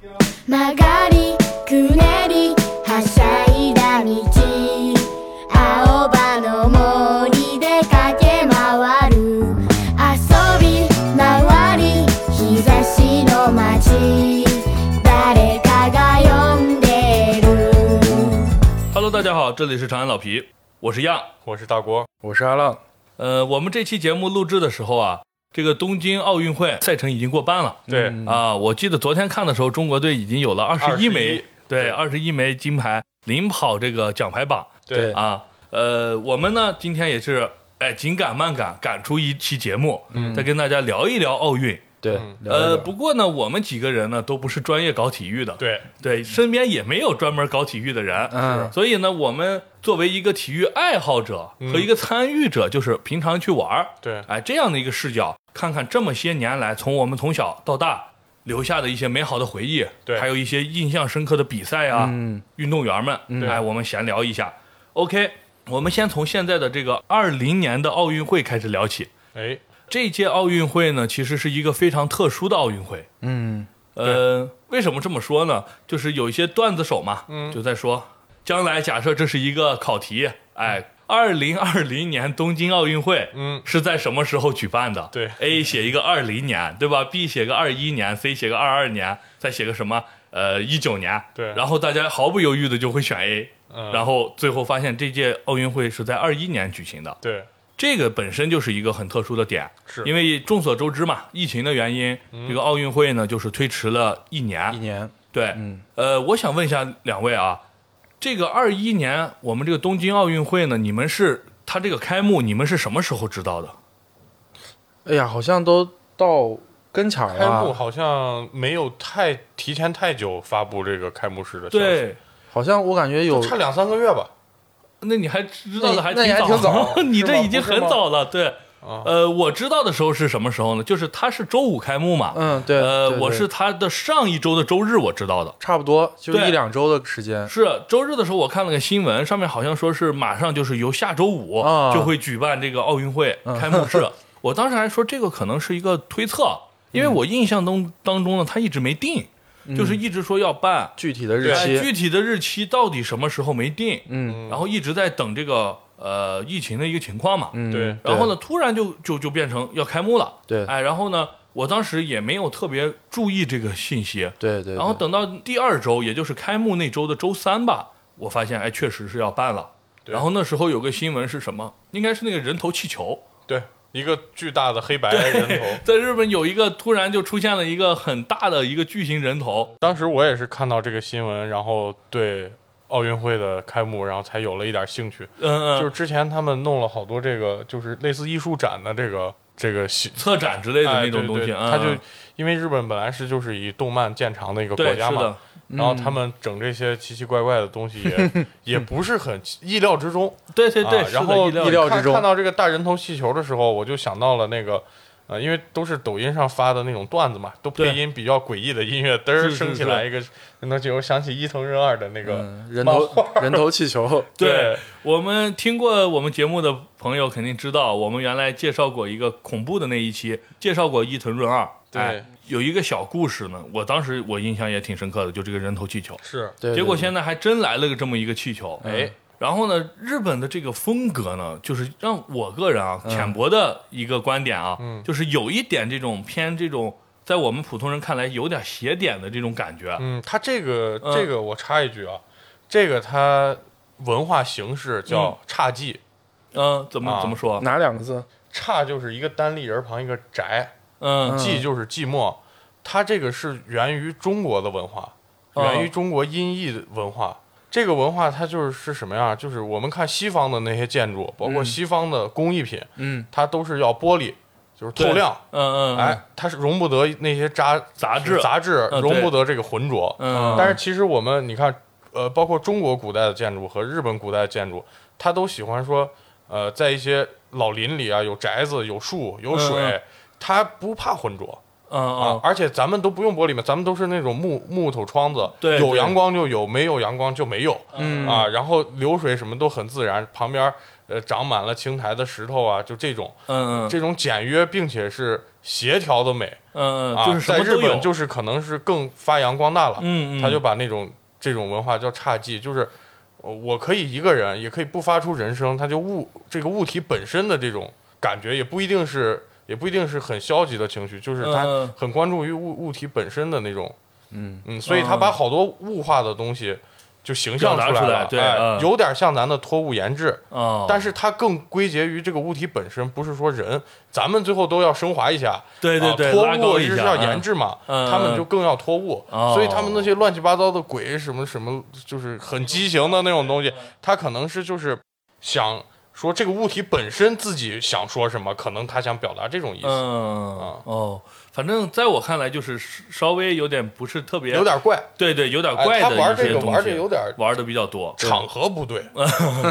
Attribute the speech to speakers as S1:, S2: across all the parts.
S1: 曲がりくねりはしゃいだ道青葉の森で駆け回る遊び回り日差しの街誰かが呼んでる
S2: Hello，大家好，这里是长安老皮，我是亚。
S3: 我是大国，
S4: 我是阿浪，
S2: 呃，我们这期节目录制的时候啊，这个东京奥运会赛程已经过半了。
S3: 对，
S2: 啊，我记得昨天看的时候，中国队已经有了二十一枚
S3: 21，
S2: 对，二十一枚金牌，领跑这个奖牌榜
S3: 对，
S2: 啊。呃，我们呢今天也是，哎，紧赶慢赶赶出一期节目，再跟大家聊一聊奥运。
S4: 对，
S3: 嗯
S4: 聊一
S2: 呃，
S4: 聊
S2: 不过呢，我们几个人呢都不是专业搞体育的，
S3: 对，
S2: 对，身边也没有专门搞体育的人，
S4: 嗯
S2: 所以呢，我们作为一个体育爱好者
S4: 嗯
S2: 和一个参与者，就是平常去玩儿，
S3: 对
S2: 哎，这样的一个视角，看看这么些年来，从我们从小到大留下的一些美好的回忆，
S3: 对
S2: 还有一些印象深刻的比赛啊，
S4: 嗯
S2: 运动员们，
S3: 对
S2: 哎，我们闲聊一下。OK，我们先从现在的这个二零年的奥运会开始聊起。
S3: 哎，
S2: 这届奥运会呢，其实是一个非常特殊的奥运会，
S4: 嗯，
S2: 呃，为什么这么说呢？就是有一些段子手嘛，
S3: 嗯
S2: 就在说，将来假设这是一个考题，哎，二零二零年东京奥运会，
S3: 嗯
S2: 是在什么时候举办的？
S3: 对
S2: ，A 写一个二零年，对吧？B 写个二一年，C 写个二二年，再写个什么？呃，一九年。
S3: 对
S2: 然后大家毫不犹豫的就会选 A，、
S3: 嗯
S2: 然后最后发现这届奥运会是在二一年举行的。
S3: 对，
S2: 这个本身就是一个很特殊的点，
S3: 是
S2: 因为众所周知嘛，疫情的原因，这个奥运会呢就是推迟了一年。
S4: 嗯一年，嗯
S2: 对，呃，我想问一下两位啊，这个二一年我们这个东京奥运会呢，你们是它这个开幕，你们是什么时候知道的？
S4: 哎呀，好像都到跟前儿
S3: 开幕
S4: 了，
S3: 好像没有太提前太久发布这个开幕式的消息，
S2: 对，
S4: 好像我感觉有
S3: 就差两三个月吧，
S2: 那你还知道的
S4: 那
S2: 还
S4: 那你还
S2: 挺
S4: 挺早是吗
S2: 你这已经
S4: 不是
S2: 很
S4: 吗
S2: 早了。对，
S3: 啊
S2: 呃，我知道的时候是什么时候呢？就是它是周五开幕嘛，
S4: 嗯对
S2: 呃，
S4: 对对
S2: 我是它的上一周的周日我知道的。
S4: 差不多就
S2: 对
S4: 一两周的时间，
S2: 是啊周日的时候，我看了个新闻，上面好像说是马上就是由下周五
S4: 啊嗯
S2: 就会举办这个奥运会开幕式。我当时还说这个可能是一个推测，因为
S4: 嗯
S2: 我印象中当中呢，他一直没定，就是一直说要办，
S4: 具体的嗯日
S2: 哎
S4: 期，
S2: 具体的日期到底什么时候没定，
S4: 嗯
S2: 然后一直在等这个呃疫情的一个情况嘛。
S4: 嗯，
S3: 对
S2: 然后呢，突然就就就变成要开幕了。
S4: 对
S2: 哎，然后呢，我当时也没有特别注意这个信息，
S4: 对，对对，
S2: 然后等到第二周，也就是开幕那周的周三吧，我发现哎，确实是要办了。
S3: 对
S2: 然后那时候有个新闻是什么？应该是那个人头气球，
S3: 对，一个巨大的黑 白人头，
S2: 在日本有一个突然就出现了一个很大的一个巨型人头。
S3: 当时我也是看到这个新闻，然后对奥运会的开幕，然后才有了一点兴趣，
S2: 嗯
S3: 就是
S2: 嗯，
S3: 之前他们弄了好多这个，就是类似艺术展的这个这个新
S2: 策展之类的
S3: 哎
S2: 那种东西，
S3: 对对
S2: 嗯
S3: 他
S2: 嗯
S3: 就因为日本本来是就是以动漫见长的一个国
S2: 对，
S3: 家
S2: 是
S3: 嘛
S2: 的，，
S3: 然
S2: 嗯
S3: 后他们整这些奇奇怪怪的东西 也也不是很意料之中，
S2: 对对对
S3: 啊，
S2: 是的
S3: 然后
S2: 意料
S4: 意料之中
S3: 看看到这个大人头气球的时候，我就想到了那个。呃，因为都是抖音上发的那种段子嘛，都配
S2: 对
S3: 音比较诡异的音乐，嘚儿
S2: 是是
S3: 升起
S2: 是
S3: 来一个人头气球，想起伊藤润二的那个
S4: 嗯人
S3: 漫
S4: 头
S3: 画，
S4: 人头气 球，
S2: 对
S3: 对
S2: 我们听过我们节目的朋友肯定知道，我们原来介绍过一个恐怖的那一期，介绍过伊藤润二。
S3: 对
S2: 哎有一个小故事呢，我当时我印象也挺深刻的，就这个人头气球。
S3: 是，
S4: 对，对
S2: 结果现在还真来了个这么一个气球，
S3: 哎，
S2: 然后呢，日本的这个风格呢，就是让我个人啊，浅薄的一个观点啊，
S3: 嗯
S2: 就是有一点这种偏这种，在我们普通人看来有点邪点的这种感觉。
S3: 嗯，他这个
S2: 嗯
S3: 这个我插一句啊，这个他文化形式
S2: 嗯
S3: 叫侘寂，
S2: 嗯，怎么、
S3: 啊
S2: 怎么说？
S4: 哪两个字？
S3: 侘就是一个单立人旁一个宅，
S2: 嗯，
S3: 寂就是寂寞，它这个是源于中国的文化，
S2: 哦
S3: 源于中国音译的文化。这个文化它就是是什么样？就是我们看西方的那些建筑，包
S2: 嗯
S3: 括西方的工艺品，
S4: 嗯，
S3: 它都是要玻璃，就是
S2: 对
S3: 透亮。
S2: 嗯嗯，
S3: 哎，它是容不得那些渣
S2: 杂质
S3: 杂质
S2: 嗯对
S3: 容不得这个浑浊。
S2: 嗯
S3: 但是其实我们你看，呃，包括中国古代的建筑和日本古代的建筑，它都喜欢说，呃，在一些老林里啊，有宅子、有树、有水，
S2: 嗯嗯
S3: 它不怕浑浊。
S2: 嗯
S3: 啊
S2: 嗯，，
S3: 而且咱们都不用玻璃门，咱们都是那种木木头窗子，
S2: 对
S3: 有
S2: 对
S3: 阳光就有，没有阳光就没有，
S4: 嗯
S3: 啊，然后流水什么都很自然，旁边呃，长满了青苔的石头啊，就这种
S2: 嗯嗯
S3: 这种简约并且是协调的美
S2: 嗯嗯，
S3: 啊，
S2: 就是什
S3: 在
S2: 么
S3: 日
S2: 都有，
S3: 本就是可能是更发扬光大了，
S2: 嗯嗯，
S3: 他就把那种这种文化叫侘寂，就是呃我可以一个人，也可以不发出人声，他就物这个物体本身的这种感觉，也不一定是也不一定是很消极的情绪，就是他
S2: 嗯
S3: 很关注于物物体本身的那种，
S4: 嗯
S3: 嗯，所以他把好多物化的东西就形象
S2: 表达出
S3: 来
S2: 来
S3: 了，
S2: 对
S3: 哎
S2: 嗯
S3: 有点像咱的托物言志，
S2: 哦，
S3: 但
S2: 是
S3: 是它更归结于这个物体本身，不是说人，咱们最后都要升华一下，
S2: 对对对，
S3: 啊、托
S2: 拉
S3: 物
S2: 高
S3: 就
S2: 一
S3: 是
S2: 下，
S3: 要
S2: 嗯
S3: 研制嘛，
S2: 嗯
S3: 他们就更要托物，
S2: 哦
S3: 所以他们那些乱七八糟的鬼什么什么，就是很畸形的那种东
S2: 嗯
S3: 西，他可能是就是想说这个物体本身自己想说什么，可能他想表达这种意思，
S2: 嗯
S3: 啊
S2: 哦，反正在我看来就是稍微有点不是特别，
S3: 有点怪，
S2: 对对，有点
S3: 哎
S2: 怪
S3: 他
S2: 的
S3: 玩
S2: 一
S3: 这
S2: 些
S3: 个
S2: 东西，
S3: 玩的有点
S2: 玩的比较多，
S3: 场合不 对，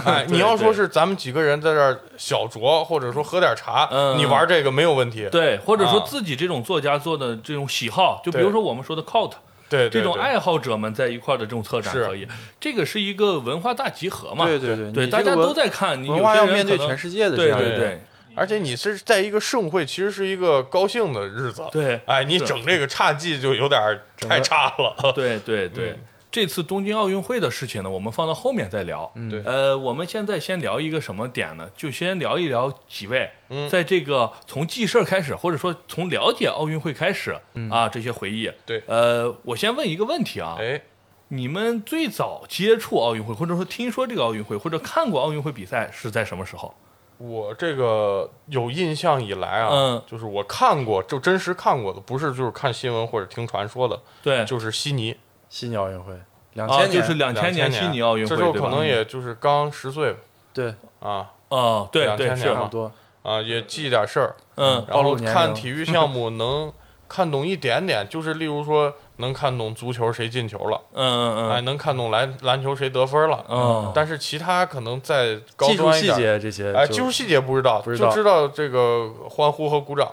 S3: 哎，
S2: 对
S3: 你要说
S2: 对
S3: 是咱们几个人在这儿小酌，或者说喝点茶，
S2: 嗯
S3: 你玩这个没有问题，
S2: 对，或者说
S3: 啊
S2: 自己这种作家做的这种喜好，就比如
S3: 对
S2: 说我们说的 cult
S3: 对对
S2: 这种
S3: 对
S2: 爱好者们在一块儿的这种策展
S3: 是
S2: 可以，这个是一个文化大集合嘛，
S4: 对对对
S2: 对，
S4: 你
S2: 大
S4: 这个
S2: 家
S4: 文
S2: 都在看，你有
S4: 文化
S2: 些
S4: 要
S2: 人
S4: 面对
S2: 可能
S4: 全世界的这
S2: 对
S4: 样一
S2: 对
S4: 个
S2: 对
S3: 而且你是在一个盛会，其实是一个高兴的日子。
S2: 对
S3: 哎，你
S2: 是
S3: 整这个差劲就有点儿太差了。
S2: 对对
S3: 嗯
S2: 对。这次东京奥运会的事情呢，我们放到后面再聊。
S3: 嗯对
S2: 呃，我们现在先聊一个什么点呢？就先聊一聊几位，
S3: 嗯
S2: 在这个从记事儿开始，或者说从了解奥运会开始、啊，这些回忆。
S3: 嗯对
S2: 呃，我先问一个问题啊，
S3: 哎，
S2: 你们最早接触奥运会，或者说听说这个奥运会，或者看过奥运会比赛是在什么时候？
S3: 我这个有印象以来啊，
S2: 嗯
S3: 就是我看过，就真实看过的，不是就是看新闻或者听传说的，
S2: 对，
S3: 就是悉尼
S4: 悉尼奥运会，两
S2: 啊，
S4: 千
S2: 就
S4: 年
S2: 是两
S3: 千
S2: 年悉尼奥运会，
S3: 这时候
S2: 对吧嗯
S3: 可能也就是刚十岁
S4: 对
S3: 啊
S2: 哦，对
S3: 2000
S2: 对
S3: 年
S2: 是，
S4: 差
S3: 嘛
S4: 不多。
S3: 啊，也记点事儿，
S2: 嗯
S3: 然
S4: 暴
S3: 后
S4: 露年龄
S3: 看体育项目能看懂一点点， 就是例如说能看懂足球谁进球了。
S2: 嗯嗯嗯，
S3: 哎，能看懂篮篮球谁得分了，
S2: 哦
S3: 但是其他可能再高
S4: 技术
S3: 端一
S4: 细
S3: 点，
S4: 节这些，
S3: 哎，技术细节不知道，
S4: 不知道
S3: 就知道这个欢呼 和鼓掌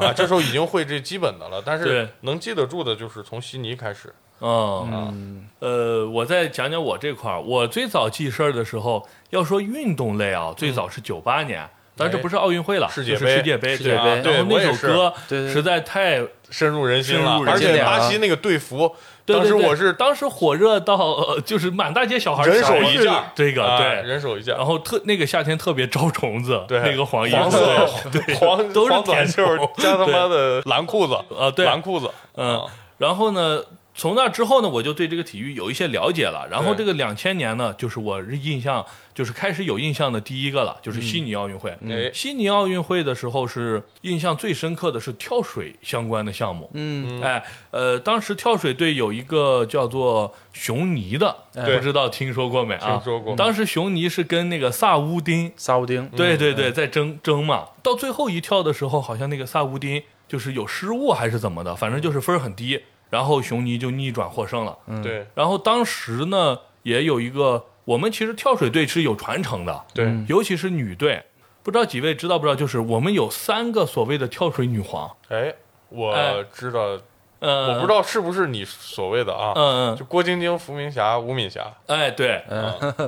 S3: 啊，这时候已经会这基本的了，但
S2: 对
S3: 是能记得住的就是从悉尼开始，
S2: 哦，
S4: 嗯，
S2: 呃，我再讲讲我这块儿，我最早记事儿的时候，要说运动类啊，最早是九八年，但这不是奥运会了，
S3: 嗯哎世界
S2: 就是
S3: 杯
S2: 世界杯，
S4: 世
S2: 对
S4: 界杯
S2: 然后
S3: 啊对我也
S2: 那
S3: 是
S2: 首歌
S4: 对对对
S2: 实在太
S3: 深入人心了
S2: 深入，人
S3: 而
S2: 心啊
S3: 且
S4: 了
S3: 巴西那个队服，
S2: 对
S3: 当时
S2: 对对
S3: 我是
S2: 当时火热到呃就是满大街小孩儿
S3: 人手
S2: 想
S3: 一件儿，
S2: 这个
S3: 啊
S2: 对。
S3: 人手一件儿
S2: 然，后特那个夏天特别招虫子，
S3: 对，
S2: 那个黄衣服
S3: 黄色
S2: 对，
S3: 黄
S2: 都是
S3: 黄短
S2: 甜
S3: 袖
S2: 筒
S3: 加他
S2: 对
S3: 妈的蓝裤子
S2: 啊对
S3: 蓝裤子，
S2: 嗯
S3: 啊，
S2: 然后呢，从那之后呢，我就对这个体育有一些了解了。然后这个两千年呢，就是我印象就是开始有印象的第一个了，就是悉尼奥运会。
S3: 哎
S2: 悉尼奥运会的时候是印象最深刻的是跳水相关的项目。
S4: 嗯，
S2: 哎，呃，当时跳水队有一个叫做熊尼的，
S3: 对
S2: 不知道听说过没啊？
S3: 听说过
S2: 当时熊尼是跟那个萨乌丁
S4: 萨乌丁，
S2: 嗯对对
S3: 嗯
S2: 对，在争争嘛。到最后一跳的时候，好像那个萨乌丁就是有失误还是怎么的，反正就是分儿很低。然后熊尼就逆转获胜了。
S3: 对
S2: 然后当时呢，也有一个我们其实跳水队是有传承的，
S3: 对，
S2: 尤其是女队。不知道几位知道不知道？就是我们有三个所谓的跳水女皇。
S3: 哎，我
S2: 哎
S3: 知道
S2: 呃，
S3: 我不知。道是不是你所谓的啊，
S2: 嗯
S3: 就郭晶晶、伏明霞、吴敏霞，啊
S2: 嗯，哎，对，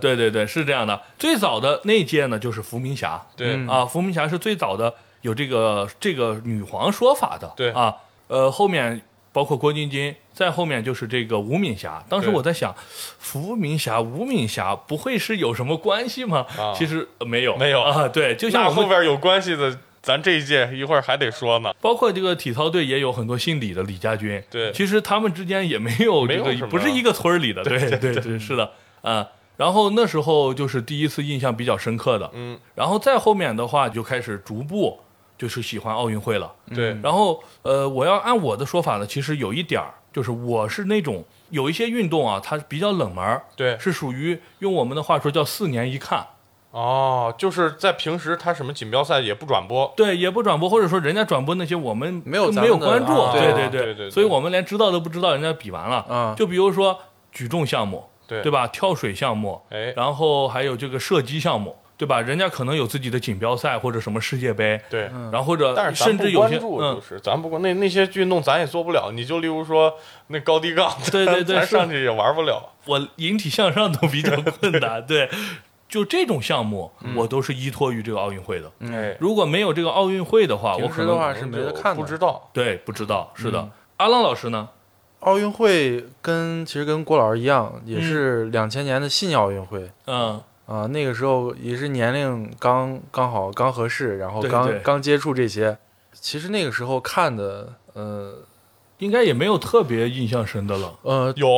S2: 对对对，是这样的。最早的那届呢，就是伏明霞。
S3: 对、
S4: 嗯
S2: 啊，伏明霞是最早的有这个这个女皇说法的，
S3: 对
S2: 啊，呃，后面包括郭晶晶，再后面就是这个吴敏霞。当时
S3: 对
S2: 我在想，伏明霞、吴敏霞不会是有什么关系吗？
S3: 啊
S2: 其实、呃没有，
S3: 没有
S2: 啊，对，就像
S3: 那
S2: 我
S3: 后
S2: 们
S3: 边有关系的，咱这一届一会儿还得说呢。
S2: 包括这个体操队也有很多姓李的李家军，
S3: 对
S2: 其实他们之间也没有这
S3: 没有什
S2: 个
S3: 么
S2: 不是一个村儿里 的，对对对，是的，啊。然后那时候就是第一次印象比较深刻的，
S3: 嗯，
S2: 然后再后面的话就开始逐步就是喜欢奥运会了，
S3: 对，
S2: 然后呃，我要按我的说法呢，其实有一点儿，就是我是那种有一些运动啊，它比较冷门儿，
S3: 对，
S2: 是属于用我们的话说叫四年一看，
S3: 哦，就是在平时他什么锦标赛也不转播，
S2: 对，也不转播，或者说人家转播那些我们
S4: 没有
S2: 都
S4: 咱
S2: 没有
S4: 们的
S2: 关注，
S4: 啊
S2: 对
S4: 对
S2: 对
S3: 对对对
S2: 所以我们连知道都不知道，人家比完了，
S4: 啊
S2: 就比如说举重项目，
S3: 对
S2: 对吧？跳水项目，
S3: 哎
S2: 然后还有这个射击项目，对吧？人家可能有自己的锦标赛或者什么世界杯，
S3: 对，
S2: 然后或者
S3: 但是咱
S2: 甚
S3: 不
S2: 至有
S3: 关
S2: 些
S3: 注，
S2: 嗯
S3: 就，是咱不关那那些运动咱也做不了。你就例如说那高低杠，
S2: 对对对
S3: 咱
S2: 是
S3: 上去也玩不了。
S2: 我引体向上都比较困难，对。就这种项目，我都是依托于这个奥运会的。
S3: 哎，
S2: 如果没有这个奥运会的话，我
S4: 平
S2: 可
S4: 时的
S2: 能
S4: 话是没得看
S3: 不
S4: 的。
S3: 知道。
S2: 对不知道。是的，阿浪老师呢？
S4: 奥运会跟其实跟郭老师一样，也是两千年的悉尼奥运会
S2: 嗯，
S4: 啊、那个时候也是年龄刚刚好刚合适，然后
S2: 对
S4: 刚
S2: 对
S4: 刚接触这些。其实那个时候看的，呃
S2: 应该也没有特别印象深的了。
S4: 呃，
S3: 有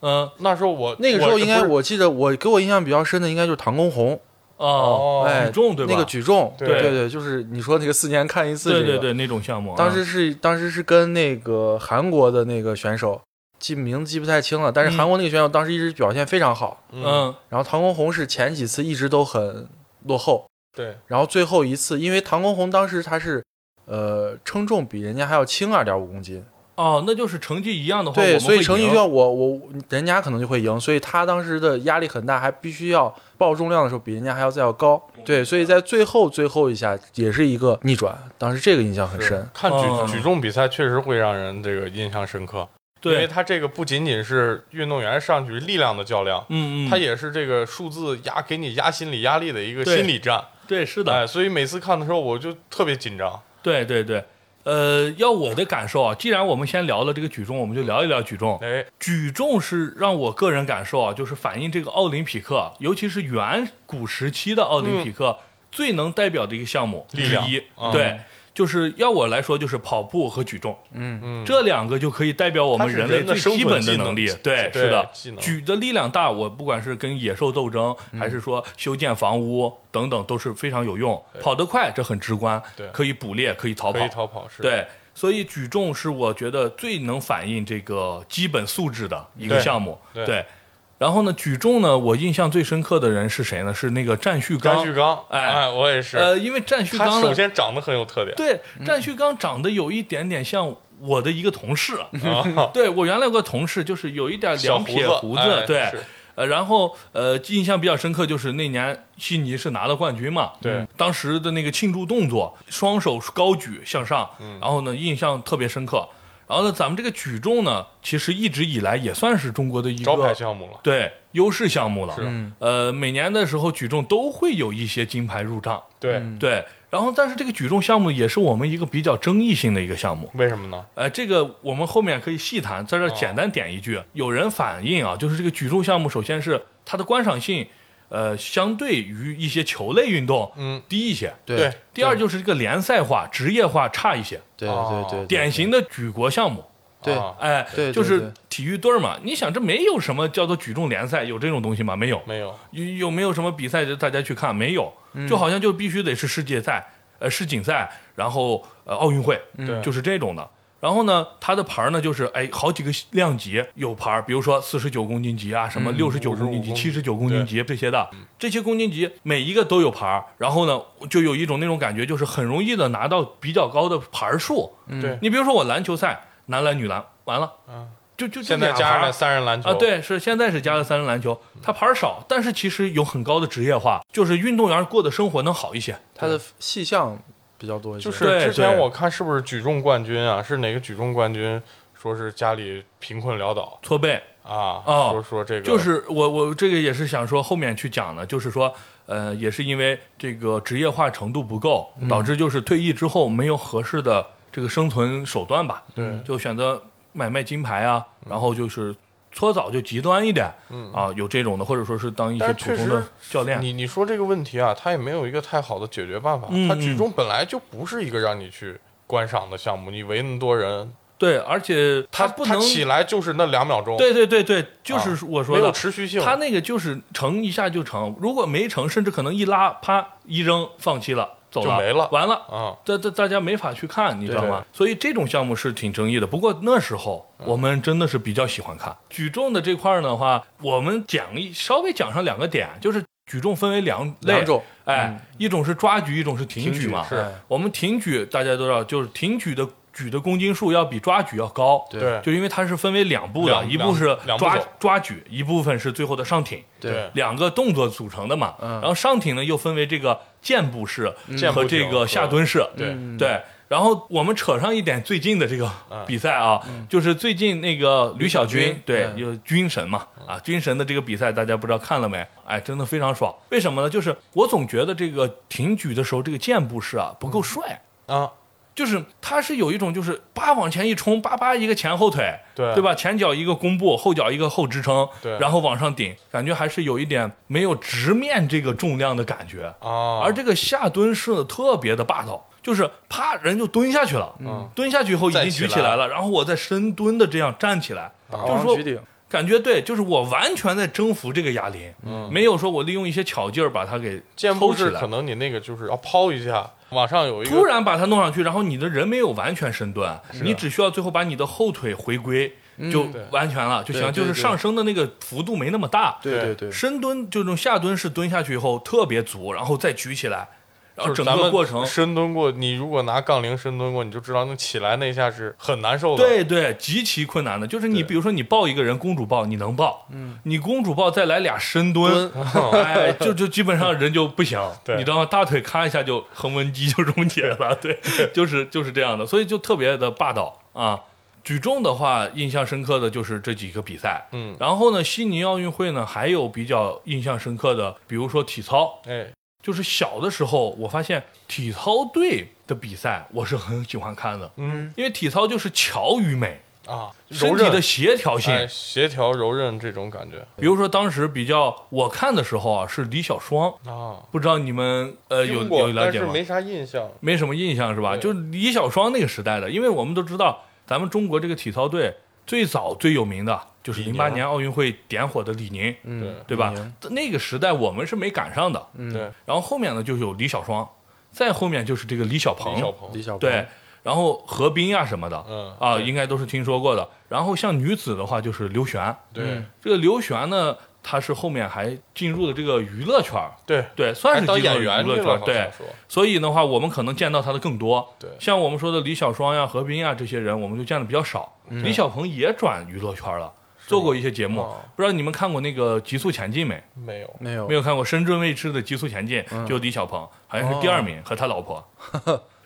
S2: 嗯
S3: 那时候我
S4: 那个时候应该
S3: 我
S4: 我记得我给我印象比较深的应该就是唐公红，
S2: 哦，
S3: 哦
S4: 哎，
S2: 举重对吧
S4: 那个举重，
S3: 对
S4: 对就是你说那个四年看一次、这
S2: 对
S4: 个，
S2: 对对，那种项目啊，
S4: 当时是当时是跟那个韩国的那个选手，记名字记不太清了，但
S2: 嗯
S4: 是韩国那个选手当时一直表现非常好，
S3: 嗯
S2: 嗯
S4: 然后唐公红是前几次一直都很落后，
S3: 对
S4: 然后最后一次，因为唐公红当时他是。呃，称重比人家还要轻二点五公斤，
S2: 哦，那就是成绩一样的话，我
S4: 对，
S2: 们
S4: 所以
S2: 会
S4: 成绩
S2: 赢
S4: 就要我我人家可能就会赢，所以他当时的压力很大，还必须要报重量的时候比人家还要再要高，
S2: 嗯
S4: 对，所以在最后最后一下也是一个逆转，当时这个印象很深，
S3: 看
S2: 哦
S3: 举举重比赛确实会让人这个印象深刻，因为
S2: 对，
S3: 它这个不仅仅是运动员上去力量的较量，
S2: 嗯嗯，
S3: 它也是这个数字压给你压心理压力的一个
S2: 对
S3: 心理战。
S2: 对，是的，
S3: 哎，所以每次看的时候我就特别紧张。
S2: 对对对。呃，要我的感受啊，既然我们先聊了这个举重，我们就聊一聊举重。
S3: 哎，
S2: 举重是让我个人感受啊，就是反映这个奥林匹克，尤其是远古时期的奥林匹
S4: 嗯
S2: 克、最能代表的一个项目之
S3: 力量
S2: 一。
S4: 啊
S3: 嗯
S2: 对，就是要我来说，就是跑步和举重，
S3: 嗯，
S2: 这两个就可以代表我们人类最基本的能力。
S3: 它是人的生存技能
S2: 对，
S3: 对
S2: 是的
S3: 技，能嗯
S2: 举的力量大，我不管是跟野兽斗争，还是说修建房屋等等，都是非常有用。跑得快，这很直观，
S3: 对
S2: 可以捕猎，可以逃
S3: 可
S2: 跑
S3: 以，逃跑是。
S2: 对，所以举重是我觉得最能反映这个基本素质的一个
S3: 对
S2: 项目。
S3: 对
S2: 然后呢，举重呢，我印象最深刻的人是谁呢？是那个战旭刚。
S3: 张旭刚，
S2: 哎
S3: 哎，我也是。
S2: 呃，因为战旭
S3: 他
S2: 刚
S3: 首
S2: 呢，
S3: 先嗯长得很有 特点
S2: 对，战旭刚长得有一点点像我的一个同事。
S3: 啊，
S2: 对我原来有个同事，就是有一点
S3: 小
S2: 两
S3: 胡
S2: 撇
S3: 子，
S2: 胡
S3: 哎
S2: 对
S3: 是。
S2: 呃，然后呃，印象比较深刻就是那年悉尼是拿了冠军嘛，嗯
S3: 对，
S2: 当时的那个庆祝动作，双手高举向上，
S3: 嗯
S2: 然后呢，印象特别深刻。然后呢，咱们这个举重呢，其实一直以来也算是中国的一个
S3: 招牌项目了。
S2: 对优势项目了。
S3: 是嗯
S2: 呃，每年的时候举重都会有一些金牌入账，
S3: 对，
S2: 对。然后，但是这个举重项目也是我们一个比较争议性的一个项目。
S3: 为什么呢？
S2: 呃，这个我们后面可以细谈，在这儿
S4: 哦
S2: 简单点一句，有人反映啊，就是这个举重项目，首先是它的观赏性，呃，相对于一些球类运动，
S3: 嗯，
S2: 低一些。
S4: 对
S3: 对
S2: 第二就是这个联赛化、职业化差一些，
S4: 对
S3: 哦
S4: 对对，对
S2: 典型的举国项目。
S4: 对
S3: 啊
S2: 哎，
S4: 对对
S2: 就是
S4: 对
S2: 体育队儿嘛。你想，这没有什么叫做举重联赛，有这种东西吗？没有。
S3: 没有，
S2: 有有没有什么比赛大家去看？没有，
S4: 嗯
S2: 就好像就必须得是世界赛、呃世锦赛，然后呃奥运会，
S3: 对
S2: 就是这种的。然后呢，它的牌儿呢就是哎好几个量级有牌儿，比如说四十九公斤级啊，什
S3: 嗯
S2: 么六十九公斤级、
S3: 55
S2: 七十九公斤级这些
S3: 嗯
S2: 的，这些公斤级每一个都有牌儿。然后呢，就有一种那种感觉，就是很容易的拿到比较高的牌儿数。
S3: 嗯对，
S2: 你比如说我篮球赛，男篮、女篮，完了，
S3: 嗯
S2: 就就就
S3: 现在
S2: 俩
S3: 加
S2: 牌
S3: 上
S2: 儿
S3: 了三人篮球嗯
S2: 啊，，对，是现在是加了三人篮球，他牌儿少，但是其实有很高的职业化，就是运动员过的生活能好一些。
S4: 他的细项比较多一些，
S3: 就是
S2: 对
S3: 之前
S2: 对
S3: 我看是不是举重冠军啊？是哪个举重冠军？说是家里贫困潦倒
S2: 搓背
S3: 啊，
S2: 哦
S3: 说说这个
S2: 就是我我这个也是想说后面去讲的，就是说，呃，也是因为这个职业化程度不够，
S3: 嗯
S2: 导致就是退役之后没有合适的这个生存手段吧，
S3: 对嗯
S2: 就选择买卖金牌啊，然后就是搓澡就极端一点，啊，有这种的，或者说是当一些
S3: 但
S2: 普
S3: 确
S2: 通
S3: 实
S2: 的教练，
S3: 你你说这个问题啊，它也没有一个太好的解决办法。
S2: 嗯
S3: 它举重本来就不是一个让你去观赏的项目，你围那么多人，
S2: 对，而且他
S3: 它
S2: 不
S3: 它
S2: 能。
S3: 起来就是那两秒钟，
S2: 对对对对，就
S3: 啊，
S2: 是我说
S3: 没
S2: 的
S3: 有，持续性。
S2: 他那个就是成一下就成，如果没成，甚至可能一拉啪一扔，放弃了，走了，
S3: 就没了
S2: 完了。
S3: 啊，
S2: 大大大家没法去看，你知道
S3: 对嗯
S2: 吗？所以这种项目是挺争议的。不过那时候我们真的是比较喜欢看举重的这块儿的话，我们讲一稍微讲上两个点，就是举重分为两类
S4: 两种，
S2: 哎，一种是抓举，一种是挺
S3: 嗯挺举
S2: 嘛。
S3: 是
S4: 哎
S2: 我们挺举大家都知道，就是挺举的举的公斤数要比抓举要高。
S4: 对
S3: 对
S2: 就因为它是分为两步的，
S3: 两
S2: 一步是
S3: 两两步
S2: 抓
S3: 走
S2: 抓举，一部分是最后的上挺，
S4: 对
S2: 两个动作组成的嘛。
S4: 嗯
S2: 然后上挺呢又分为这个箭步式
S3: 箭步
S2: 和
S3: 式
S2: 这个
S3: 和
S2: 下蹲式。
S3: 对
S4: 嗯
S2: 对，然后我们扯上一点最近的这个
S3: 嗯
S2: 比赛啊，就是最近那个吕小
S4: 吕小
S2: 军
S4: 军，
S2: 对，
S4: 嗯
S2: 有军神嘛，啊，军神的这个比赛大家不知道看了没？哎，真的非常爽。为什么呢？就是我总觉得这个挺举的时候，这个箭步式啊不够帅，
S3: 啊，
S2: 就是他是有一种就是叭往前一冲，叭叭一个前后腿，
S3: 对
S2: 对吧？前脚一个弓步，后脚一个后支撑，
S3: 对
S2: 然后往上顶，感觉还是有一点没有直面这个重量的感觉。
S3: 啊，
S2: 而这个下蹲式呢，特别的霸道，就是啪人就蹲下去了，
S3: 嗯
S2: 蹲下去以后已经
S3: 站起
S2: 举
S3: 来啊
S2: 起来了，然后我再深蹲的这样站起来，就是
S4: 王
S2: 说
S4: 举鼎
S2: 感觉对，就是我完全在征服这个哑铃，
S3: 嗯
S2: 没有说我利用一些巧劲儿把它给
S3: 箭
S2: 抽
S3: 步
S2: 起
S3: 式
S2: 来
S3: 可。能你那个就是要抛一下，往上有一
S2: 突
S3: 个
S2: 然把它弄上去，然后你的人没有完全深蹲，你只需要最后把你的后腿回归，就
S3: 啊嗯对
S2: 完全了，就行。
S4: 对对
S2: 就是上升的那个幅度没那么大，
S4: 对对
S3: 对
S4: 对，
S2: 深蹲就这种下蹲式蹲下去以后特别足，然后再举起来，然后
S3: 就是
S2: 整
S3: 咱
S2: 个
S3: 们
S2: 过程
S3: 深蹲过，你如果拿杠铃深蹲过，你就知道那起来那一下是很难受的。，
S2: 对对，极其困难的。就是你
S3: 对
S2: 比如说你抱一个人，公主抱你能抱，嗯，你公主抱再来俩深蹲，哎，就就基本上人就不行，
S3: 对
S2: 你知道吗？大腿咔一下就横纹肌就溶解了，对，就是就是这样的，所以就特别的霸道啊。举重的话，印象深刻的就是这几个比赛，
S3: 嗯，
S2: 然后呢，悉尼奥运会呢还有比较印象深刻的，比如说体操，
S3: 哎，
S2: 就是小的时候我发现体操队的比赛我是很喜欢看的，
S3: 嗯
S2: 因为体操就是巧与美。
S3: 啊，柔
S2: 嗯身体
S3: 韧
S2: 的协调性。
S3: 哎，协调柔韧这种感觉
S2: 比如说当时比较我看的时候啊，是李小双，
S3: 啊，
S2: 不知道你们呃有
S3: 听过
S2: 有了
S3: 但
S2: 解
S3: 是
S2: 吗？
S3: 没啥印象。
S2: 没什么印象是吧？
S3: 对
S2: 就是李小双那个时代的，因为我们都知道咱们中国这个体操队最早最有名的就是
S3: 李
S2: 零
S3: 宁
S2: 八年奥运会点火的李宁，
S4: 嗯
S2: 对吧
S4: 李宁？
S2: 那个时代我们是没赶上的。
S3: 对，
S2: 然后后面呢就有李小双，再后面就是这个李小鹏，
S3: 李小鹏
S4: 李小鹏
S2: 对，然后何冰呀、什么的，
S3: 嗯
S2: 啊，
S3: 对
S2: 应该都是听说过的。然后像女子的话就是刘璇，
S3: 对
S4: 嗯
S2: 这个刘璇呢，她是后面还进入了这个娱乐圈儿，
S3: 对，
S2: 对，算
S3: 还
S2: 是
S3: 当
S2: 进入
S3: 演
S2: 娱
S3: 员
S2: 乐
S3: 去
S2: 圈
S3: 了，
S2: 儿，
S3: 好
S2: 对
S3: 像。说
S2: 所以的话，我们可能见到她的更多。
S3: 对
S2: 像我们说的李小双呀、何冰呀这些人，我们就见的比较少。
S3: 嗯
S2: 李小鹏也转娱乐圈儿了，做过一些节目
S3: 哦。
S2: 不知道你们看过那个《极速前进》没？
S3: 没有
S4: 没有
S2: 没有看过《深圳卫视的极速前进》，
S4: 嗯
S2: 就李小鹏，好像是第二
S4: 哦
S2: 名，和他老婆。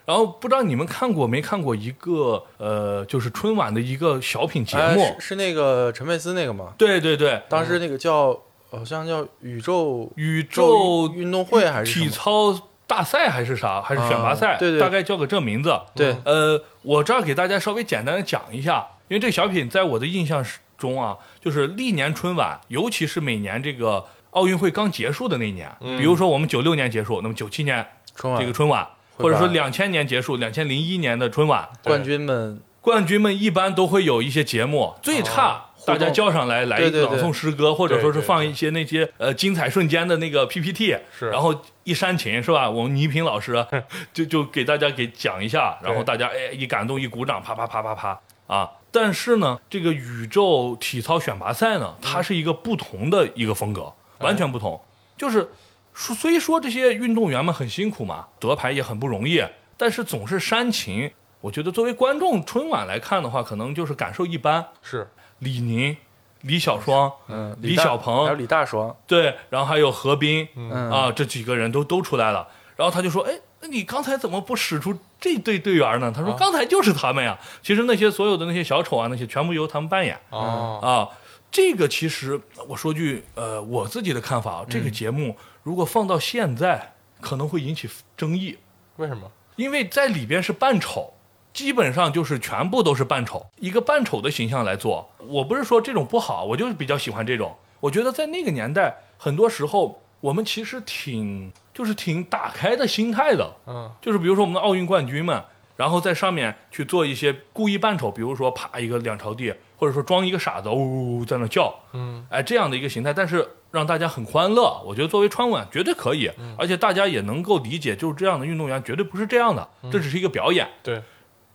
S2: 然后不知道你们看过没看过一个呃，就是春晚的一个小品节
S4: 哎
S2: 目，
S4: 是是那个陈佩斯那个吗？
S2: 对对对，
S4: 当时那个叫好像叫宇宙
S2: 宇
S4: 宙
S2: 宙
S4: 运动会还是什
S2: 体
S4: 么
S2: 操大赛还是啥，还是选拔赛，
S4: 啊对对
S2: 大概叫个这名字。
S4: 对
S2: 呃，我这儿给大家稍微简单的讲一下，因为这个小品在我的印象中啊，就是历年春晚，尤其是每年这个奥运会刚结束的那年，
S4: 嗯
S2: 比如说我们九六年结束，那么九七年
S4: 春晚
S2: 这个春晚，
S4: 哎会
S2: 或者说
S4: 吧
S2: 两千年结束，两千零一年的春晚，
S4: 冠军们
S2: 冠军们一般都会有一些节目，最差。
S4: 哦互
S2: 大
S4: 动
S2: 家叫上来来
S4: 对对对
S2: 朗诵诗歌，或者说是
S3: 对对
S2: 放一些那些呃精彩瞬间的那个 PPT，
S3: 是
S2: 然后一煽情是吧？我们倪萍老师啊就就给大家给讲一下，然后大家哎一感动一鼓掌，啪啪啪啪啪啊！但是呢，这个宇宙体操选拔赛呢，它是一个不同的一个风格，完全不同。就是说虽说这些运动员们很辛苦嘛，得牌也很不容易，但是总是煽情。我觉得作为观众春晚来看的话，可能就是感受一般。
S3: 是
S2: 李宁、李小双，
S4: 嗯
S2: 李
S4: 大
S2: 小鹏
S4: 还有李大双
S2: 对，然后还有何冰，
S4: 嗯
S2: 啊，这几个人都都出来了。然后他就说：“哎，那你刚才怎么不使出这队队员呢？”他说：“刚才就是他们呀。其实那些所有的那些小丑啊，那些全部由他们扮演
S3: 啊，
S2: 啊。这个其实我说句呃我自己的看法啊，这个节目如果放到现在，可能会引起争议，
S3: 为什么？
S2: 因为在里边是扮丑。基本上就是全部都是扮丑，一个扮丑的形象来做。我不是说这种不好，我就是比较喜欢这种。我觉得在那个年代，很多时候我们其实挺就是挺打开的心态的，
S3: 嗯，
S2: 就是比如说我们的奥运冠军们，然后在上面去做一些故意扮丑，比如说啪一个两朝地，或者说装一个傻子，呜呜呜在那叫，
S3: 嗯，
S2: 哎这样的一个形态，但是让大家很欢乐。我觉得作为川晚绝对可以，而且大家也能够理解，就是这样的运动员绝对不是这样的，这只是一个表演。
S3: 对，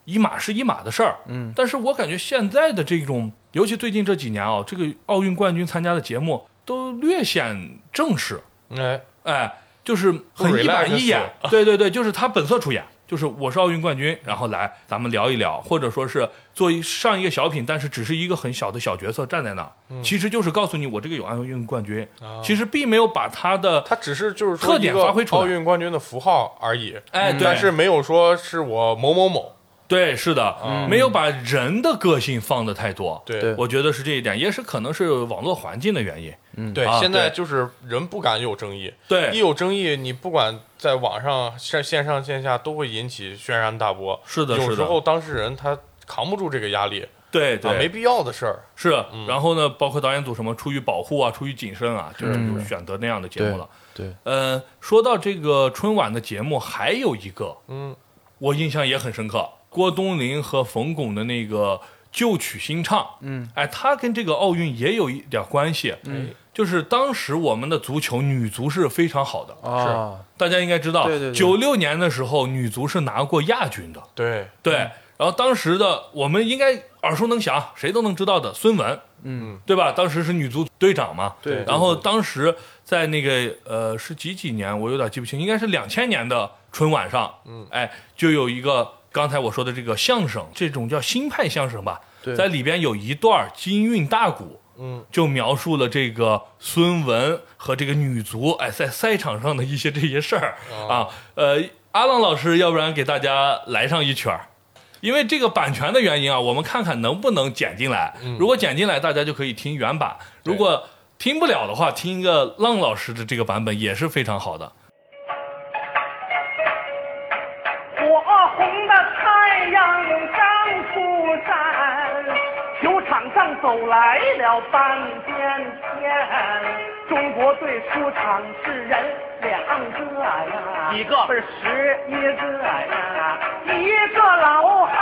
S2: 一码是一码的事儿，
S4: 嗯，
S2: 但是我感觉现在的这种，尤其最近这几年啊，这个奥运冠军参加的节目都略显正式，
S3: 哎，
S2: 哎，就是很一板一眼
S3: relax，
S2: 对对对，就是他本色出演， 就是我是奥运冠军，然后来咱们聊一聊，或者说是做一上一个小品，但是只是一个很小的小角色站在那儿，
S3: 嗯
S2: 其实就是告诉你我这个有奥运冠军，
S3: 哦
S2: 其实并没有把他的
S3: 啊他只是就是说
S2: 特
S3: 一
S2: 点
S3: 个
S2: 发挥出来
S3: 奥运冠军的符号而已，
S2: 哎对
S3: 嗯但是没有说是我某某某，
S2: 对是的，没有把人的个性放的太多，
S3: 嗯对
S4: 对
S2: 我觉得是这一点，也是可能是网络环境的原因，
S3: 对
S2: 啊
S3: 现在
S2: 对
S3: 就是人不敢有争议，
S2: 对
S3: 一有争议，你不管在网上、线线上线下都会引起轩然大波。
S2: 是的
S3: 有
S2: 是
S3: 时
S2: 的
S3: 候当事人他扛不住这个压力
S2: 对对，
S3: 啊，没必嗯要的事儿。
S2: 是，然后呢，包括导演组什么出于保护啊，出于谨慎啊，就是
S4: 嗯
S2: 就选择那样的节目了。
S4: 对对
S2: 呃，说到这个春晚的节目，还有一个，
S3: 嗯，
S2: 我印象也很深刻，郭冬临和冯巩的那个旧曲新唱，
S4: 嗯，
S2: 哎，它跟这个奥运也有一点关系，
S3: 嗯，
S2: 就是当时我们的足球女足是非常好的，
S4: 啊，
S2: 大家应该知道，
S4: 对对对
S2: 九六年的时候女足是拿过亚军的，
S3: 对，
S2: 对，
S4: 嗯
S2: 然后当时的我们应该耳熟能详，谁都能知道的孙雯，
S4: 嗯，
S2: 对吧？当时是女足队长嘛，
S4: 对
S3: 对
S2: 然后当时在那个呃是几几年，我有点记不清，应该是两千年的春晚上，嗯，哎，就有一个刚才我说的这个相声，这种叫新派相声吧，
S4: 对
S2: 在里边有一段金韵大鼓。
S3: 嗯，
S2: 就描述了这个孙雯和这个女足，哎，在赛场上的一些这些事儿、啊。呃，阿浪老师，要不然给大家来上一曲儿，因为这个版权的原因啊，我们看看能不能剪进来。如果剪进来，大家就可以听原版；如果听不了的话，听一个浪老师的这个版本也是非常好的。
S5: 火红的太阳刚出山，球场上走来了半边天。中国队出场是人两个呀，
S6: 几个
S5: 不是十一个呀，一个老汉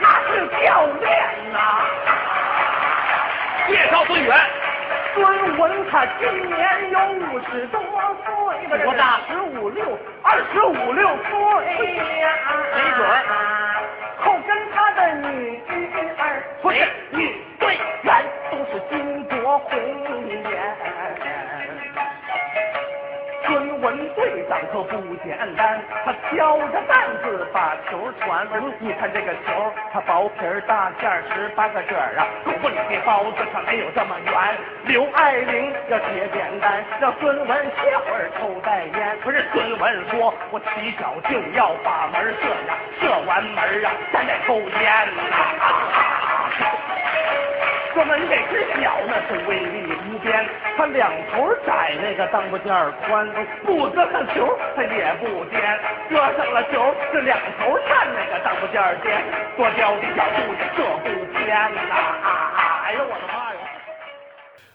S5: 他是教练呐、
S6: 介绍队员，
S5: 孙文他今年有五十多岁，
S6: 多大
S5: 十五六，二十五六岁呀、
S6: 没准儿
S5: 后跟他的女儿，不是女队员，哎都是巾帼红颜。孙文队长可不简单，他挑着担子把球传。你看这个球，它薄皮儿大馅儿十八个褶儿啊，狗不理那包子它没有这么圆。刘爱玲要铁扁担，让孙文歇会儿抽袋烟。不是孙文说，我起脚就要把门儿射呀，射完门儿啊，咱得抽烟呐、说门这只脚那是威力无边，它两头窄，那个裆部尖儿宽，不搁上球它也不颠，搁上了球是两头看，那个裆部尖儿尖，多刁的小肚子这不偏呐、哎呦我的妈呀！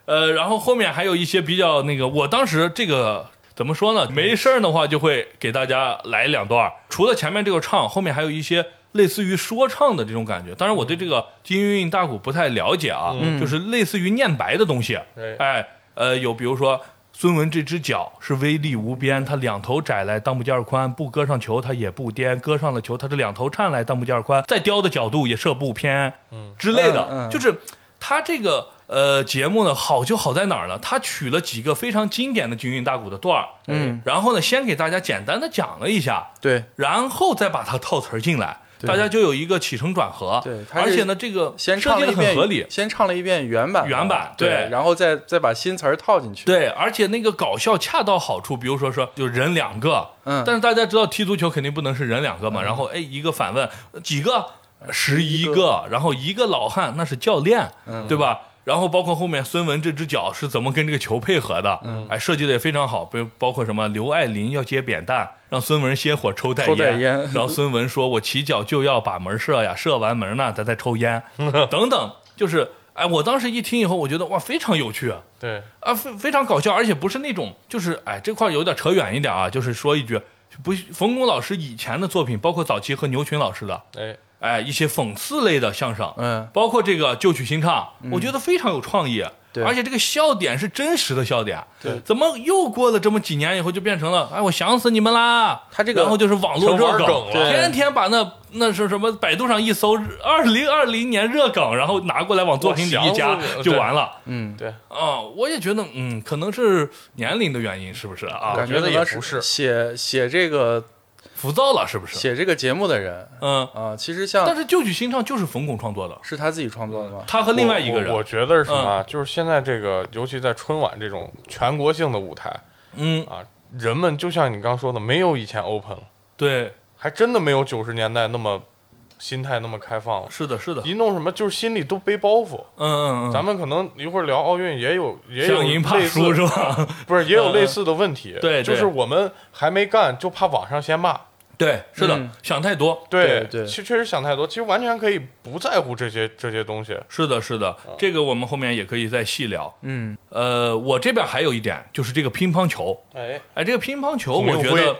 S2: 呃，然后后面还有一些比较那个，我当时这个怎么说呢？没事儿的话就会给大家来两段儿，除了前面这个唱，后面还有一些类似于说唱的这种感觉。当然，我对这个金韵大鼓不太了解啊，就是类似于念白的东西。
S3: 对
S2: 哎，呃，有比如说。孙文这只脚是威力无边，他两头窄来，裆部尖儿宽，不搁上球他也不颠，搁上了球他这两头颤来，裆部尖儿宽，再刁的角度也射不偏，嗯之类的，
S4: 嗯嗯
S2: 就是他这个呃节目呢，好就好在哪儿呢？他取了几个非常经典的军韵大鼓的段儿，
S4: 嗯，
S2: 然后呢，先给大家简单的讲了一下，
S4: 对，
S2: 然后再把它套词儿进来，
S4: 对
S2: 大家就有一个起承转合，
S4: 对它是
S2: 而且呢，这个
S4: 先
S2: 设
S4: 唱
S2: 计
S4: 了
S2: 的
S4: 一遍
S2: 很合理，
S4: 先唱了一遍原版的，啊
S2: 原版对
S4: 对，然后再再把新词儿套进去，
S2: 对，而且那个搞笑恰到好处，比如说说就人两个，
S4: 嗯
S2: 但是大家知道踢足球肯定不能是人两个嘛，然后哎一个反问几个，十一个，然后一个老汉那是教练，
S4: 嗯
S2: 对吧？然后包括后面孙文这只脚是怎么跟这个球配合的，
S4: 嗯
S2: 哎，设计的也非常好，比如包括什么刘爱玲要接扁担，让孙文歇会儿抽袋
S4: 抽袋烟
S2: 然后孙文说：“我起脚就要把门射呀，射完门呢，咱再抽 烟，等等。”就是，哎，我当时一听以后，我觉得哇，非常有趣，
S3: 对，
S2: 啊，非非常搞笑，而且不是那种，就是哎，这块儿有点扯远一点啊，就是说一句，不，冯巩老师以前的作品，包括早期和牛群老师的，
S3: 哎，
S2: 哎，一些讽刺类的相声，
S4: 嗯
S2: 包括这个旧曲新唱，我觉得非常有创意，
S4: 对
S2: 而且这个笑点是真实的笑点，
S4: 对
S2: 怎么又过了这么几年以后就变成了，哎，我想死你们啦，
S4: 他这个
S2: 然后就是网络
S3: 成玩
S2: 热
S3: 梗
S2: 梗
S3: 了，
S4: 对
S2: 天天把那那是什么百度上一搜二零二零年热梗，然后拿过来往作品里一
S3: 我
S2: 加
S3: 想死你了
S2: 就完了。
S4: 嗯，
S3: 对，
S2: 啊、我也觉得，嗯，可能是年龄的原因，是不是啊？
S4: 感
S3: 觉得
S4: 可
S3: 也
S4: 能
S3: 不是
S4: 写写这个
S2: 浮躁了，是不是？
S4: 写这个节目的人
S2: 嗯，
S4: 啊、其实像
S2: 但是《旧曲新唱》就是冯巩创作的，
S4: 是他自己创作的吗？
S2: 他和另外一个人，
S3: 我我觉得是什么啊？就是现在这个，尤其在春晚这种全国性的舞台
S2: 嗯，
S3: 啊，人们就像你刚说的，没有以前 open 了，
S2: 对，
S3: 还真的没有九十年代那么心态那么开放了。
S2: 是的，是的，
S3: 一弄什么，就是心里都背包袱。
S2: 嗯嗯嗯，
S3: 咱们可能一会儿聊奥运，也有也有
S2: 想赢怕
S3: 类似
S2: 输是吧？
S3: 不是也有
S2: 嗯
S3: 类
S2: 嗯
S3: 似的问题。
S2: 对对
S3: 就是我们还没干，就怕网上先骂。
S2: 对，是的
S4: 嗯，
S2: 想太多。
S4: 对对
S3: 其确实想太多，其实完全可以不在乎这些这些东西。
S2: 是的，是的，这个我们后面也可以再细聊。
S4: 嗯，
S2: 呃，我这边还有一点就是这个乒乓球，
S3: 哎，
S2: 哎，这个乒乓球，
S3: 孔令
S2: 我觉
S3: 辉
S2: 得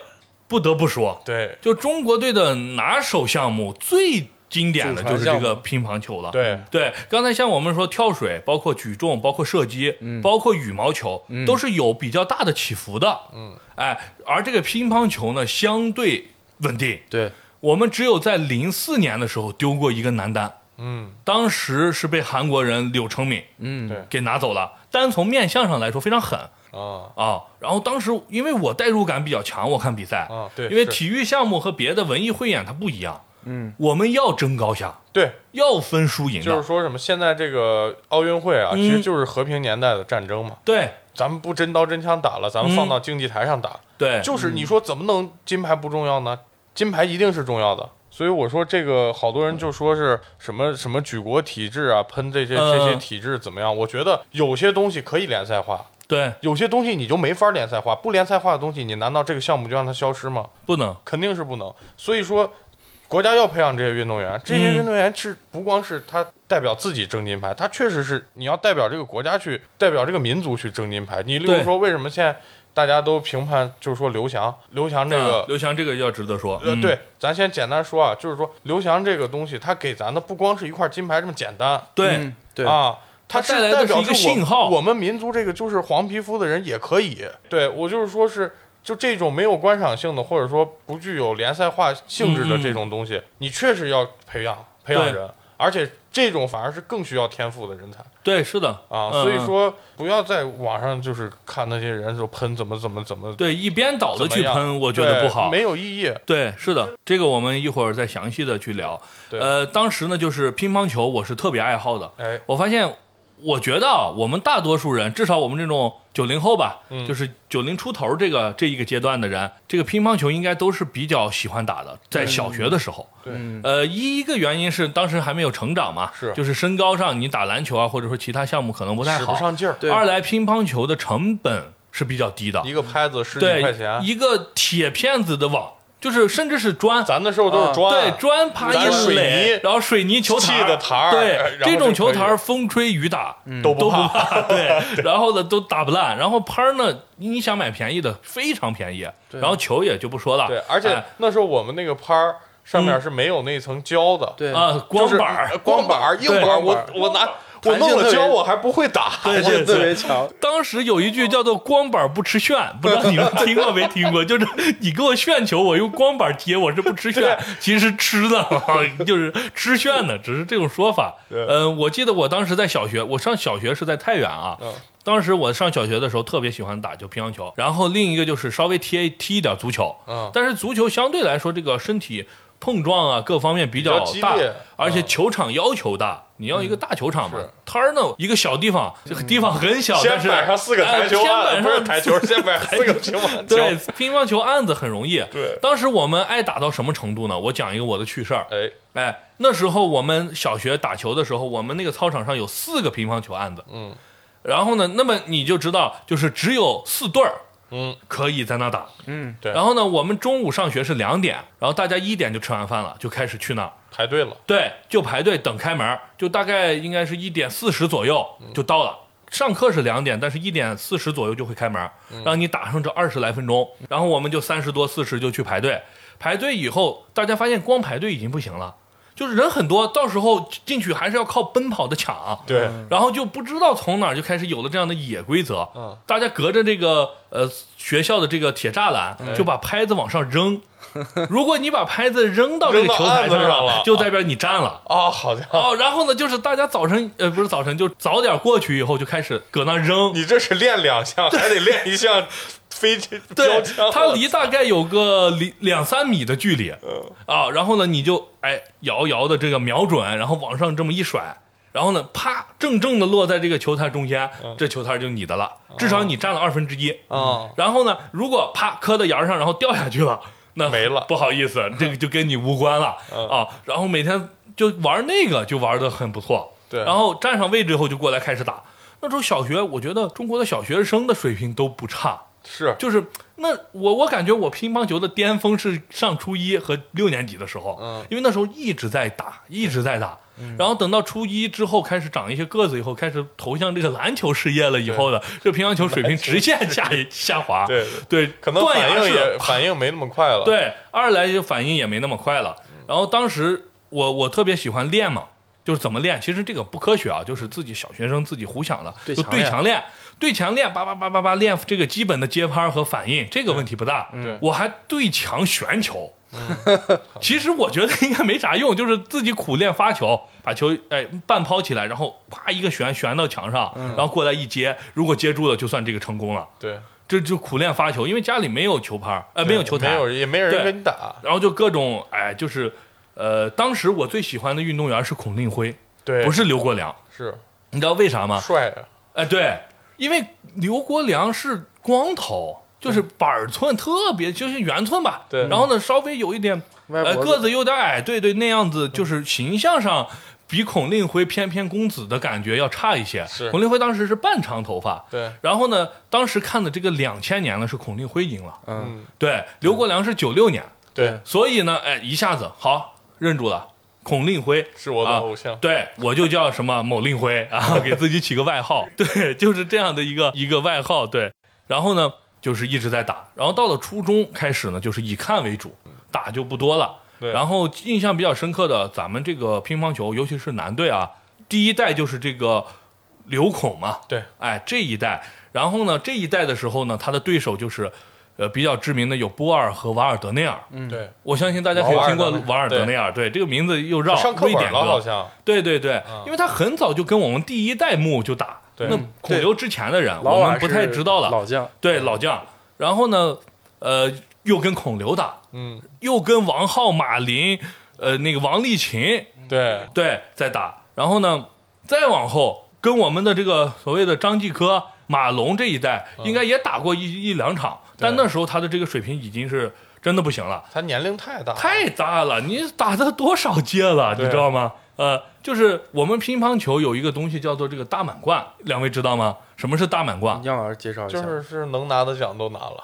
S2: 不得不说，
S3: 对
S2: 就中国队的拿手项目最经典的就是这
S4: 祖传
S2: 个乒乓球了。
S3: 对
S2: 对，刚才像我们说跳水，包括举重，包括射击，
S3: 嗯
S2: 包括羽毛球，都是有比较大的起伏的。嗯，哎，而这个乒乓球呢，相对稳定。
S4: 对，
S2: 我们只有在零四年的时候丢过一个男单，
S3: 嗯，
S2: 当时是被韩国人柳承敏
S4: 嗯，
S3: 对
S2: 给拿走了。单从面相上来说非常狠
S3: 啊
S2: 啊，然后当时因为我代入感比较强，我看比赛
S3: 啊，对，
S2: 因为
S3: 是
S2: 体育项目和别的文艺汇演它不一样，
S4: 嗯，
S2: 我们要争高下，
S3: 对，
S2: 要分输赢的，
S3: 就是说什么现在这个奥运会啊，
S2: 嗯
S3: 其实就是和平年代的战争嘛。
S2: 对
S3: 咱们不真刀真枪打了，咱们
S2: 嗯
S3: 放到竞技台上打，
S2: 对，
S3: 就是你说怎么能金牌不重要呢？金牌一定是重要的。所以我说这个，好多人就说是什么什么举国体制啊，喷这些这些
S2: 嗯
S3: 体制怎么样？我觉得有些东西可以联赛化，
S2: 对，
S3: 有些东西你就没法联赛化，不联赛化的东西，你难道这个项目就让它消失吗？
S2: 不能，
S3: 肯定是不能。所以说，国家要培养这些运动员，这些
S2: 嗯
S3: 运动员是不光是他代表自己争金牌，他确实是你要代表这个国家去，代表这个民族去争金牌。你例如
S2: 对
S3: 说，为什么现在大家都评判就是说刘翔，刘翔这
S2: 啊
S3: 个。
S2: 刘翔这个要值得说，
S3: 呃，
S2: 嗯
S3: 对，咱先简单说啊，就是说刘翔这个东西，他给咱的不光是一块金牌这么简单，
S2: 对
S4: 嗯，对，
S3: 啊，
S2: 它
S3: 是
S2: 带来的
S3: 代表
S2: 是一个
S3: 着我
S2: 信号
S3: 我们民族这个就是黄皮肤的人也可以，对我就是说是。就这种没有观赏性的，或者说不具有联赛化性质的
S2: 嗯嗯
S3: 这种东西，你确实要培养培养人，而且这种反而是更需要天赋的人才
S2: 对是的嗯
S3: 啊。所以
S2: 嗯
S3: 说，不要在网上就是看那些人就喷怎么怎么怎么，
S2: 对一边倒的
S3: 怎么
S2: 去
S3: 样
S2: 喷，我觉得
S3: 对
S2: 不好，
S3: 没有意义。
S2: 对，是的，这个我们一会儿再详细的去聊。
S3: 对
S2: 呃，当时呢，就是乒乓球，我是特别爱好的。
S3: 哎，
S2: 我发现，我觉得啊，我们大多数人，至少我们这种九零后吧，
S3: 嗯
S2: 就是九零出头这个这一个阶段的人，这个乒乓球应该都是比较喜欢打的，在小学的时候。
S3: 对
S4: 嗯
S2: 呃，一一个原因是当时还没有成长嘛，
S3: 是
S2: 就是身高上你打篮球啊，或者说其他项目可能不太
S3: 使不
S2: 好。
S3: 上劲儿，
S4: 对
S2: 二来乒乓球的成本是比较低的，
S3: 一个拍子十几
S2: 对
S3: 块钱，啊
S2: 一个铁片子的网，就是甚至是砖，
S3: 咱那时候都
S4: 啊
S3: 是
S2: 嗯
S3: 砖，
S2: 对，砖啪
S3: 咱
S2: 一
S3: 水
S2: 垒
S3: 泥，
S2: 然后水泥球台
S3: 砌的台儿哎
S2: 对，
S3: 然后
S2: 这种球
S3: 就可以
S2: 台
S3: 了
S2: 风吹雨打
S3: 都
S2: 都
S3: 不
S2: 不怕， 对，然后呢都打不烂，然后拍儿呢，你想买便宜的非常便宜，然后球也就不说了，
S3: 对，而且
S2: 哎
S3: 那时候我们那个拍儿上面
S2: 嗯
S3: 是没有那层胶的，
S4: 对
S2: 啊光板儿
S3: 就是呃光板儿、硬板儿，
S4: 光
S3: 我
S4: 板儿
S3: 我拿我
S4: 弹性
S3: 弄了
S4: 特别
S3: 胶，我还不会打，
S2: 对
S4: 性
S2: 对
S4: 特别
S2: 对。
S4: 强，
S2: 当时有一句叫做“光板不吃旋”， 不知道你们听过没听过？就是你给我旋球，我用光板接，我是不吃旋，其实是吃的， 就是吃旋的，只是这种说法。
S3: 对
S2: 嗯，我记得我当时在小学，我上小学是在太原啊，
S3: 嗯
S2: 当时我上小学的时候特别喜欢打就乒乓球，然后另一个就是稍微贴踢一点足球，
S3: 嗯
S2: 但是足球相对来说这个身体碰撞啊各方面比较
S3: 比较
S2: 大
S3: 激烈，啊
S2: 而且球场要求大，你要一个大球场嘛
S3: 是，
S2: 摊儿呢一个小地方，这个地方很小，
S3: 先
S2: 但是
S3: 摆上四个台球
S2: 哎
S3: 案，
S2: 先摆
S3: 不是
S2: 上
S3: 台球，先摆上四个乒乓球，
S2: 对，乒乓球案子很容易。
S3: 对
S2: 当时我们爱打到什么程度呢？我讲一个我的趣事儿。
S3: 哎，
S2: 哎，那时候我们小学打球的时候，我们那个操场上有四个乒乓球案子。
S3: 嗯，
S2: 然后呢，那么你就知道，就是只有四对儿
S3: 嗯，
S2: 可以在那打。
S4: 嗯，
S3: 对
S2: 然后呢，我们中午上学是两点，然后大家一点就吃完饭了，就开始去那儿。
S3: 排队了，
S2: 对，就排队等开门儿，就大概应该是一点四十左右就到了。上课是两点，但是一点四十左右就会开门儿，让你打上这二十来分钟，然后我们就三十多四十就去排队。排队以后，大家发现光排队已经不行了，就是人很多，到时候进去还是要靠奔跑的抢。
S3: 对，
S2: 然后就不知道从哪儿就开始有了这样的野规则，
S3: 嗯嗯
S2: 大家隔着这个呃学校的这个铁栅栏，就把拍子往上扔，如果你把拍子扔到这个
S3: 扔到
S2: 球台
S3: 案子
S2: 上
S3: 上了
S2: 就代表你占了。
S3: 啊，好家伙，
S2: 哦，然后呢，就是大家早晨，呃，不是早晨，就早点过去以后就开始搁那扔。
S3: 你这是练两项，还得练一项飞机标
S2: 对
S3: 枪，。
S2: 它离大概有个离两三米的距离
S3: 嗯
S2: 啊，然后呢，你就哎遥遥的这个瞄准，然后往上这么一甩，然后呢，啪，正正的落在这个球台中间，
S3: 嗯
S2: 这球台就你的了，
S3: 哦
S2: 至少你占了二分之一。
S3: 啊，
S2: 然后呢，如果啪磕到沿儿上，然后掉下去了，那
S3: 没了
S2: 不好意思，这个就跟你无关了、
S3: 嗯
S2: 啊。然后每天就玩那个，就玩的很不错。
S3: 对
S2: 然后站上位置以后就过来开始打。那时候小学，我觉得中国的小学生的水平都不差，
S3: 是
S2: 就是那我我感觉我乒乓球的巅峰是上初一和六年级的时候，
S3: 嗯
S2: 因为那时候一直在打，一直在打。然后等到初一之后开始长一些个子，以后开始投向这个篮球事业了，以后的这乒乓球水平直线下下滑，
S3: 对
S2: 对，
S3: 可能
S2: 断
S3: 反
S2: 崖
S3: 应
S2: 式
S3: 也
S2: 的
S3: 反应没那么快了。，
S2: 对，二来就反应也没那么快了。然后当时我我特别喜欢练嘛，就是怎么练，其实这个不科学啊，就是自己小学生自己胡想的，
S4: 对
S2: 就
S4: 墙
S2: 对
S4: 练
S2: 墙练，对墙练，叭叭叭叭叭练这个基本的接拍和反应，这个问题不大。
S3: 对嗯
S2: 我还对墙旋球。 其实我觉得应该没啥用，就是自己苦练发球，把球哎半抛起来，然后啪一个旋旋到墙上，
S3: 嗯
S2: 然后过来一接，如果接住了就算这个成功了。
S3: 对，
S2: 这就苦练发球，因为家里没有球拍儿，呃，没有球台，
S3: 没有也没人
S2: 对
S3: 跟你打。
S2: 然后就各种哎，就是呃，当时我最喜欢的运动员是孔令辉，
S3: 对，
S2: 不是刘国梁，
S3: 是
S2: 你知道为啥吗？
S3: 帅啊，
S2: 哎，对，因为刘国梁是光头，就是
S4: 嗯
S2: 板寸特别，就是圆寸吧，
S3: 对
S2: 然后呢，稍微有一点
S4: 歪
S2: 呃
S4: 脖子
S2: 个子有点矮，对对，那样子就是形象上。比孔令辉翩翩公子的感觉要差一些。
S3: 是
S2: 孔令辉当时是半长头发，
S3: 对
S2: 然后呢，当时看的这个两千年呢是孔令辉赢了，
S4: 嗯，
S2: 对，刘国梁是九六年，
S3: 对，
S2: 所以呢，哎，一下子好认住了，孔令辉
S3: 是我的偶像
S2: 啊对我就叫什么某令 辉啊，给自己起个外号， 对，就是这样的一个一个外号，对。然后呢，就是一直在打，然后到了初中开始呢，就是以看为主，打就不多了。
S3: 对
S2: 然后印象比较深刻的，咱们这个乒乓球，尤其是男队啊，第一代就是这个刘孔嘛，
S3: 对，
S2: 哎，这一代，然后呢，这一代的时候呢，他的对手就是，呃，比较知名的有波尔和瓦尔德内尔，嗯，
S3: 对，
S2: 我相信大家可以听过瓦尔德内尔，对这个名字又绕
S3: 上课
S2: 瑞典
S3: 本了好
S2: 哥，
S3: 像。嗯
S2: 对对对，因为他很早就跟我们第一代木就打，
S3: 对
S2: 那
S3: 嗯
S2: 孔刘之前的人
S4: 老
S2: 我
S4: 瓦
S2: 们不太
S4: 是
S2: 知道了，
S4: 老将
S2: 对老将，然后呢，呃，又跟孔刘打，
S3: 嗯，
S2: 又跟王浩、马林，呃，那个王励勤，
S3: 对，
S2: 对，在打。然后呢，再往后跟我们的这个所谓的张继科、马龙这一代，
S3: 嗯
S2: 应该也打过一一两场，但那时候他的这个水平已经是真的不行了，
S3: 他年龄太大了，
S2: 太大了，你打的多少届了，你
S4: 啊
S3: 对
S2: 知道吗？呃，就是我们乒乓球有一个东西叫做这个大满贯，两位知道吗？什么是大满贯？
S4: 杨老师介绍一下，
S3: 就是是能拿的奖都拿了，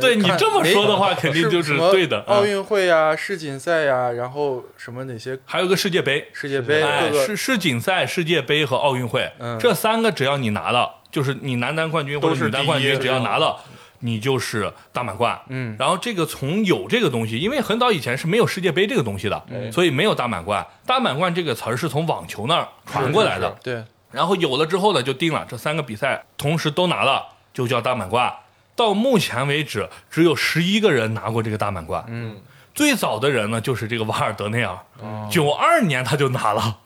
S2: 对你
S4: 看
S2: 这么
S4: 没
S2: 说的话，肯定就是
S4: 什么
S2: 对的。
S4: 奥
S2: 嗯
S4: 运会呀、世锦赛呀，然后什么哪些
S2: 还有个世界杯，
S4: 世界杯
S2: 哎，
S4: 各个
S2: 世世锦赛、世界杯和奥运会，
S4: 嗯
S2: 这三个只要你拿了，就是你男单冠军或
S3: 都
S2: 者
S3: 是
S2: 女单冠
S3: 第
S2: 军，
S3: 一
S2: 只要拿了。你就是大满贯，
S4: 嗯
S2: 然后这个从有这个东西，因为很早以前是没有世界杯这个东西的，
S4: 嗯
S2: 所以没有大满贯。大满贯这个词儿是从网球那儿传过来的，
S3: 是
S4: 对
S2: 然后有了之后呢，就定了这三个比赛同时都拿了，就叫大满贯。到目前为止，只有十一个人拿过这个大满贯。嗯，最早的人呢，就是这个瓦尔德内尔，九二、年他就拿了，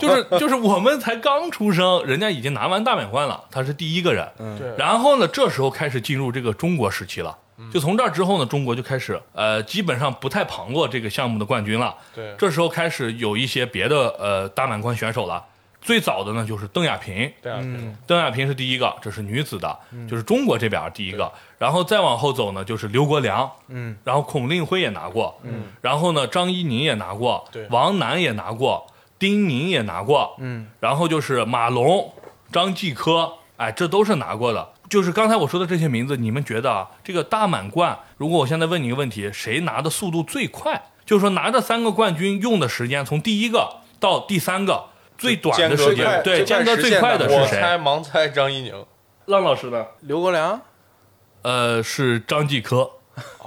S2: 就是就是我们才刚出生，人家已经拿完大满贯了，他是第一个人。嗯
S3: 对
S2: 然后呢，这时候开始进入这个中国时期了。就从这儿之后呢，中国就开始呃，基本上不太旁过这个项目的冠军了。
S3: 对
S2: 这时候开始有一些别的呃大满贯选手了。最早的呢就是邓亚萍，
S3: 这样子
S2: 邓亚萍是啊第一个，这是女子的，就是中国这边儿第一个。然后再往后走呢，就是刘国梁，
S4: 嗯，
S2: 然后孔令辉也拿过，嗯，然后呢张怡宁也拿过，
S3: 对
S2: 王楠也拿过，丁宁也拿过，
S4: 嗯，
S2: 然后就是马龙、张继科，哎，这都是拿过的。就是刚才我说的这些名字，你们觉得啊，这个大满贯，如果我现在问你一个问题，谁拿的速度最快？就是说拿这三个冠军用的时间，从第一个到第三个最短的时
S3: 间隔最快
S2: 间，对，
S4: 最快
S2: 间隔
S4: 时
S2: 最
S4: 间
S2: 快
S4: 的
S2: 的
S3: 我
S2: 是谁？
S3: 猜盲猜张怡宁，
S2: 浪老师呢？
S4: 刘国梁
S2: 呃，是张继科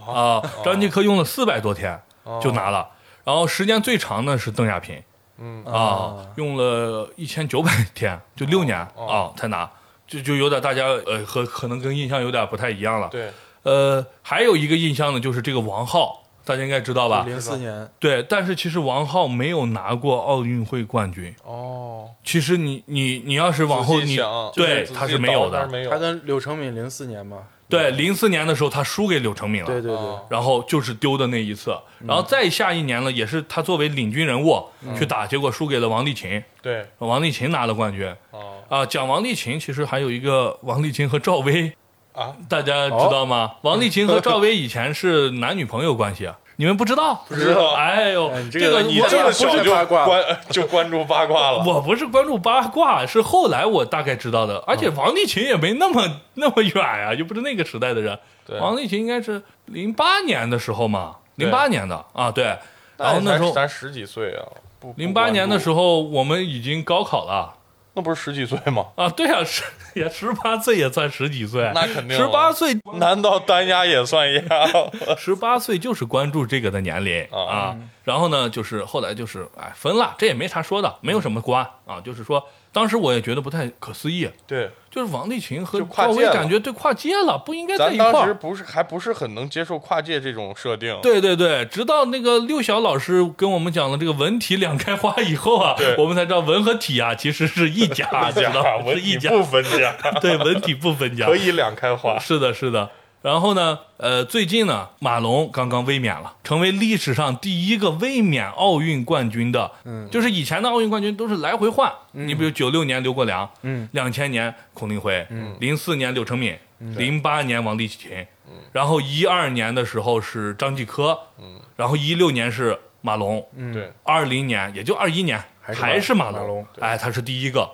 S3: 哦
S2: 啊、张继科用了四百多天就拿了，然后时间最长的是邓亚萍，嗯啊、用了一千九百天，就六年啊、
S3: 哦
S2: 才拿，就就有点大家呃和可能跟印象有点不太一样了。
S3: 对，
S2: 呃，还有一个印象呢，就是这个王浩，大家应该知道吧？
S4: 零四年
S2: 对，但是其实王浩没有拿过奥运会冠军。
S3: 哦，
S2: 其实你你你要是往后
S3: 仔细
S2: 你
S3: 想
S2: 对
S3: 就是
S2: 他
S3: 仔
S2: 是
S3: 细
S2: 没有
S3: 倒但是
S2: 的，
S3: 没有
S4: 他跟柳成敏零四年嘛，
S2: 对，零四年的时候他输给柳成敏了，
S4: 对对对
S3: 啊，
S2: 然后就是丢的那一次，
S4: 嗯
S2: 然后再下一年呢，也是他作为领军人物去打，结果输给了王励勤，
S3: 对
S2: 王励勤拿了冠军。
S3: 哦
S2: 啊，讲王励勤，其实还有一个王励勤和赵薇，
S3: 啊，
S2: 大家知道
S4: 哦
S2: 吗？王励勤和赵薇以前是男女朋友关系啊，你们不知道？不
S3: 知道
S2: 哎呦，
S4: 哎你这
S2: 这
S4: 个
S2: 个
S4: 你
S2: 我
S4: 这
S3: 这
S4: 个
S3: 么
S4: 不
S3: 小
S4: 是
S3: 就
S4: 八卦
S3: 关 就关注八卦了，
S2: 我不是关注八卦，是后来我大概知道
S3: 嗯
S2: 的。而且王励勤也没那么 那么远呀、又不是那个时代的人。
S3: 对
S2: 王励勤应该是零八年的时候嘛，零八年的啊，对。然后那时候
S3: 咱十几岁啊，不
S2: 零八年的时
S3: 候，
S2: 候，我们已经高考了
S3: 那不是十几岁吗？
S2: 啊，对啊，十也十八岁也算十几岁，
S3: 那肯定
S2: 十八岁
S3: 难道单压也算压？
S2: 十八岁就是关注这个的年龄
S3: 啊
S2: 啊。然后呢，就是后来就是哎分了，这也没啥说的，没有什么瓜啊。就是说，当时我也觉得不太可思议，
S3: 对，
S2: 就是王励勤和
S3: 就跨
S2: 赵薇
S3: 界了
S2: 感觉对跨界了，不应该在
S3: 咱
S2: 一块
S3: 当时
S2: 儿。
S3: 不是还不是很能接受跨界这种设定，
S2: 对对对，直到那个六小老师跟我们讲了这个文体两开花以后啊
S3: 对，
S2: 我们才知道文和体啊其实是一家，
S3: 一
S2: 知道
S3: 家
S2: 吗
S3: 文
S2: 是一
S3: 体
S2: 家，
S3: 不分家，
S2: 对，文体不分家，
S3: 可以两开花。
S2: 是的，是的。然后呢，呃，最近呢，马龙刚刚卫冕了，成为历史上第一个卫冕奥运冠军的。嗯，就是以前的奥运冠军都是来回换，你比如九六年刘国梁，
S4: 嗯，
S2: 两千年孔令辉，嗯，零四年柳成敏，零八年王励勤，嗯，然后一二年的时候是张继科，嗯，然后一六年是马龙，嗯，
S3: 对，
S2: 二零年也就二一年
S4: 还是
S2: 还是马
S4: 马
S2: 龙
S4: 龙，
S2: 哎，他是第一个，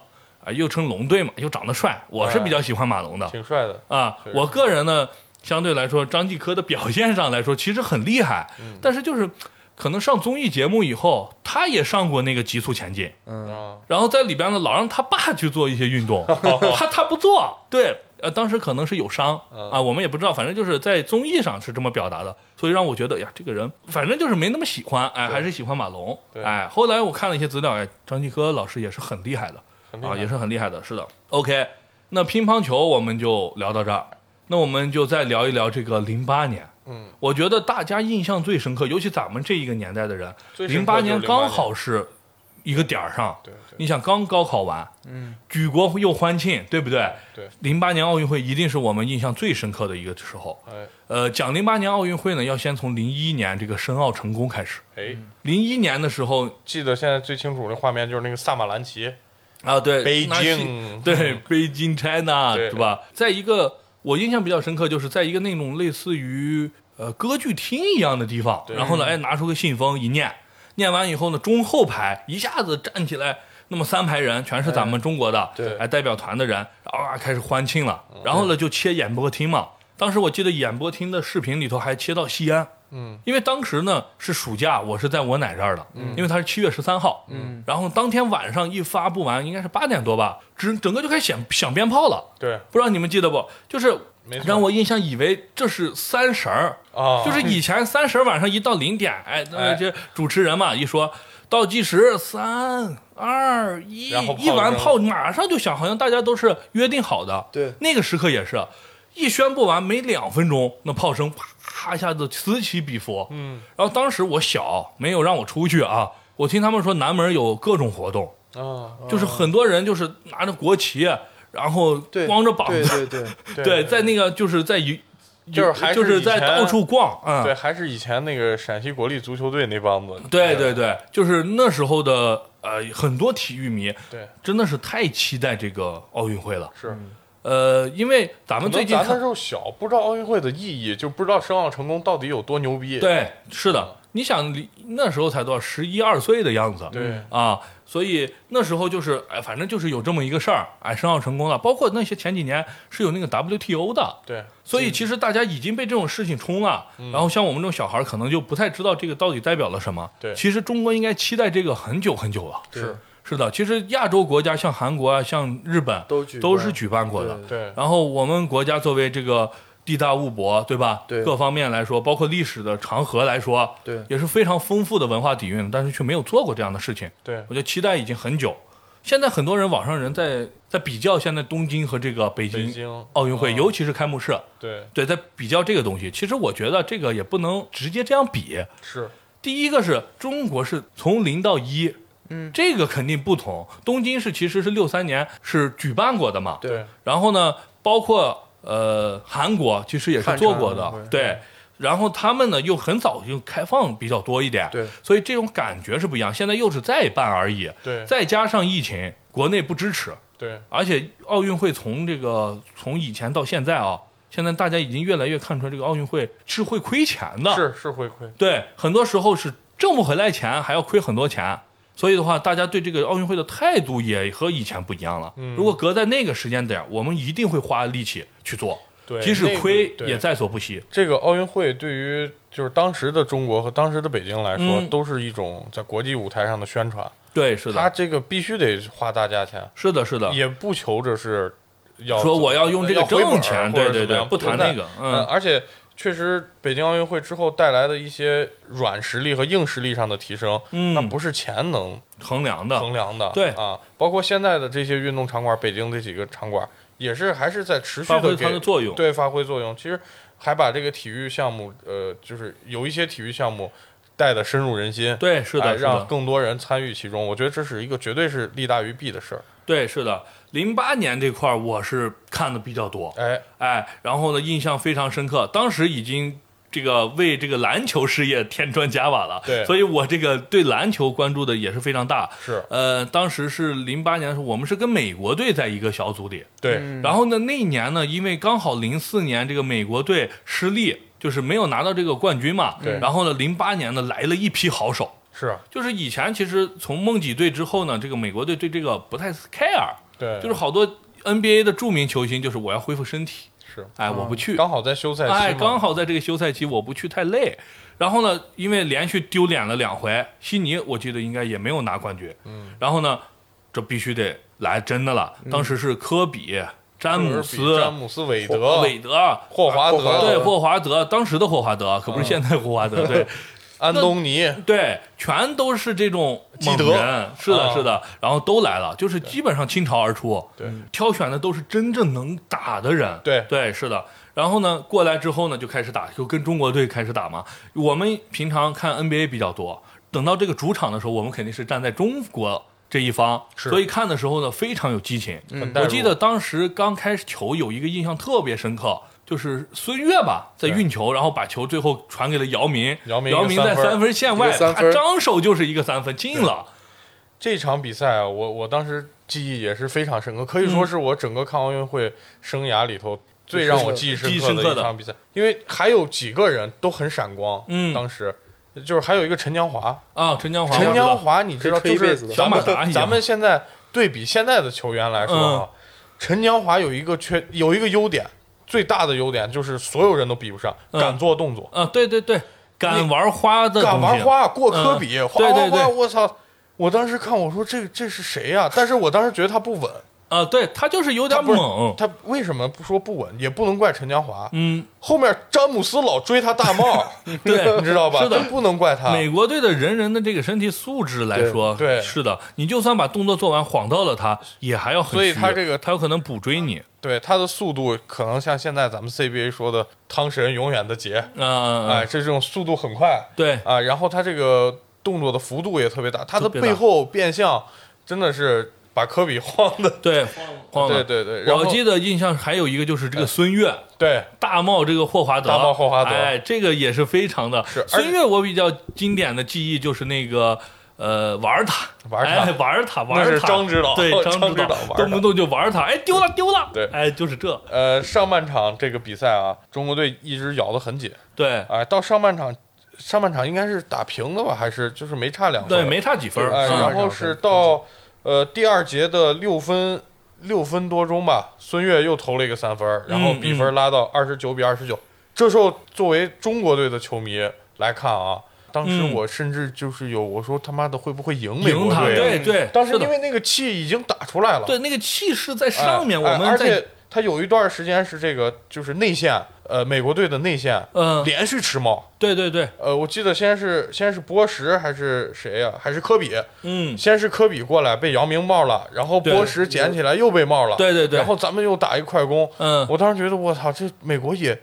S2: 啊，又称龙队嘛，又长得帅，我是比较喜欢马龙的，
S3: 挺帅的。
S2: 啊，
S3: 是
S2: 我个人呢，相对来说，张继科的表现上来说，其实很厉害，但是就是可能上综艺节目以后，他也上过那个《极速前进》，
S3: 啊，
S2: 然后在里边呢，老让他爸去做一些运 动，他他不做，对。呃，当时可能是有伤
S3: 嗯
S2: 啊，我们也不知道，反正就是在综艺上是这么表达的，所以让我觉得呀，这个人反正就是没那么喜欢，哎，还是喜欢马龙，
S3: 对
S2: 哎。后来我看了一些资料，哎，张继科老师也是很厉害的，
S3: 很厉害
S2: 啊，也是很厉害的，是的。OK，那乒乓球我们就聊到这儿，那我们就再聊一聊这个零八年。
S3: 嗯，
S2: 我觉得大家印象最深刻，尤其咱们这一个年代的人，
S3: 最深
S2: 零
S3: 刻
S2: 八
S3: 就是
S2: 年
S3: 08
S2: 刚好是一个点儿上。
S3: 对对
S2: 你想刚高考完，嗯，举国又欢庆，对不对？
S3: 对
S2: 零八年奥运会一定是我们印象最深刻的一个时候。
S3: 哎
S2: 呃，讲零八年奥运会呢，要先从零一年这个申奥成功开始。
S3: 哎，
S2: 零一年的时候
S3: 记得现在最清楚的画面就是那个萨马兰奇，
S2: 啊，对，
S3: 北
S2: 那是
S3: 京
S2: 对，北京 China
S3: 对
S2: 是吧？在一个我印象比较深刻，就是在一个那种类似于呃歌剧厅一样的地方，然后呢，哎，拿出个信封一念，念完以后呢，中后排一下子站起来。那么三排人全是咱们中国的，
S3: 对嗯
S2: 哎，代表团的人，然后啊开始欢庆了，然后呢就切演播厅嘛。当时我记得演播厅的视频里头还切到西安，
S3: 嗯，
S2: 因为当时呢是暑假，我是在我奶这儿的，因为他是七月十三号，嗯，然后当天晚上一发布完，应该是八点多吧，整整个就开始响响鞭炮了，
S3: 对
S2: 不知道你们记得不？就是
S3: 没错
S2: 让我印象以为这是三十儿，
S3: 啊，
S2: 就是以前三十儿晚上一到零点，哎，那
S3: 哎
S2: 这主持人嘛一说倒计时三二一
S3: 然后，炮
S2: 一完
S3: 声
S2: 炮马上就响，好像大家都是约定好的。
S4: 对
S2: 那个时刻也是，一宣布完没两分钟，那炮声啪一下子此起彼伏。
S3: 嗯，
S2: 然后当时我小，没有让我出去啊，我听他们说南门有各种活动，
S3: 啊，
S2: 就是很多人就是拿着国旗，然后
S4: 对，
S2: 光着膀子，
S4: 对对对，
S2: 对，在那个就是在一，
S3: 就是还是
S2: 就是在
S3: 以前
S2: 到处逛，嗯，
S3: 对，还是以前那个陕西国力足球队那帮子，哎
S2: 对对对，就是那时候的呃很多体育迷
S3: 对，
S2: 真的是太期待这个奥运会了，
S3: 是。
S2: 呃，因为咱们
S3: 可
S2: 最
S3: 能
S2: 近
S3: 咱那
S2: 看
S3: 时候小，不知道奥运会的意义，就不知道申奥成功到底有多牛逼。
S2: 对，是的，你想离那时候才多少十一二岁的样子，
S3: 对
S2: 啊，所以那时候就是哎，反正就是有这么一个事儿，哎，申奥成功了，包括那些前几年是有那个 WTO 的。
S3: 对
S2: 所以其实大家已经被这种事情冲了，
S4: 嗯
S2: 然后像我们这种小孩儿可能就不太知道这个到底代表了什么。
S3: 对
S2: 其实中国应该期待这个很久很久了。
S3: 是
S2: 是的，其实亚洲国家像韩国啊、像日本
S4: 都举办
S2: 都是举办过的
S4: 对。
S3: 对
S2: 然后我们国家作为这个地大物博，对吧？
S4: 对
S2: 各方面来说，包括历史的长河来说，
S4: 对
S2: 也是非常丰富的文化底蕴，但是却没有做过这样的事情。
S3: 对
S2: 我觉得期待已经很久，现在很多人网上人在在比较现在东京和这个北
S3: 北
S2: 京
S3: 京
S2: 奥运会，
S3: 嗯
S2: 尤其是开幕式，
S3: 对，
S2: 对，在比较这个东西。其实我觉得这个也不能直接这样比，
S3: 是
S2: 第一个是中国是从零到一，嗯，这个肯定不同。东京是其实是六三年是举办过的嘛，
S4: 对
S3: 对，
S2: 然后呢，包括呃韩国其实也是
S4: 汉城
S2: 做过
S4: 奥
S2: 的
S4: 运会，
S2: 对。然后他们呢又很早就开放比较多一点，
S4: 对
S2: 所以这种感觉是不一样。现在又是再办而已，
S3: 对
S2: 再加上疫情，国内不支持，
S3: 对
S2: 而且奥运会从这个从以前到现在啊，现在大家已经越来越看出来，这个奥运会是会亏钱的，
S3: 是是回馈，
S2: 对，很多时候是挣不回来钱，还要亏很多钱。所以的话，大家对这个奥运会的态度也和以前不一样了。
S3: 嗯
S2: 如果隔在那个时间点，我们一定会花力气去做，
S3: 对
S2: 即使
S3: 那个
S2: 亏
S3: 对
S2: 也在所不惜。
S3: 这个奥运会对于就是当时的中国和当时的北京来说，
S2: 嗯
S3: 都是一种在国际舞台上的宣传。
S2: 对，是
S3: 他
S2: 的，
S3: 这个必须得花大价钱，
S2: 是的，是的，
S3: 也不求着是要
S2: 说我要用这个
S3: 要回本儿
S2: 挣钱
S3: 或者
S2: 对对
S3: 怎么样
S2: 对不谈那个嗯
S3: 呃而且确实北京奥运会之后带来的一些软实力和硬实力上的提升，
S2: 嗯
S3: 那不是钱能
S2: 衡量的，
S3: 衡量的。
S2: 对
S3: 啊，包括现在的这些运动场馆，北京这几个场馆也是还是在持续
S2: 发
S3: 的
S2: 挥它的作用
S3: 对，发挥作用。其实还把这个体育项目，呃，就是有一些体育项目带的深入人心。
S2: 对，是
S3: 哎
S2: 的，是
S3: 让
S2: 的，
S3: 更多人参与其中，我觉得这是一个绝对是利大于弊的事儿。
S2: 对，是的。零八年这块儿我是看的比较多，
S3: 哎，
S2: 哎，然后呢，印象非常深刻，当时已经。这个为这个篮球事业添砖加瓦了，
S3: 对
S2: 所以我这个对篮球关注的也是非常大。
S3: 是
S2: 呃，当时是零八年的时候，我们是跟美国队在一个小组里，
S3: 对，
S2: 然后呢，那一年呢，因为刚好零四年这个美国队失利，就是没有拿到这个冠军嘛，
S3: 对
S2: 然后呢，零八年呢来了一批好手，
S3: 是，啊
S2: 就是以前其实从梦几队之后呢，这个美国队对这个不太 care，
S3: 对，
S2: 就是好多 NBA 的著名球星就是我要恢复身体，
S3: 是
S2: 哎，我不去，
S3: 哦刚好在休赛期嘛，
S2: 哎，刚好在这个休赛期我不去太累。然后呢，因为连续丢脸了两回，悉尼我记得应该也没有拿冠军。嗯，然后呢，这必须得来真的了。当时是科比、詹
S3: 嗯科尔
S2: 姆
S3: 比
S2: 斯、
S3: 詹姆斯、韦德、
S2: 霍韦德、
S3: 霍华德、
S4: 霍华
S2: 对
S4: 德
S2: 霍华德，当时的霍华德可
S3: 嗯
S2: 不是现在霍华德， 对
S3: 安东尼，
S2: 对，全都是这种
S3: 基
S2: 猛
S3: 德
S2: 人，是的，
S3: 啊
S2: 是的，然后都来了，就是基本上倾巢而出。
S3: 对，
S2: 挑选的都是真正能打的人。
S3: 对
S2: 对，是的。然后呢，过来之后呢，就开始打，就跟中国队开始打嘛。我们平常看 NBA 比较多，等到这个主场的时候，我们肯定是站在中国这一方，
S3: 是嗯
S2: 所以看的时候呢，非常有激情。
S3: 很带入
S2: 我记得当时刚开始球有一个印象特别深刻。就是孙悦吧，在运球，然后把球最后传给了姚明，
S3: 姚明一个
S2: 姚明在
S3: 三分
S2: 三分线外，
S4: 一个三
S2: 他
S4: 分
S2: 张手就是一个三分进了，
S3: 这场比赛啊，我我当时记忆也是非常深刻，可以
S2: 嗯
S3: 说是我整个看奥运会生涯里头最让我记忆深
S2: 记忆深
S3: 刻
S2: 刻
S3: 的
S2: 的
S3: 一场比赛，因为还有几个人都很闪光，
S2: 嗯
S3: 当时就是还有一个陈江华，
S2: 啊，陈江华，
S3: 陈
S2: 我
S3: 江
S2: 知道
S3: 华你知道
S4: 可以
S3: 就
S4: 吹一辈
S3: 是
S4: 子的
S3: 咱们
S2: 小马达一样嗯
S3: 咱们现在对比现在的球员来说啊，陈江华有一个缺有一个优点，最大的优点就是所有人都比不上，
S2: 嗯
S3: 敢做动作。
S2: 啊，对对对，敢玩花的东西，啊
S3: 敢玩花过科比，
S2: 嗯
S3: 花
S2: 对对
S3: 花花，
S2: 对
S3: 我操！我当时看我说这这是谁呀、但是我当时觉得他不稳，
S2: 啊，对他就是有
S3: 他
S2: 点
S3: 不是
S2: 猛，
S3: 他为什么不说不稳？也不能怪陈江华，
S2: 嗯，
S3: 后面詹姆斯老追他大帽，
S2: 对
S3: 你知道吧？
S2: 是的
S3: 这不能怪他。
S2: 美国队的人人的这个身体素质来说，
S3: 啊对对
S2: 是的，你就算把动作做完，晃到了他，也还要很虚，
S3: 所以他这个
S2: 他有可能补追你，
S3: 对他的速度，可能像现在咱们 CBA 说的汤神永远的杰，
S2: 啊，
S3: 哎，这种速度很快，
S2: 对
S3: 啊，然后他这个动作的幅度也特别大，他的
S2: 特别大
S3: 背后变向真的是把科比 晃的，
S2: 对，晃了，
S3: 对对对，然后
S2: 我记得印象还有一个就是这个孙悦。
S3: 对
S2: 大帽这个霍华德，
S3: 大帽霍华德
S2: 哎，这个也是非常的。
S3: 是而
S2: 孙悦，我比较经典的记忆就是那个。呃，玩儿他，
S3: 瓦尔塔
S2: 哎，玩儿他，玩
S3: 那
S2: 儿
S3: 是
S2: 他，
S3: 张指导
S2: 对，
S3: 张
S2: 指
S3: 指导
S2: 导
S3: 玩儿，他
S2: 动不动就玩儿他，哎，丢了，丢了，
S3: 对
S2: 哎，就是这，
S3: 呃，上半场这个比赛啊，中国队一直咬得很紧，
S2: 对，
S3: 哎，到上半场，上半场应该是打平了吧，还是就是没差两分？
S2: 对，没差几分儿，
S3: 哎，
S2: 嗯
S3: 然后是到呃第二节的六分六分多钟吧，孙悦又投了一个三分儿，然
S2: 嗯
S3: 后比分拉到二十九比二十九。这时候作为中国队的球迷来看啊，当时
S2: 嗯
S3: 我甚至就是有我说他妈的会不会赢美
S2: 赢
S3: 国
S2: 他，
S3: 队啊？
S2: 对对，
S3: 当时
S2: 是的
S3: 因为那个气已经打出来了，
S2: 对那个气势在
S3: 哎，
S2: 上面，
S3: 哎
S2: 我们
S3: 而
S2: 在
S3: 且他有一段时间是这个就是内线呃美国队的内线，
S2: 嗯
S3: 连续吃帽。
S2: 对对对，
S3: 呃，我记得先是先是波什还是谁呀、还是科比？
S2: 嗯，
S3: 先是科比过来被姚明帽了，然后
S2: 对
S3: 波什捡起来又被帽了，
S2: 对对对
S3: 然后咱们又打一快攻，
S2: 嗯
S3: 我当时觉得我操，这美国也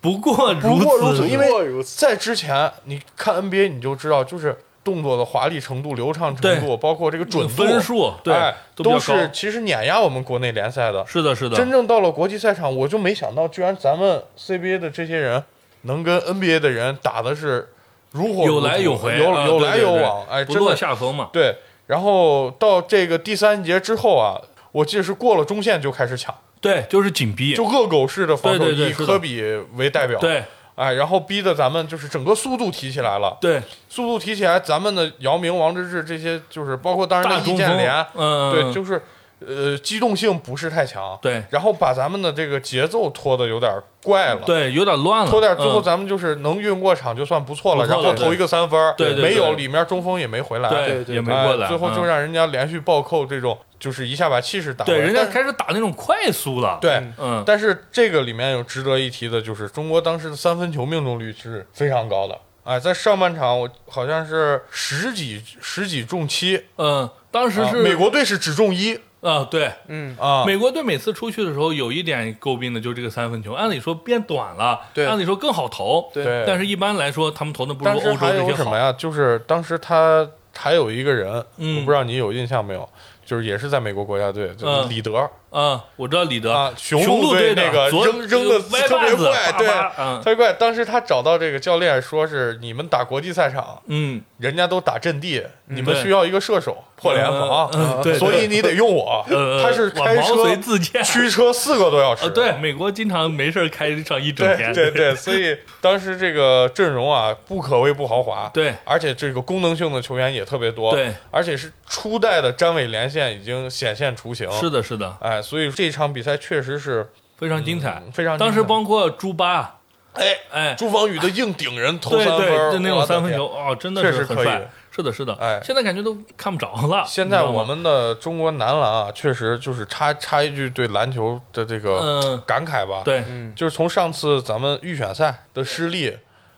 S2: 不过
S3: 不过如
S2: 此，
S3: 此，因为在之前你看 NBA 你就知道，就是动作的华丽程度、流畅程度，
S2: 对
S3: 包括这个准度
S2: 分数对
S3: 哎
S2: 都比较高
S3: 都是其实碾压我们国内联赛的。
S2: 是的，是的，
S3: 真正到了国际赛场，我就没想到，居然咱们 CBA 的这些人能跟 NBA 的人打的是如火
S2: 有
S3: 如荼
S2: 来有回，
S3: 有
S2: 啊
S3: 有来
S2: 对对
S3: 有
S2: 对
S3: 往，哎，
S2: 不
S3: 真
S2: 落
S3: 的
S2: 下风嘛。
S3: 对。然后到这个第三节之后啊，我记得是过了中线就开始抢，
S2: 对，就是紧逼，
S3: 就恶狗式的防守，
S2: 对对对
S3: 以
S2: 是的
S3: 科比为代表，
S2: 对
S3: 哎，然后逼得咱们就是整个速度提起来了，
S2: 对，
S3: 速度提起来，咱们的姚明、王治郅这些，就是包括当然
S2: 大
S3: 的易
S2: 中
S3: 建
S2: 锋
S3: 联，，
S2: 嗯，
S3: 对，就是呃机动性不是太强，
S2: 对
S3: 然后把咱们的这个节奏拖得有点怪了。
S2: 对，有点乱了，
S3: 拖点，最后
S2: 嗯
S3: 咱们就是能运过场就算不错了，
S2: 不错
S3: 然
S2: 了
S3: 后投一个三分儿，
S2: 对对对
S3: 没有
S2: 对
S3: 里面中锋也没回来，
S4: 对对
S2: 也没
S3: 哎
S2: 过来，
S3: 最后就
S2: 嗯
S3: 让人家连续暴扣，这种就是一下把气势打回
S2: 对
S3: 来。
S2: 人家
S3: 但是
S2: 开始打那种快速了，，
S3: 对，
S2: 嗯，
S3: 但是这个里面有值得一提的，就是中国当时的三分球命中率是非常高的。哎，在上半场我好像是十几十几中七，
S2: 嗯，当时
S3: 啊
S2: 是
S3: 美国队是只中一
S2: 啊，对，
S4: 嗯，
S3: 啊，
S2: 美国队每次出去的时候有一点诟病的就是这个三分球，按理说变短了，
S4: 对
S2: 按理说更好投，
S4: 对
S3: 对
S2: 但是一般来说他们投的不如
S3: 当
S2: 欧
S3: 时
S2: 洲
S3: 还
S2: 这
S3: 有
S2: 些
S3: 什么
S2: 好，
S3: 呀？就是当时他还有一个人，
S2: 嗯
S3: 我不知道你有印象没有，就是也是在美国国家队，就是
S2: 嗯
S3: 李德。
S2: 啊，我知道李德
S3: 啊，
S2: 雄
S3: 鹿
S2: 队
S3: 那
S2: 的
S3: 个
S2: 左呃
S3: 扔扔的
S2: 歪
S3: 特
S2: 把
S3: 别
S2: 子，
S3: 快，对
S2: 叭叭，嗯
S3: 特别快。当时他找到这个教练，说是你们打国际赛场，
S2: 嗯，
S3: 人家都打阵地，你们
S2: 对
S3: 需要一个射手破联防
S2: 嗯嗯，对
S3: 所以你得用我。
S2: 呃
S3: 他是开
S2: 我毛
S3: 车
S2: 遂自荐
S3: 驱车四个多小时
S2: 呃，，对，美国经常没事儿开上一整
S3: 对
S2: 天，
S3: 对对，所以当时这个阵容啊，不可谓不豪华。
S2: 对
S3: 而且这个功能性的球员也特别多。
S2: 对，
S3: 而且是初代的詹伟连线已经显现雏形。
S2: 是，的，是的，
S3: 哎，所以这场比赛确实是
S2: 非常精彩，
S3: 嗯非常精彩
S2: 当时包括朱巴，
S3: 哎
S2: 哎，
S3: 朱芳雨的硬顶人投
S2: 对
S3: 三分儿，
S2: 对，就那种
S3: 我的
S2: 三分
S3: 天
S2: 球，。哦，真的
S3: 确
S2: 是
S3: 实
S2: 很
S3: 可以
S2: 帅，是的，是的，
S3: 哎
S2: 现在感觉都看不着了。
S3: 现
S2: 你
S3: 在
S2: 知道吗
S3: 我们的中国男篮啊，确实就是插插一句对篮球的这个
S2: 嗯
S3: 感慨吧。，
S2: 对，
S3: 就是从上次咱们预选赛的失利，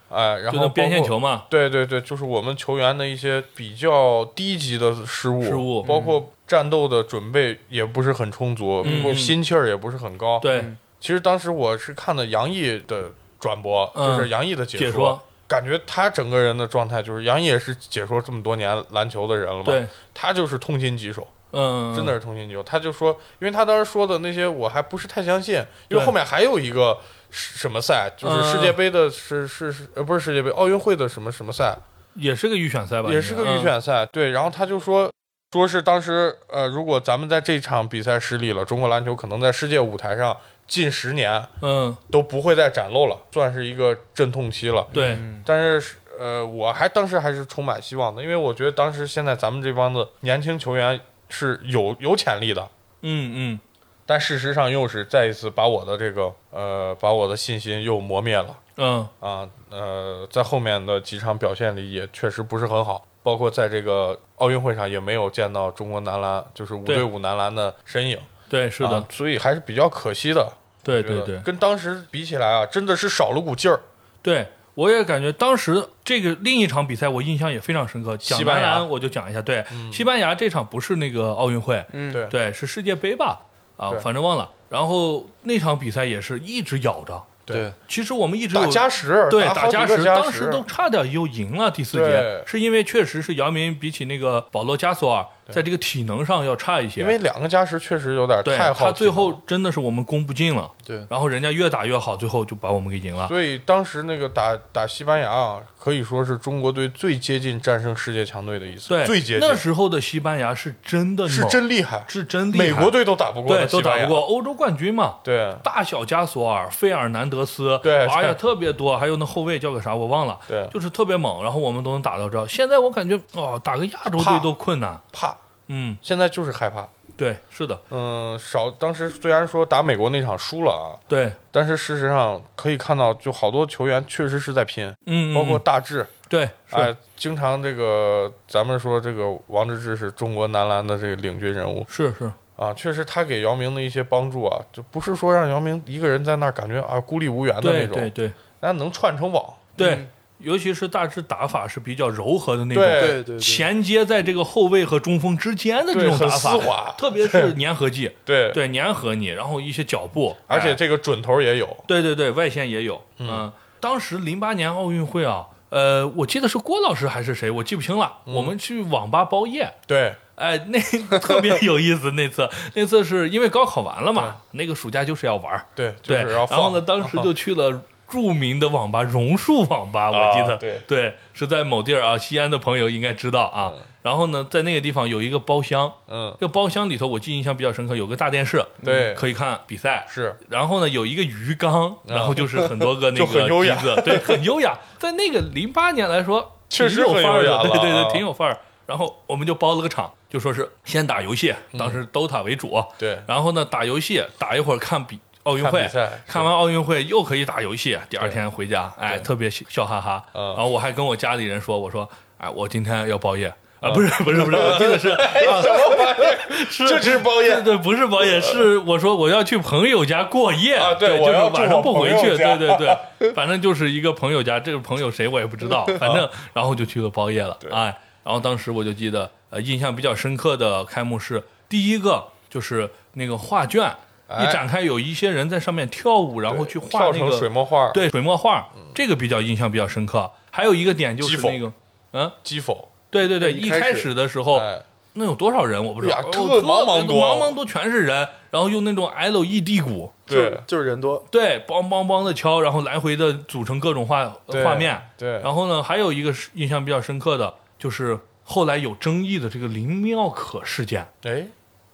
S3: 哎，然
S2: 就
S3: 后
S2: 那边线
S3: 包括
S2: 球嘛，
S3: 对对对，就是我们球员的一些比较低级的失误，
S2: 失误
S3: 包括战斗的准备也不是很充足，
S2: 嗯
S3: 包括心气儿也不是很高。，
S2: 对，
S3: 其实当时我是看的杨毅的转播，
S2: 嗯
S3: 就是杨毅的解
S2: 解说
S3: 感觉他整个人的状态就是杨毅也是解说这么多年篮球的人了嘛，
S2: 对，
S3: 他就是痛心疾首，
S2: 嗯，
S3: 真的是痛心疾首。他就说，因为他当时说的那些我还不是太相信，因为
S2: 对嗯
S3: 后面还有一个是什么赛，就是世界杯的是是是呃不是世界杯，奥运会的什么什么赛，
S2: 也是个预选赛吧，嗯
S3: 也是个
S2: 应该
S3: 预，选赛，对。然后他就说，说是当时呃，如果咱们在这场比赛失利了，中国篮球可能在世界舞台上近十年
S2: 嗯，嗯
S3: 都不会再展露了，算是一个阵痛期了。
S2: 对，
S3: 但是是呃，我还当时还是充满希望的，因为我觉得当时现在咱们这帮子年轻球员是有有潜力的，
S2: 嗯嗯，
S3: 但事实上又是再一次把我的这个呃，把我的信心又磨灭了。
S2: 嗯，
S3: 啊，呃，在后面的几场表现里也确实不是很好，包括在这个奥运会上也没有见到中国男篮就是五
S2: 对
S3: 对五男篮的身影，
S2: 对，是
S3: 啊
S2: 的，
S3: 所以还是比较可惜的。
S2: 对
S3: 觉
S2: 对
S3: 得
S2: 对
S3: 跟当时比起来啊，真的是少了股劲儿。
S2: 对。我也感觉当时这个另一场比赛，我印象也非常深刻。讲
S3: 西班
S2: 男
S3: 牙嗯
S2: 篮，我就讲一下。对，西班牙这场不是那个奥运会，
S4: 嗯
S3: 对
S2: 对，是世界杯吧？啊
S3: 对，
S2: 反正忘了。然后那场比赛也是一直咬着。
S4: 对，
S2: 其实我们一直
S3: 打
S2: 有
S3: 加时，
S2: 对，
S3: 打好几
S2: 加
S3: 个
S2: 时，
S3: 加
S2: 当时都差点又赢了第四
S3: 对
S2: 节，是因为确实是姚明比起那个保罗加索尔在这个体能上要差一些，
S3: 因为两个加时确实有点
S2: 对
S3: 太好。
S2: 他最后，真的是我们攻不进了，
S4: 对
S2: 然后人家越打越好，最后就把我们给赢了，
S3: 所以当时那个打打西班牙啊，可以说是中国队最接近战胜世界强队的一次，
S2: 对，
S3: 最接近
S2: 那时候的西班牙是真的猛，
S3: 是真厉害，
S2: 是真厉害，
S3: 美国队都打不过
S2: 对
S3: 的
S2: 都
S3: 西
S2: 打
S3: 班牙，
S2: 不过欧洲冠军嘛，
S3: 对。啊
S2: 大小加索尔、费尔南德斯，
S3: 对
S2: 哎呀，
S3: 对
S2: 特别多，还有那后卫叫个啥我忘了，
S3: 对
S2: 就是特别猛，然后我们都能打到这儿。现在我感觉哦，打个亚洲
S3: 怕
S2: 队都困难，
S3: 怕，
S2: 嗯，
S3: 现在就是害怕。
S2: 对，是的，
S3: 嗯，少当时虽然说打美国那场输了啊，
S2: 对，
S3: 但是事实上可以看到，就好多球员确实是在拼，
S2: 嗯，嗯
S3: 包括
S2: 嗯
S3: 大志，
S2: 对，是
S3: 哎，经常这个咱们说这个王治郅是中国男篮的这个领军人物，
S2: 是是，
S3: 啊，确实他给姚明的一些帮助啊，就不是说让姚明一个人在那儿感觉啊孤立无援的那
S2: 对
S3: 种
S2: 对，对
S3: 那能串成网。
S2: 对，尤其是大致打法是比较柔和的那
S3: 对
S2: 种，
S4: 对对对，
S2: 衔接在这个后卫和中锋之间的这种
S3: 对
S2: 打
S3: 很丝
S2: 法
S3: 滑，
S2: 特别是粘合剂，
S3: 对，
S2: 对粘合你，然后一些脚步，
S3: 而且
S2: 哎
S3: 这个准头也有，
S2: 对对对外线也有，嗯，当时零八年奥运会啊，呃，我记得是郭老师还是谁，我记不清了，
S3: 嗯
S2: 我们去网吧包夜，
S3: 对，
S2: 哎， 那特别有意思。那次，那次是因为高考完了嘛，那个暑假就是要玩儿，
S3: 对，就
S2: 对。
S3: 是要
S2: 然
S3: 放。
S2: 后呢，当时就去了著名的网吧榕树网吧，我记得，
S3: 啊对
S2: 是在某地儿啊，西安的朋友应该知道啊。然后呢，在那个地方有一个包厢，
S3: 嗯，
S2: 这个包厢里头我记忆印象比较深刻，有个大电视，
S3: 对，
S2: 嗯可以看比赛。
S3: 是
S2: 然后呢，有一个鱼缸，然后就是很多个那
S3: 就
S2: 个
S3: 很优雅
S2: 梯子，对，很优雅。在那个零八年来说，
S3: 确实
S2: 挺有
S3: 很
S2: 范儿
S3: 优
S2: 的
S3: 雅，了
S2: 对对
S3: 啊
S2: 对，挺有范儿。然后我们就包了个场，就说是先打游戏，当
S3: 嗯
S2: 时 DOTA 为主，
S3: 对
S2: 然后呢，打游戏打一会儿看比奥运
S3: 看
S2: 会，
S3: 比赛
S2: 看
S3: 是
S2: 完奥运会又可以打游戏，第二天回家，哎，特别笑笑哈哈。
S3: 嗯
S2: 然后我还跟我家里人说，我说，哎，我今天要包夜。
S3: 嗯
S2: 啊，不是不是不是，我记 得是，
S3: 哎
S2: 啊、什么 是
S3: 这是包夜
S2: 对对，不是包夜，是我说我要去朋友家过夜
S3: 啊对
S2: 对，
S3: 我
S2: 就是
S3: 要住
S2: 晚上
S3: 我
S2: 不回
S3: 朋友
S2: 去，
S3: 家
S2: 对对对， 反正就是一个朋友家，这个朋友谁我也不知 道，反正然后就去了包夜了，哎，然后当时我就记得，呃，印象比较深刻的开幕式，第一个就是那个画卷。
S3: 哎
S2: 一展开，有一些人在上面跳舞，然后去画
S3: 跳
S2: 那
S3: 成
S2: 个
S3: 水嗯墨画，，
S2: 对水墨画，这个比较印象比较深刻。还有一个点就是那
S3: 击否
S2: 个，嗯，
S3: 击否，
S2: 对对对，
S3: 一
S2: 一
S3: 开
S2: 开
S3: 始
S2: 始的时候，
S3: 哎，
S2: 那有多少人我不知道，
S3: 呀
S2: 哦
S3: 特
S2: 特
S3: 茫茫多
S2: 茫茫多全是人，然后用那种 LED 鼓，
S3: 对，
S4: 就是人多，
S2: 对，梆梆梆的敲，然后来回的组成各种画呃
S3: 对
S2: 画面。
S3: 对，
S2: 然后呢，还有一个是印象比较深刻的就是后来有争议的这个林妙可事件，
S3: 哎，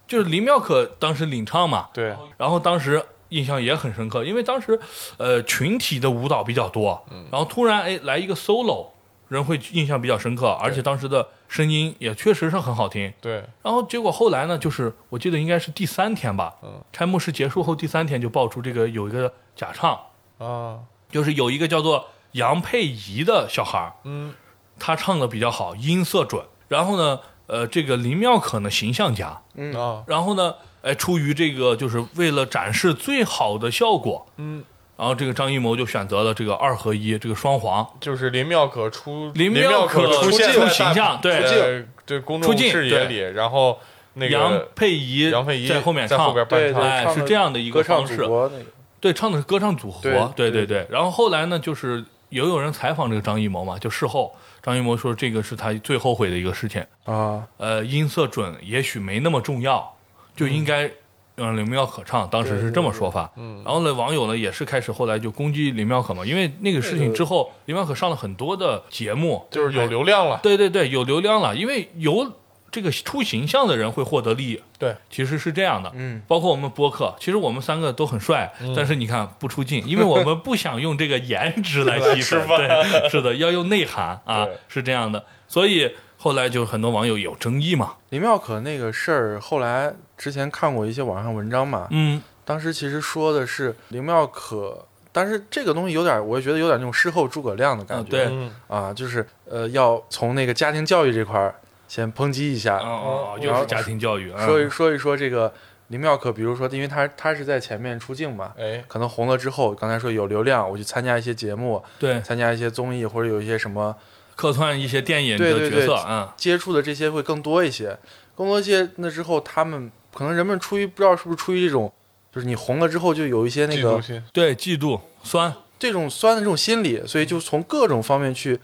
S2: 就是林妙可当时领唱嘛，
S3: 对，
S2: 然后当时印象也很深刻，因为当时呃群体的舞蹈比较多，然后突然哎来一个 solo，人会印象比较深刻，而且当时的声音也确实是很好听。
S3: 对，
S2: 然后结果后来呢，就是我记得应该是第三天吧，
S3: 嗯
S2: 开幕式结束后第三天就爆出这个有一个假唱，
S3: 啊，
S2: 就是有一个叫做杨佩仪的小孩儿，
S3: 嗯，
S2: 他唱的比较好，音色准。然后呢，呃，这个林妙可呢形象佳，
S4: 嗯
S3: 啊，
S2: 然后呢，哎，出于这个就是为了展示最好的效果，
S3: 嗯，
S2: 然后这个张艺谋就选择了这个二合一，这个双簧
S3: 就是林妙可出
S2: 林
S3: 妙
S2: 妙可
S3: 出现
S2: 出
S3: 在大
S2: 形象对
S3: 在对公众
S2: 出镜
S3: 视野
S2: 对
S3: 里，然后那
S2: 杨
S3: 个
S2: 佩仪
S3: 杨佩仪
S2: 在后面
S3: 在后
S2: 唱，
S3: 边伴
S4: 对
S3: 唱，
S2: 哎
S4: 唱的
S2: 是这样的一
S4: 歌
S2: 个
S4: 唱
S2: 方
S4: 主
S2: 式，
S4: 播那个，
S2: 对，唱的是歌唱组合，
S4: 对
S2: 对
S4: 对
S2: 对对然后后来呢，就是也有人采访这个张艺谋嘛，就事后张艺谋说这个是他最后悔的一个事情，
S4: 啊，
S2: 呃，音色准也许没那么重要，就应该让林妙可唱，当时是这么说法。嗯，然后呢，网友呢也是开始后来就攻击林妙可嘛，因为那个事情之后，林妙可上了很多的节目，
S3: 就是有流量了，
S2: 对对对，有流量了，因为有这个出形象的人会获得利益，
S3: 对，
S2: 其实是这样的。
S4: 嗯，
S2: 包括我们播客，其实我们三个都很帅，但是你看不出镜，因为我们不想用这个颜值来吸
S3: 吃
S2: 粉，
S3: 饭
S2: 对，是的，要用内涵啊
S3: 对，
S2: 是这样的。所以后来就很多网友有争议嘛，
S4: 林妙可那个事儿，后来之前看过一些网上文章嘛，
S2: 嗯，
S4: 当时其实说的是林妙可，但是这个东西有点，我也觉得有点那种事后诸葛亮的感
S2: 啊
S4: 觉，
S2: 对
S3: 嗯，
S4: 啊，就是呃，要从那个家庭教育这块儿先抨击一下，
S2: 哦哦，
S4: 然
S2: 又
S4: 后
S2: 是家庭教育，啊，
S4: 说一说一说这个林妙可，比如说，因为她她是在前面出镜嘛，
S3: 哎，
S4: 可能红了之后，刚才说有流量，我去参加一些节目，
S2: 对，
S4: 参加一些综艺，或者有一些什么
S2: 客串一些电影
S4: 对
S2: 的
S4: 对
S2: 角
S4: 对
S2: 色啊，
S4: 接触的这些会更多一些，更多一些。那之后，他们可能人们出于不知道是不是出于这种，就是你红了之后就有一些那
S3: 嫉
S4: 个
S3: 妒心，
S2: 对，嫉妒、酸，
S4: 这种酸的这种心理，所以就从各种方面去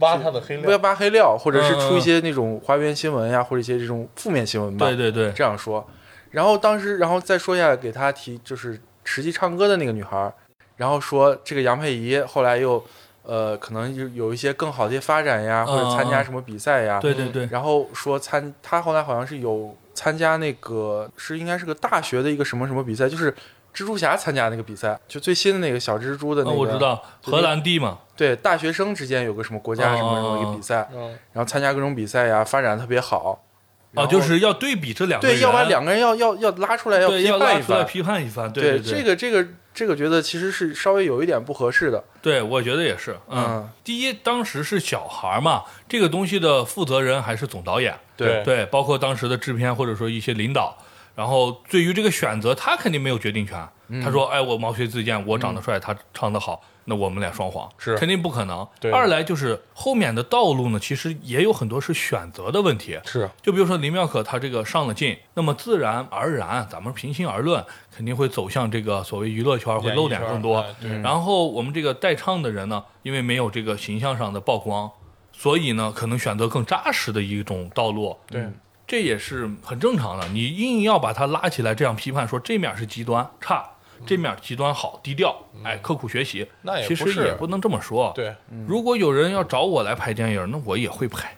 S3: 挖他的黑
S4: 不要
S3: 料，
S4: 挖黑料，或者是
S2: 嗯
S4: 出一
S2: 嗯
S4: 些那种花边新闻呀，或者一些这种负面新闻吧。
S2: 对对对，
S4: 这样说。然后当时，然后再说一下给他提，就是实际唱歌的那个女孩儿，然后说这个杨佩仪后来又，呃，可能有有一些更好的一些发展呀，或者参
S2: 嗯
S4: 加
S2: 嗯
S4: 什么比赛呀，
S2: 对对对，
S4: 然后说参，她后来好像是有参加那个是应该是个大学的一个什么什么比赛，就是蜘蛛侠参加那个比赛，就最新的那个小蜘蛛的那
S2: 那
S4: 个，
S2: 哦我知，道
S4: 就是
S2: 荷兰弟嘛，
S4: 对，大学生之间有个什么国家什么什么一个比赛，
S3: 嗯，
S4: 然后参加各种比赛呀，发展得特别好，然
S2: 哦，
S4: 后
S2: 就是要对比这两个
S4: 对，
S2: 人，
S4: 要不然两个人要要要拉出来要
S2: 对
S4: 批
S2: 要
S4: 判
S2: 拉
S4: 一
S2: 出来
S4: 番，
S2: 批判一番，
S4: 对
S2: 对
S4: 这
S2: 对，
S4: 个这个这个觉得其实是稍微有一点不合适的，
S2: 对我觉得也是，嗯
S4: 嗯，
S2: 第一，当时是小孩嘛，这个东西的负责人还是总导演，
S3: 对
S2: 对，包括当时的制片或者说一些领导。然后对于这个选择，他肯定没有决定权。
S3: 嗯
S2: 他说：“哎，我毛遂自荐，我长得帅，他唱得好，那我们俩双簧
S3: 是
S2: 肯定不可能。
S3: 对
S2: 二来就是后面的道路呢，其实也有很多是选择的问题。
S3: 是
S4: 啊
S2: 就比如说林妙可她这个上了镜，那么自然而然，咱们平心而论，肯定会走向这个所谓娱乐圈，会露脸更多。
S3: 演艺圈哎对
S2: 然后我们这个代唱的人呢，因为没有这个形象上的曝光，所以呢，可能选择更扎实的一种道路。嗯
S3: 对，
S2: 这也是很正常的。你硬要把它拉起来，这样批判说这面是极端差，这面极端好，低调，哎，刻苦学习，
S3: 嗯那也
S2: 其
S3: 不
S2: 实
S3: 是
S2: 也不能这么说。
S3: 对，
S2: 如果有人要找我来拍电影，那我也会 拍，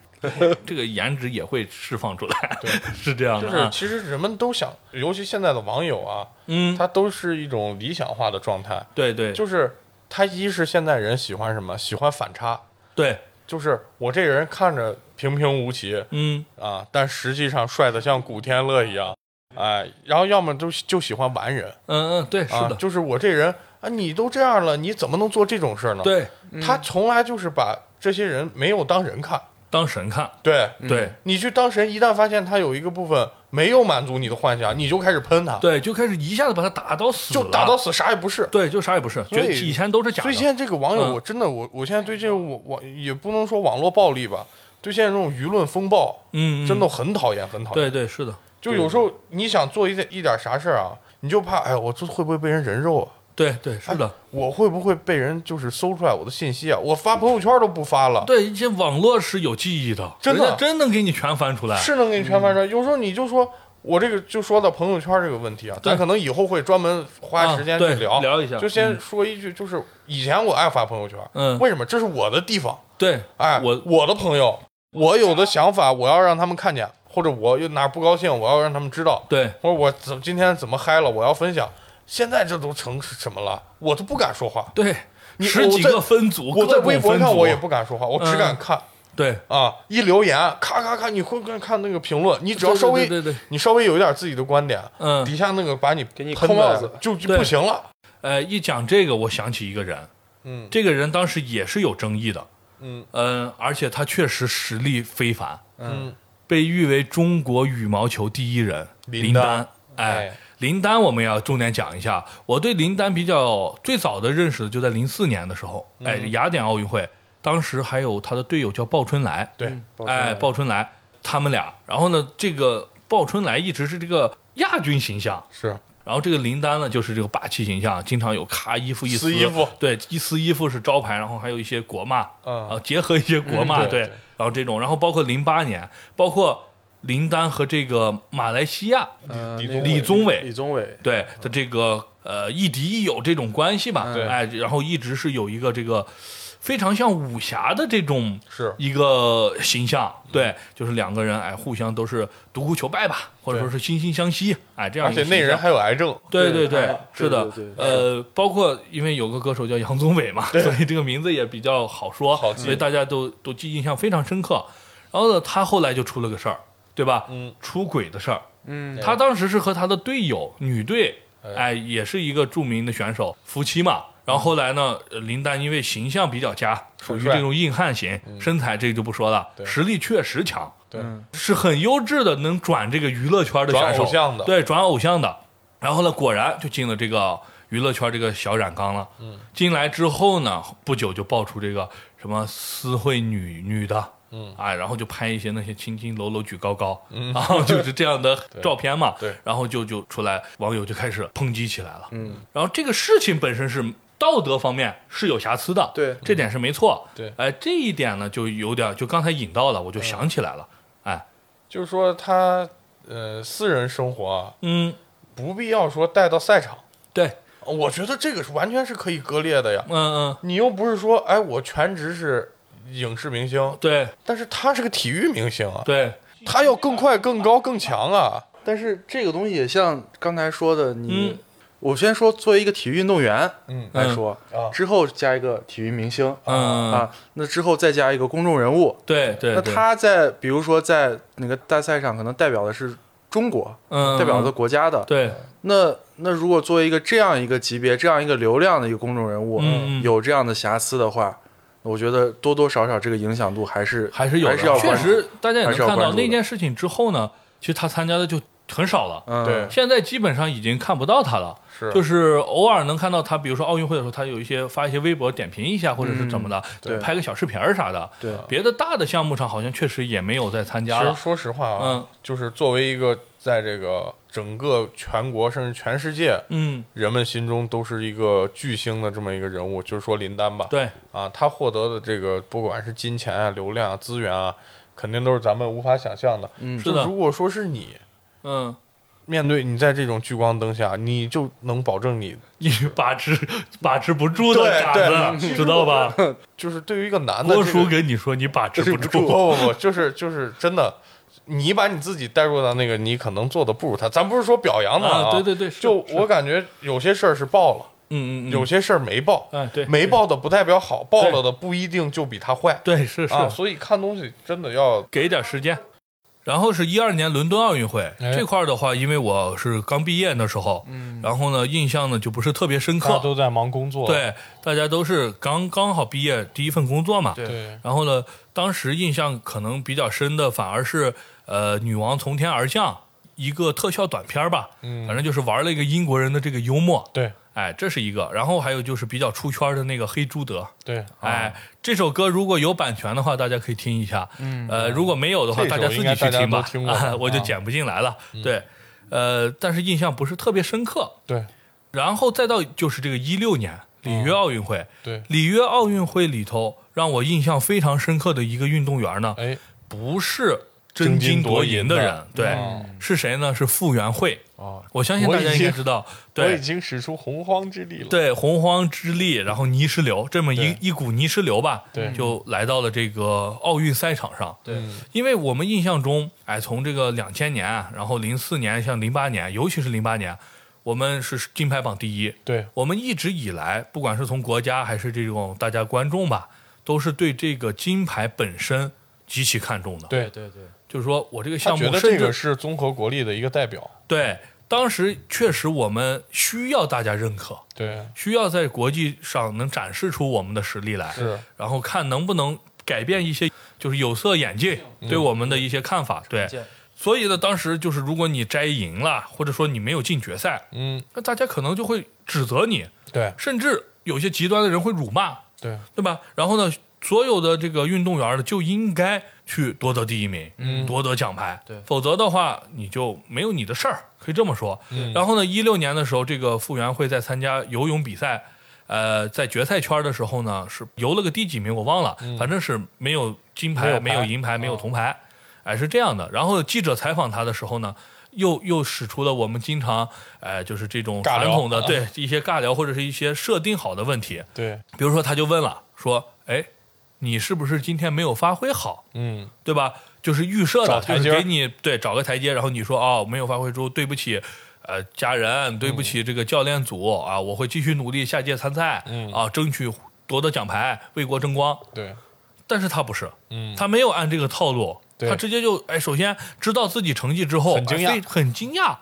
S2: 这个颜值也会释放出来， 是这样
S3: 就
S2: 的
S3: 是
S2: 啊。
S3: 其实人们都想，尤其现在的网友啊，
S2: 嗯，
S3: 他都是一种理想化的状态，
S2: 对对，
S3: 就是他一是现在人喜欢什么，喜欢反差，
S2: 对，
S3: 就是我这人看着平平无奇
S2: 嗯，
S3: 啊，但实际上帅的像古天乐一样，哎，然后要么就就喜欢完人，
S2: 嗯嗯，对，是
S3: 啊
S2: 的，，
S3: 就是我这人啊，你都这样了，你怎么能做这种事儿呢？，
S2: 对，
S3: 他从来就是把这些人没有当人看，
S2: 当神看，
S3: 对，
S2: 对
S3: 你去当神，一旦发现他有一个部分没有满足你的幻想，你就开始喷他，
S2: 对，就开始一下子把他打到死了，
S3: 就打到死啥也不是。
S2: 对，就啥也不是，觉得以前都是假
S3: 所
S2: 的
S3: 以，现在这个网友，
S2: 嗯
S3: 我真的我我现在对这种我我也不能说网络暴力吧，对现在这种舆论风暴，
S2: 嗯，嗯
S3: 真的，很讨厌，很讨
S2: 对
S3: 厌。
S2: 对是的，
S3: 就有时候你想做一点一点啥事儿啊，你就怕，哎呀，我这会不会被人人肉啊？
S2: 对对是的
S3: 哎，我会不会被人就是搜出来我的信息啊？我发朋友圈都不发了，
S2: 对，这网络是有记忆的，
S3: 真的
S2: 人家真能给你全翻出来，
S3: 是能给你全翻出来。有时候你就说我这个就说到朋友圈这个问题啊，
S2: 对
S3: 咱可能以后会专门花时间
S2: 啊
S3: 去
S2: 对
S3: 聊、
S2: 聊一下
S3: 就先说一句，就是以前我爱发朋友圈，
S2: 嗯
S3: 为什么？这是我的地方，
S2: 对，
S3: 哎，
S2: 我
S3: 我的朋友，我有的想法，我要让他们看见，或者我有哪不高兴，我要让他们知道，
S2: 对
S3: 或者我怎么今天怎么嗨了，我要分享。现在这都成是什么了？我都不敢说话。
S2: 对，
S3: 你
S2: 十几个分组，
S3: 我在
S2: 各种
S3: 微博
S2: 分
S3: 上
S2: 组啊
S3: 我也不敢说话，我只敢
S2: 嗯
S3: 看、
S2: 对，
S3: 啊！一留言，咔咔咔，你会不会看那个评论？你只要
S2: 对对
S3: 稍微，
S2: 对对对
S3: 你稍微有一点自己的观点，
S2: 嗯
S3: 底下那个把你
S4: 给你
S3: 喷
S4: 喷
S3: 到
S4: 帽子
S3: 就就
S2: 对
S3: 不行了。
S2: 呃，一讲这个，我想起一个人，
S3: 嗯
S2: 这个人当时也是有争议的，
S3: 嗯
S2: 嗯，而且他确实实力非凡，
S3: 嗯，
S2: 被誉为中国羽毛球第一人
S3: 林
S2: 林丹。
S3: 哎
S2: 哎，林丹我们也要重点讲一下。我对林丹比较最早的认识就在零四年的时候，哎，雅典奥运会，当时还有他的队友叫鲍春来，
S3: 对，
S2: 哎，鲍春来，他们俩。然后呢，这个鲍春来一直是这个亚军形象，
S3: 是
S2: 然后这个林丹呢，就是这个霸气形象，经常有咔衣服一
S3: 撕衣服
S2: 对，一撕衣服是招牌，然后还有一些国骂，
S3: 嗯
S2: 然后结合一些国骂，
S3: 嗯
S2: 对，
S3: 对
S2: 然后这种，然后包括零八年，包括林丹和这个马来西亚
S4: 呃
S3: 李
S4: 那个
S2: 哎李宗
S4: 李
S2: 伟，
S4: 宗伟，
S2: 对的这个呃亦敌亦友这种关系吧，
S3: 对
S2: 哎，然后一直是有一个这个非常像武侠的这种
S3: 是嗯
S2: 一个形象，对，就是两个人哎互相都是独孤求败吧，或者说是惺惺相惜，哎这样
S3: 而
S2: 一个
S3: 且那
S2: 形
S3: 人
S2: 象
S3: 还有癌症，
S2: 对
S4: 对还
S2: 对
S4: 有，
S2: 是的
S4: 对对，对
S2: 呃，包括因为有个歌手叫杨宗纬嘛，所以这个名字也比较好说，
S3: 好记
S2: 所以大家都都记印象非常深刻。然后呢，他后来就出了个事儿，对吧？
S3: 嗯，
S2: 出轨的事儿。
S4: 嗯，
S2: 他当时是和他的队友女队，
S3: 哎
S2: 哎，也是一个著名的选手，夫妻嘛。然后后来呢，呃林丹因为形象比较佳，属于
S3: 帅
S2: 这种硬汉型，
S4: 嗯
S2: 身材这个就不说了，实力确实强，
S3: 对，
S2: 是很优质的，能转这个娱乐圈的
S3: 转
S2: 选手，
S3: 偶像的
S2: 对，转偶像的。然后呢，果然就进了这个娱乐圈这个小染缸了。嗯，进来之后呢，不久就爆出这个什么私会女女的，
S3: 嗯
S2: 哎，然后就拍一些那些亲亲搂搂举高高，嗯， 然后就是这样的照片嘛。
S3: 对
S2: 然后就就出来，网友就开始抨击起来了。嗯，然后这个事情本身是。道德方面是有瑕疵的，
S4: 对
S2: 这点是没错。
S3: 对
S2: 哎，这一点呢，就有点，就刚才引到了，我就想起来了。哎，
S3: 就是说他呃私人生活啊，
S2: 嗯，
S3: 不必要说带到赛场，
S2: 对，
S3: 我觉得这个是完全是可以割裂的呀。
S2: 嗯嗯，
S3: 你又不是说，哎，我全职是呃影视明星，
S2: 对
S3: 但是他是个体育明星啊，
S2: 对，
S3: 他要更快、更高、更强啊。
S4: 但是这个东西也像刚才说的，你、
S2: 嗯
S4: 我先说作为一个体育运动员，
S3: 嗯
S4: 来说，
S3: 啊
S4: 之后加一个体育明星，
S2: 嗯
S4: 啊，那之后再加一个公众人物，
S2: 对对，
S4: 那
S2: 对
S4: 他在比如说在哪个大赛上可能代表的是中国，
S2: 嗯
S4: 代表的国家的，
S2: 对
S4: 那那如果作为一个这样一个级别、这样一个流量的一个公众人物，
S2: 嗯嗯
S4: 有这样的瑕疵的话，我觉得多多少少这个影响度还是
S2: 还是有
S4: 还
S2: 的，
S4: 是要
S2: 确
S4: 关注
S2: 实大家也
S4: 还
S2: 能
S4: 是要
S2: 看
S4: 关
S2: 到
S4: 注的
S2: 那件事情之后呢，其实他参加的就很少了。
S4: 嗯，
S3: 对
S2: 现在基本上已经看不到他了，
S3: 是
S2: 就是偶尔能看到他，比如说奥运会的时候，他有一些发一些微博点评一下，或者是怎么的，
S4: 嗯对
S2: 拍个小视频儿啥的。
S4: 对
S2: 别的大的项目上好像确实也没有再参加
S3: 其实
S2: 了。
S3: 说实话啊，
S2: 嗯
S3: 就是作为一个在这个整个全国甚至全世界
S2: 嗯，
S3: 人们心中都是一个巨星的这么一个人物，就是说林丹吧。
S2: 对，
S3: 啊，他获得的这个不管是金钱啊、流量啊、资源啊，肯定都是咱们无法想象的。嗯
S2: 是的
S3: 如果说是你
S2: 嗯，
S3: 面对你在这种聚光灯下，你就能保证你
S2: 你把持把持不住的
S3: 对对
S2: 杆 子，知道吧？
S3: 就是对于一个男的、这
S2: 郭
S3: 个，
S2: 叔给你说你把持不
S3: 不不
S2: 住，
S3: 不不，就是就是真的，你把你自己带入到那个，你可能做的不如他。咱不是说表扬他
S2: 啊对对对是
S3: 就是我感觉有些事儿是报了，
S2: 嗯嗯嗯，
S3: 有些事儿没报。
S2: 嗯对
S3: 没报的不代表好，报
S2: 对
S3: 了的不一定就比他坏。
S2: 对是是
S3: 啊，所以看东西真的要
S2: 给点时间。然后是一二年伦敦奥运会、
S3: 哎嗯
S2: 这块儿的话，因为我是刚毕业的时候，然后呢印象呢就不是特别深刻，
S3: 在忙工作
S2: 对，大家都是刚刚好毕业第一份工作嘛。
S4: 对
S3: 对
S2: 然后呢，当时印象可能比较深的反而是呃，女王从天而降一个特效短片儿吧，
S3: 嗯
S2: 反正就是玩了一个英国人的这个幽默，
S3: 对
S2: 哎，这是一个。然后还有就是比较出圈儿的那个黑朱德。
S3: 对，
S2: 哎，这首歌如果有版权的话，大家可以听一下。嗯，呃，如果没有的话，
S3: 这首
S2: 大家自
S3: 应
S2: 己
S3: 该
S2: 去
S3: 大家
S2: 听吧
S3: 都。听过嗯
S2: 啊，我就剪不进来了。对，呃，但是印象不是特别深刻。
S3: 对
S2: 然后再到就是这个一六
S3: 哦
S2: 年里约奥运会，
S3: 对，
S2: 里约奥运会里头让我印象非常深刻的一个运动员呢，
S3: 哎，
S2: 不是争金夺银的人，
S3: 争金夺
S2: 对，
S3: 银的嗯
S2: 是谁呢？是傅园慧。
S3: 哦，
S2: 我相信大家应该知道，
S3: 我已
S2: 对
S3: 经使出洪荒之力了。
S2: 对，洪荒之力，然后泥石流，这么一
S3: 对
S2: 一股泥石流吧，
S3: 对
S2: 就来到了这个奥运赛场上。对，因为我们印象中，哎，从这个两千年，啊然后零四年，像零八年，尤其是零八年，我们是金牌榜第一，
S3: 对
S2: 我们一直以来，不管是从国家还是这种大家观众吧，都是对这个金牌本身极其看重的。
S3: 对
S4: 对对，
S2: 就是说我这个
S3: 他
S2: 项
S3: 觉
S2: 目，
S3: 得这
S2: 甚
S3: 个
S2: 至
S3: 是综合国力的一个代表。
S2: 对当时确实我们需要大家认可，
S3: 对，
S2: 需要在国际上能展示出我们的实力来，
S3: 是
S2: 然后看能不能改变一些就是有色眼镜对我们的一些看法。对，所以呢，当时就是如果你摘赢了，或者说你没有进决赛，
S3: 嗯，
S2: 那大家可能就会指责你，
S3: 对
S2: 甚至有些极端的人会辱骂。
S3: 对，
S2: 对吧？然后呢，所有的这个运动员呢，就应该去夺得第一名，嗯，夺得奖牌，
S4: 对
S2: 否则的话你就没有你的事儿，可以这么说。
S3: 嗯
S2: 然后呢，一六年的时候，这个傅园慧在参加游泳比赛，呃，在决赛圈的时候呢，是游了个第几名我忘了，反正是没有金牌，
S3: 嗯
S2: 没
S3: 没有牌嗯
S2: 有银牌，没有铜牌，哎，是这样的。然后记者采访他的时候呢。又又使出了我们经常，哎、就是这种
S3: 尬聊啊
S2: 传统的对一些尬聊或者是一些设定好的问题，
S3: 对，
S2: 比如说，他就问了，说：“哎，你是不是今天没有发挥好，
S3: 嗯，
S2: 对吧？就是预设
S3: 找
S2: 的，
S3: 台
S2: 他
S3: 阶
S2: 就给你对找个台阶，然后你说哦，没有发挥出，对不起，呃，家
S3: 嗯
S2: 人，对不起这个教练组啊，我会继续努力，下届参赛，
S3: 嗯
S2: 啊，争取夺得奖牌，为国争光。
S3: 对，
S2: 但是他不是，
S3: 嗯，
S2: 他没有按这个套路，
S3: 对
S2: 他直接就哎，首先知道自己成绩之后，
S3: 很惊讶嗯
S2: 哎非很惊讶，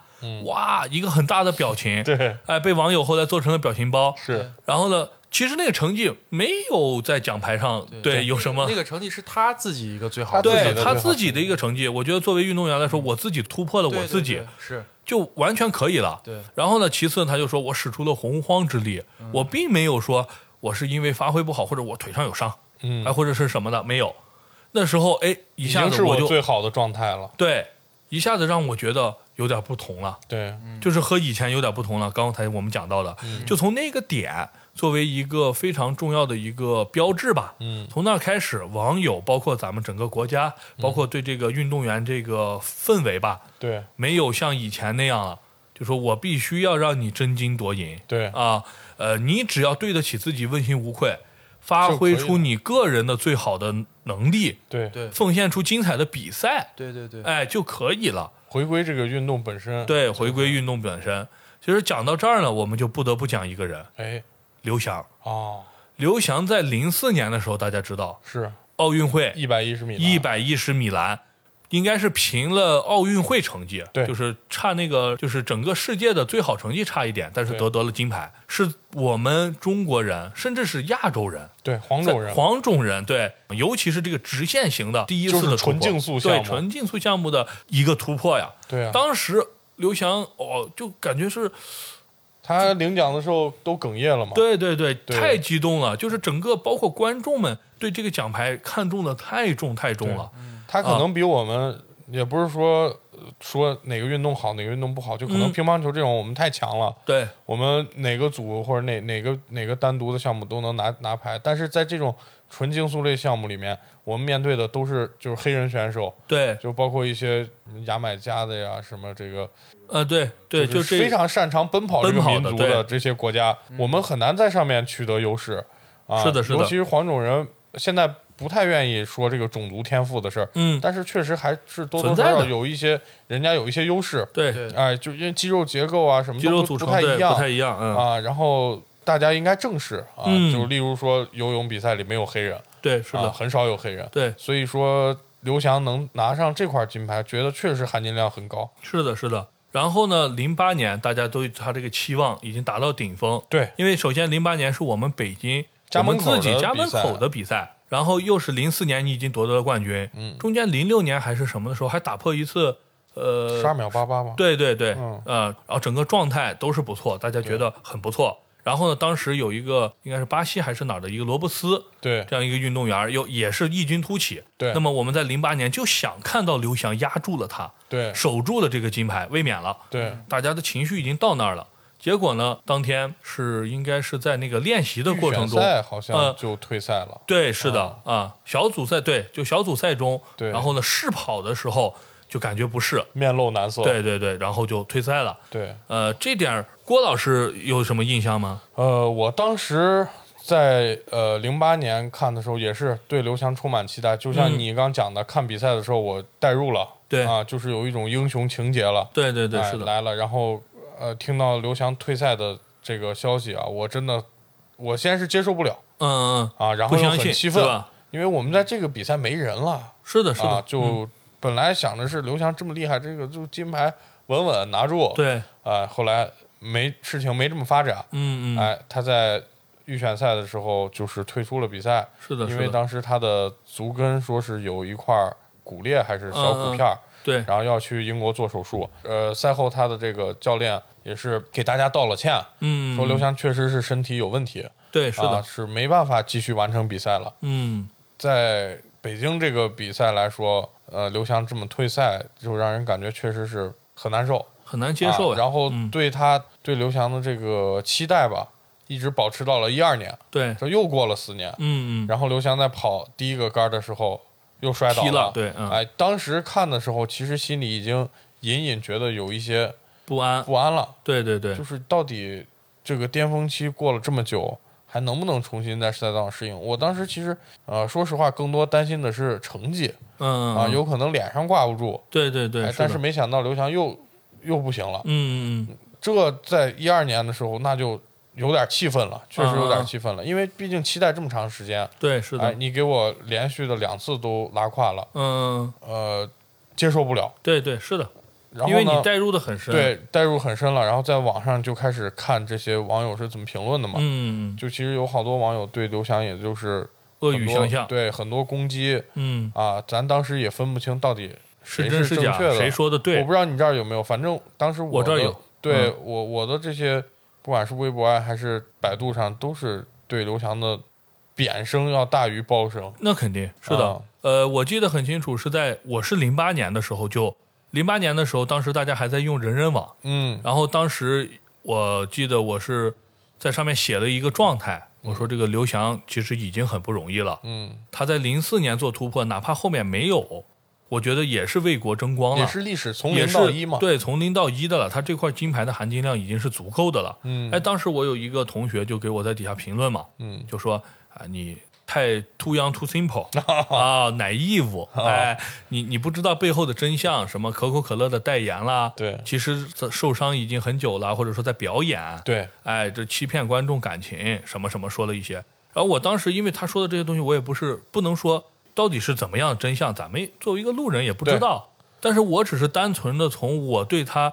S2: 哇，一个很大的表情，
S3: 对，
S2: 哎，被网友后来做成了表情包，
S3: 是
S2: 然后呢，其实那个成绩没有在奖牌上对有什么
S4: 那。个成绩是他自己一个最好
S3: 他
S4: 的，
S3: 自己
S2: 对
S3: 的最
S2: 他
S3: 好
S2: 自己的一个成绩，我觉得作为运动员来说，我自己突破了
S4: 对
S2: 我
S4: 对
S2: 自己
S4: 对，是
S2: 就完全可以了。
S4: 对
S2: 然后呢，其次他就说我使出了洪荒之力，我并没有说我是因为发挥不好或者我腿上有伤，
S3: 嗯
S2: 哎，或者是什么的，没有。那时候哎，一
S3: 已
S2: 下
S3: 经
S2: 子
S3: 是
S2: 我就
S3: 最好的状态了。
S2: 对，一下子让我觉得有点不同了。
S3: 对，
S2: 就是和以前有点不同了。刚才我们讲到的，就从那个点作为一个非常重要的一个标志吧。
S3: 嗯
S2: 从那开始，网友包括咱们整个国家，包括对这个运动员这个氛围吧，
S3: 对
S2: 没有像以前那样了。就说我必须要让你争金夺银
S3: 对
S2: 啊，呃，你只要对得起自己，问心无愧，发挥
S3: 就可以
S2: 出
S3: 了
S2: 你个人的最好的能力，
S3: 对
S4: 对
S2: 奉献出精彩的比赛，
S4: 对对对，
S2: 哎，就可以了。
S3: 回归这个运动本身。，
S2: 对，回归运动本身。其实讲到这儿呢，我们就不得不讲一个人，
S3: 哎，
S2: 刘翔。
S3: 哦，
S2: 刘翔在零四年的时候，大家知道
S3: 是
S2: 奥运会
S3: 一百一十米栏，
S2: 一百一十米栏，应该是平了奥运会成绩，啊
S3: 对
S2: 就是差那个就是整个世界的最好成绩差一点，但是
S3: 对
S2: 得得了金牌，是我们中国人甚至是亚洲人。
S3: 对黄
S2: 在
S3: 种人，
S2: 黄种人对，尤其是这个直线型的第一次
S3: 就是
S2: 的突破
S3: 纯竞速项
S2: 对
S3: 目
S2: 纯竞速项目的一个突破呀。
S3: 对啊，
S2: 当时刘翔哦，就感觉是
S3: 他领奖的时候都哽咽了嘛。
S2: 对对对，
S3: 对
S2: 太激动了，就是整个包括观众们对这个奖牌看重的太重太重了。
S3: 他可能比我们、也不是说呃说哪个运动好，哪个运动不好，就可能
S2: 嗯
S3: 乒乓球这种我们太强了，
S2: 对
S3: 我们哪个组或者哪哪个哪个单独的项目都能拿拿牌，但是在这种纯竞速类项目里面，我们面对的都是就是黑人选手，
S2: 对，
S3: 就包括一些牙买加的呀，什么这个
S2: 呃对对，就是这
S3: 非常擅长奔跑这
S2: 奔
S3: 个
S2: 跑
S3: 民
S2: 的
S3: 族
S2: 对
S3: 的这些国家，我们很难在上面取得优势啊。
S2: 是的是的
S3: 尤其是黄种人现在不太愿意说这个种族天赋的事儿，
S2: 嗯
S3: 但是确实还是多多
S2: 存在
S3: 少少
S2: 的
S3: 有一些人家有一些优势，
S2: 对
S4: 对
S3: 哎，就因为肌肉结构啊什么
S2: 肌
S3: 都
S2: 肉
S3: 不
S2: 组成
S3: 不太
S2: 对
S3: 一样
S2: 不太一样，嗯，
S3: 啊，然后。大家应该正视啊，
S2: 嗯
S3: 就例如说游泳比赛里没有黑人，
S2: 对是
S3: 啊，
S2: 的，
S3: 很少有黑人，
S2: 对
S3: 所以说刘翔能拿上这块金牌，觉得确实含金量很高。
S2: 是的是的。然后呢，零八年大家都他这个期望已经达到顶峰，
S3: 对
S2: 因为首先零八年是我们北京
S3: 家门
S2: 我
S3: 口
S2: 们
S3: 的
S2: 自己家
S3: 比
S2: 门
S3: 赛
S2: 口的比赛，然后又是零四年你已经夺得了冠军，
S3: 嗯
S2: 中间零六年还是什么的时候还打破一次，呃
S3: 十，二秒八八嘛，
S2: 对对对，
S3: 嗯
S2: 呃，然后整个状态都是不错，大家觉得很不错。然后呢，当时有一个应该是巴西还是哪儿的一个罗伯斯
S3: 对
S2: 这样一个运动员，又也是异军突起。
S3: 对
S2: 那么我们在零八年就想看到刘翔压住了他，
S3: 对
S2: 守住了这个金牌，卫冕了。
S3: 对，
S2: 大家的情绪已经到那儿了。结果呢，当天是应该是在那个练习的
S3: 预
S2: 过程
S3: 选
S2: 中，
S3: 赛好
S2: 呃
S3: 像就退赛了。
S2: 对，是的啊，小组赛对，就小组赛中，
S3: 对
S2: 然后呢试跑的时候就感觉不适，
S3: 面露难色，
S2: 对对对，然后就退赛了。
S3: 对
S2: 呃，这点儿郭老师有什么印象吗？
S3: 呃，我当时在呃零八年看的时候，也是对刘翔充满期待，就像
S2: 嗯
S3: 你刚讲的，看比赛的时候我代入了，
S2: 对
S3: 啊，就是有一种英雄情节了，
S2: 对对对，
S3: 哎
S2: 是的，
S3: 来了，然后呃听到刘翔退赛的这个消息啊，我真的我先是接受不了
S2: 嗯嗯，
S3: 啊，然
S2: 不
S3: 后又
S2: 相
S3: 很
S2: 信是
S3: 气愤，
S2: 吧？
S3: 因为我们在这个比赛没人了
S2: 是的，是嗯
S3: 啊
S2: 的，，
S3: 就本来想着是刘翔这么厉害，这个就金牌稳稳拿住，
S2: 对，
S3: 啊，后来没事情没这么发展，
S2: 嗯嗯，
S3: 哎，他在预选赛的时候就是退出了比赛，
S2: 是的，
S3: 因
S2: 是
S3: 为
S2: 的，
S3: 当时他的足跟说是有一块骨裂还是小骨片儿，
S2: 嗯对，
S3: 然后要去英国做手术。呃，赛后他的这个教练也是给大家道了歉，
S2: 嗯，
S3: 说刘翔确实是身体有问题，
S2: 对，是
S3: 啊，
S2: 的，
S3: 是没办法继续完成比赛了。
S2: 嗯，
S3: 在北京这个比赛来说，呃，刘翔这么退赛，就让人感觉确实是很难受。
S2: 很难接受
S3: 啊
S2: 呀。
S3: 然后
S2: 嗯
S3: 对他、对刘翔的这个期待吧，一直保持到了一二年，
S2: 对，
S3: 这又过了四年。
S2: 嗯嗯，
S3: 然后刘翔在跑第一个杆儿的时候又摔倒
S2: 踢了对嗯
S3: 哎，当时看的时候，其实心里已经隐隐觉得有一些
S2: 不安，
S3: 不安了，
S2: 对对对
S3: 就，是到底这个巅峰期过了这么久。还能不能重新在赛道上适应？我当时其实，呃，说实话，更多担心的是成绩
S2: 嗯
S3: 啊，，有可能脸上挂不住。
S2: 对对对，
S3: 哎，但
S2: 的
S3: 是没想到刘翔又又不行了，
S2: 嗯嗯嗯，
S3: 这在一二年的时候，那就有点气愤了，确实有点气愤了，因为毕竟期待这么长时间，
S2: 对，嗯是
S3: 哎，
S2: 的，
S3: 你给我连续的两次都拉胯了，
S2: 嗯，
S3: 呃，接受不了。
S2: 对对，是的，
S3: 然
S2: 因
S3: 后
S2: 为你
S3: 呢，
S2: 代入的很深，，
S3: 对代入很深了，然后在网上就开始看这些网友是怎么评论的嘛，
S2: 嗯，
S3: 就其实有好多网友对刘翔也就是
S2: 恶
S3: 很
S2: 语
S3: 多
S2: 相向，
S3: 对很多攻击
S2: 嗯，
S3: 啊，咱当时也分不清到底
S2: 是
S3: 谁
S2: 真
S3: 是
S2: 是
S3: 正
S2: 假
S3: 确，的
S2: 谁说的对
S3: 我不，知道你这儿有没有，反正当时我
S2: 我这儿
S3: 的
S2: 有
S3: 对、
S2: 嗯
S3: 我我的这些，不管是微博啊还是百度上，都是对刘翔的贬声要大于褒声。
S2: 那肯定是的、
S3: 啊
S2: 呃，我记得很清楚，是在我是零八年的时候就，零八年的时候，当时大家还在用人人网，
S3: 嗯，
S2: 然后当时我记得我是在上面写了一个状态，我说这个刘翔其实已经很不容易了，
S3: 嗯，
S2: 他在零四年做突破，哪怕后面没有，我觉得也是为国争光了，
S3: 也是历史
S2: 嗯
S3: 从
S2: 也
S3: 零
S2: 是
S3: 到一嘛。，
S2: 对，从零到一的了，他这块金牌的含金量已经是足够的了。
S3: 嗯
S2: 哎，当时我有一个同学就给我在底下评论嘛，
S3: 嗯，
S2: 就说啊，你太 too young too simple 啊，naive，哎，你你不知道背后的真相，什么可口可乐的代言啦，
S3: 对
S2: 其实受伤已经很久了，或者说在表演，
S3: 对，
S2: 哎，这欺骗观众感情什么什么说了一些。然后我当时因为他说的这些东西，我也不是不能说到底是怎么样的真相，咱们作为一个路人也不知道。但是我只是单纯的从我对他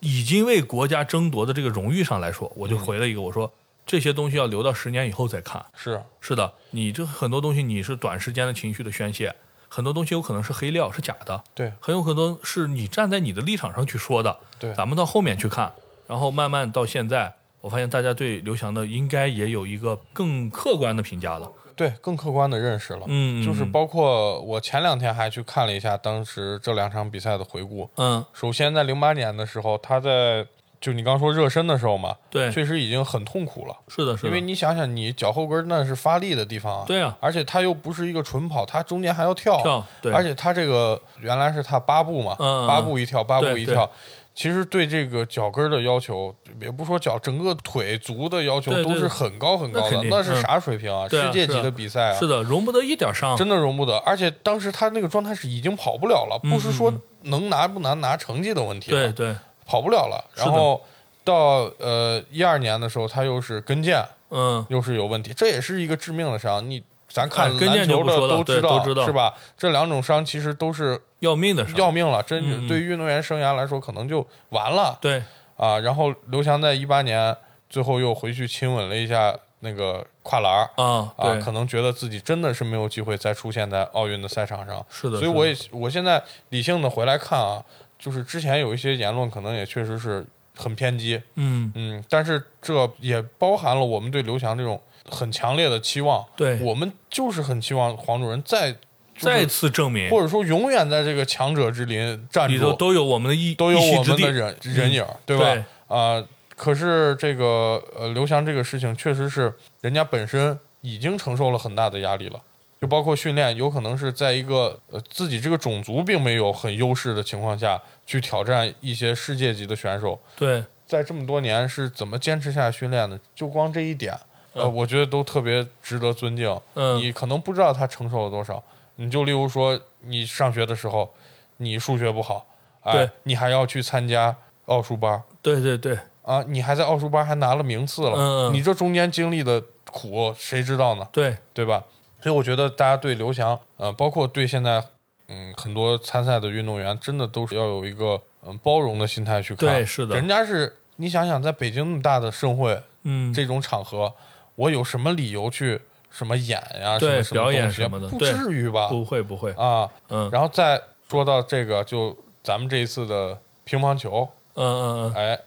S2: 已经为国家争夺的这个荣誉上来说，我就回了一个我说这些东西要留到十年以后再看。
S3: 是
S2: 是的，你这很多东西你是短时间的情绪的宣泄，很多东西有可能是黑料，是假的，
S3: 对
S2: 很有可能是你站在你的立场上去说的。
S3: 对
S2: 咱们到后面去看，然后慢慢到现在，我发现大家对刘翔的应该也有一个更客观的评价了。
S3: 对，更客观的认识了。
S2: 嗯
S3: 就是
S2: 嗯
S3: 包括我前两天还去看了一下当时这两场比赛的回顾。
S2: 嗯，
S3: 首先，在零八年的时候，他在就你刚说热身的时候嘛，
S2: 对，
S3: 确实已经很痛苦了。
S2: 是的，是
S3: 因为
S2: 的，
S3: 你想想，你脚后跟那是发力的地方啊，
S2: 对啊
S3: 而且他又不是一个纯跑，他中间还要跳，
S2: 跳对
S3: 而且他这个原来是他八步嘛，
S2: 嗯嗯
S3: 八步一跳，八步
S2: 对
S3: 一
S2: 对
S3: 跳，其实对这个脚跟的要求，也不说脚，整个腿足的要求
S2: 对对
S3: 都是很高很高
S2: 那
S3: 的，
S2: 肯定
S3: 那是啥水平啊？
S2: 对啊
S3: 世界级
S2: 是啊
S3: 的比赛啊，
S2: 是的，容不得一点伤。
S3: 真的容不得。而且当时他那个状态是已经跑不了了，不是说
S2: 嗯
S3: 能拿不能拿成绩的问题了，
S2: 对对，
S3: 跑不了了。
S2: 是的
S3: 然后到呃一二年的时候，他又是跟腱。
S2: 嗯，
S3: 又是有问题，这也是一个致命的伤。你咱看
S2: 哎跟腱
S3: 篮
S2: 就
S3: 球
S2: 不说
S3: 的
S2: 了
S3: 都
S2: 对
S3: 知道，
S2: 都知道
S3: 是吧？这两种伤其实都是
S2: 要命的伤。
S3: 要命 了，真
S2: 嗯嗯
S3: 对于运动员生涯来说可能就完了
S2: 对，
S3: 啊。然后刘翔在一八年最后又回去亲吻了一下那个跨栏儿
S2: 啊，
S3: 啊，
S2: 对，
S3: 可能觉得自己真的是没有机会再出现在奥运的赛场上。
S2: 是的
S3: 所以
S2: 是的
S3: 我也我现在理性的回来看啊，就是之前有一些言论可能也确实是很偏激，
S2: 嗯，
S3: 嗯，但是这也包含了我们对刘翔这种很强烈的期望。
S2: 对
S3: 我们就是很期望黄主任再、就是
S2: 再次证明
S3: 或者说永远在这个强者之林站
S2: 里头
S3: 住，
S2: 都有我们的一
S3: 都有
S2: 一席
S3: 我
S2: 之
S3: 们
S2: 地嗯
S3: 的人人影，对吧？
S2: 对
S3: 啊、可是这个呃，刘翔这个事情确实是人家本身已经承受了很大的压力了。就包括训练，有可能是在一个呃自己这个种族并没有很优势的情况下，去挑战一些世界级的选手，
S2: 对，
S3: 在这么多年是怎么坚持下来训练的，就光这一点，呃，我觉得都特别值得尊敬。
S2: 嗯
S3: 你可能不知道他承受了多少，你就例如说，你上学的时候，你数学不好，哎、
S2: 对
S3: 你还要去参加奥数班儿
S2: 对对对，
S3: 啊，你还在奥数班儿还拿了名次了，
S2: 嗯嗯
S3: 你这中间经历的苦，谁知道呢？
S2: 对，
S3: 对吧？所以我觉得大家对刘翔，呃，包括对现在，嗯，很多参赛的运动员，真的都是要有一个嗯包容的心态去看。
S2: 对是的
S3: 人家是你想想，在北京那么大的盛会
S2: 嗯，
S3: 这种场合，我有什么理由去什么演呀、什
S2: 对
S3: 么什么
S2: 表演
S3: 东西啊
S2: 什么的
S3: 不
S2: 对
S3: 至于吧？
S2: 不会不会，
S3: 啊，
S2: 嗯
S3: 然后再说到这个，就咱们这一次的乒乓球，
S2: 嗯嗯嗯，
S3: 哎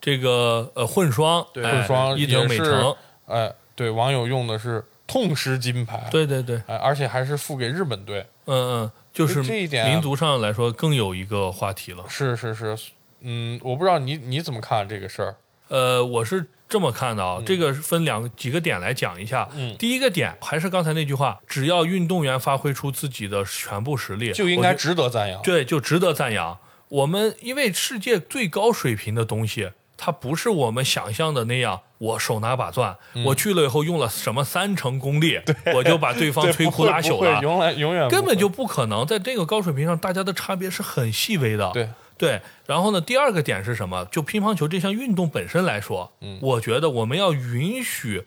S2: 这个呃混双，
S3: 对
S2: 哎
S3: 混双
S2: 一等
S3: 也
S2: 美
S3: 是
S2: 城，
S3: 哎，对网友用的是痛失金牌，
S2: 对对对，
S3: 哎，而且还是付给日本队。
S2: 嗯嗯，就是
S3: 这一点啊
S2: 民族上来说更有一个话题了。
S3: 是是是，嗯，我不知道你你怎么看这个事儿？
S2: 呃，我是这么看的啊，这个分两个几个点来讲一下。
S3: 嗯
S2: 第一个点还是刚才那句话，只要运动员发挥出自己的全部实力，
S3: 就应
S2: 我
S3: 该
S2: 觉
S3: 值得赞扬。
S2: 对，就值得赞扬。我们因为世界最高水平的东西，它不是我们想象的那样，我手拿把钻，
S3: 嗯
S2: 我去了以后用了什么三成功力，我就把 对方
S3: 这
S2: 摧
S3: 不
S2: 枯
S3: 会
S2: 拉
S3: 不
S2: 朽
S3: 会
S2: 了。
S3: 永远永远
S2: 根本
S3: 不
S2: 就
S3: 会
S2: 不可能。在这个高水平上，大家的差别是很细微的。
S3: 对
S2: 对。然后呢，第二个点是什么？就乒乓球这项运动本身来说，嗯，我觉得我们要允许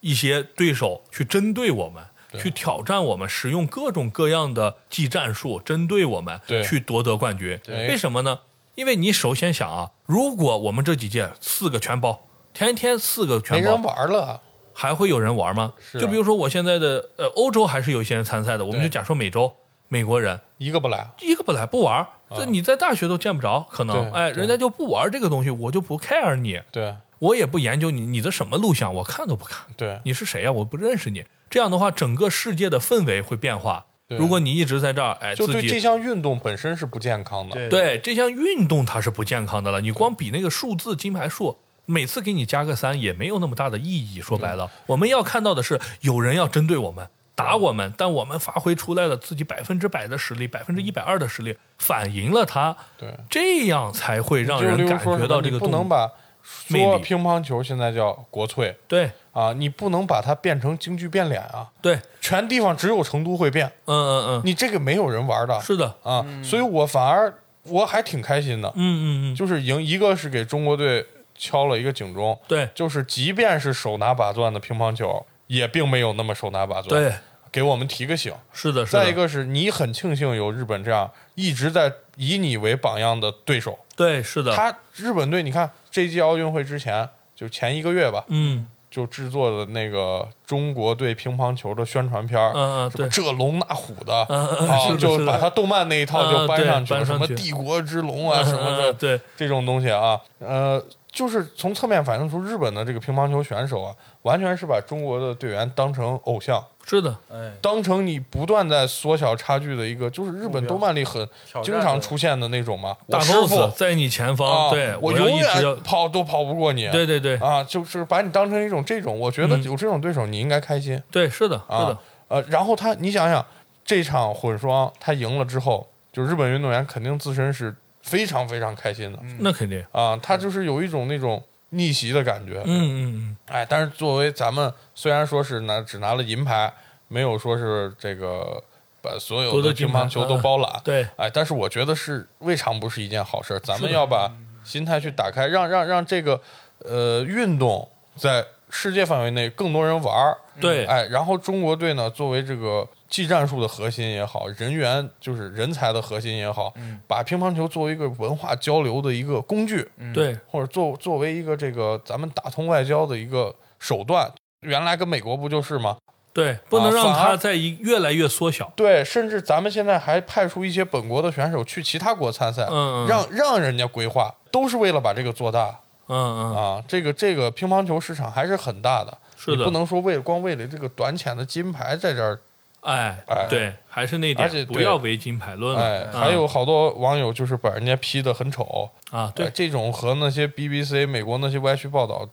S2: 一些对手去针对我们。去挑战我们，使用各种各样的技战术针对我们
S3: 对，
S2: 去夺得冠军。
S3: 对
S2: 为什么呢？因为你首先想啊，如果我们这几届四个全包，天天四个
S3: 没
S2: 全包
S3: 人，玩了。
S2: 还会有人玩吗？
S3: 是啊
S2: 就比如说我现在的呃，欧洲还是有一些人参赛的，我们就
S3: 对
S2: 假说美洲美国人
S3: 一个不来，
S2: 一个本来不玩，这你在大学都见不着，可能
S3: 啊对
S2: 哎，
S3: 对
S2: 人家就不玩这个东西，我就不 care 你，
S3: 对
S2: 我也不研究你你的什么录像，我看都不看，
S3: 对
S2: 你是谁呀、我不认识你。这样的话，整个世界的氛围会变化。
S3: 对
S2: 如果你一直在这儿，哎，
S3: 就
S2: 自
S3: 对
S2: 己
S3: 这项运动本身是不健康的。
S4: 对
S2: 对这项运动它是不健康的了。你光比那个数字金牌数，每次给你加个三也没有那么大的意义。说白了，我们要看到的是有人要针对我们。打我们，但我们发挥出来了自己百分之百的实力，百分之一百二的实力，反赢了他，
S3: 对，
S2: 这样才会让
S3: 就
S2: 人
S3: 例如
S2: 感
S3: 说什
S2: 觉
S3: 么，
S2: 到
S3: 你
S2: 这个
S3: 不能
S2: 动。
S3: 把
S2: 魅
S3: 说
S2: 力
S3: 乒乓球现在叫国粹
S2: 对
S3: 啊，你不能把它变成京剧变脸啊。
S2: 对，
S3: 全地方只有成都会变，
S2: 嗯嗯嗯，
S3: 你这个没有人玩的。
S2: 是的，
S3: 啊，所以我反而我还挺开心的，
S2: 嗯嗯嗯，
S3: 就是赢一个是给中国队敲了一个警钟，
S2: 对
S3: 就是即便是手拿把攥的乒乓球，也并没有那么手拿把攥。
S2: 对，
S3: 给我们提个醒。
S2: 是的，是的。
S3: 再一个是你很庆幸有日本这样一直在以你为榜样的对手。
S2: 对，是的，
S3: 他日本队，你看这届奥运会之前，就前一个月吧，
S2: 嗯
S3: 就制作的那个中国队乒乓球的宣传片儿，
S2: 嗯嗯，对，
S3: 这龙那虎的，
S2: 嗯嗯嗯是
S3: 啊，
S2: 的
S3: 就是
S2: 的
S3: 把他动漫那一套就
S2: 嗯
S3: 搬
S2: 对
S3: 上去了，
S2: 搬
S3: 什
S2: 上
S3: 么
S2: 去
S3: 帝国之龙啊什么
S2: 嗯嗯嗯
S3: 的
S2: 对，
S3: 这种东西啊，呃，就是从侧面反映出日本的这个乒乓球选手啊，完全是把中国的队员当成偶像，
S2: 是的，
S4: 哎，
S3: 当成你不断在缩小差距的一个，就是日本
S4: 目标
S3: 动漫里很
S4: 挑战
S3: 经
S4: 的
S3: 常出现的那种嘛，
S2: 大
S3: 我师
S2: boss
S3: 傅。
S2: 在你前方，
S3: 啊，
S2: 对
S3: 我
S2: 要
S3: 永
S2: 一直要
S3: 远，跑都跑不过你。
S2: 对对对
S3: 啊，就是把你当成一种这种，我觉得
S2: 嗯
S3: 有这种对手，你应该开心。
S2: 对，是的，是的
S3: 啊，，呃，然后他，你想想，这场混双他赢了之后，就日本运动员肯定自身是非常非常开心的
S2: 那肯定，
S3: 啊，他就是有一种那种逆袭的感觉，
S2: 嗯嗯
S3: 哎，但是作为咱们虽然说是拿只拿了银牌，没有说是这个把所有
S2: 夺
S3: 的
S2: 得
S3: 乒
S2: 金
S3: 乓
S2: 牌
S3: 球都包揽
S2: 嗯，，对，
S3: 哎，但是我觉得是未尝不是一件好事儿，咱们
S2: 是的嗯
S3: 要把心态去打开，让让让这个呃运动在世界范围内更多人玩儿，
S2: 嗯对
S3: 哎，然后中国队呢，作为这个技战术的核心也好，人员就是人才的核心也好，
S2: 嗯
S3: 把乒乓球作为一个文化交流的一个工具，
S2: 对，
S3: 或者作作为一个这个咱们打通外交的一个手段。原来跟美国不就是吗？
S2: 对，不能让
S3: 啊反而
S2: 它在一越来越缩小，
S3: 对，甚至咱们现在还派出一些本国的选手去其他国参赛，
S2: 嗯嗯
S3: 呃让让人家规划，都是为了把这个做大
S2: 嗯嗯，
S3: 啊。这个这个乒乓球市场还是很大的，
S2: 是
S3: 你
S2: 的
S3: 不，能说为了光为了这个短浅的金牌在这儿
S2: 哎
S3: 哎，
S2: 对，还是那
S3: 而且
S2: 点，不
S3: 对
S2: 要唯金牌论
S3: 哎
S2: 了，，
S3: 还有好多网友就是把人家 P 的很丑，
S2: 啊，
S3: 哎
S2: 对，
S3: 这种和那些 BBC 美国那些歪曲报道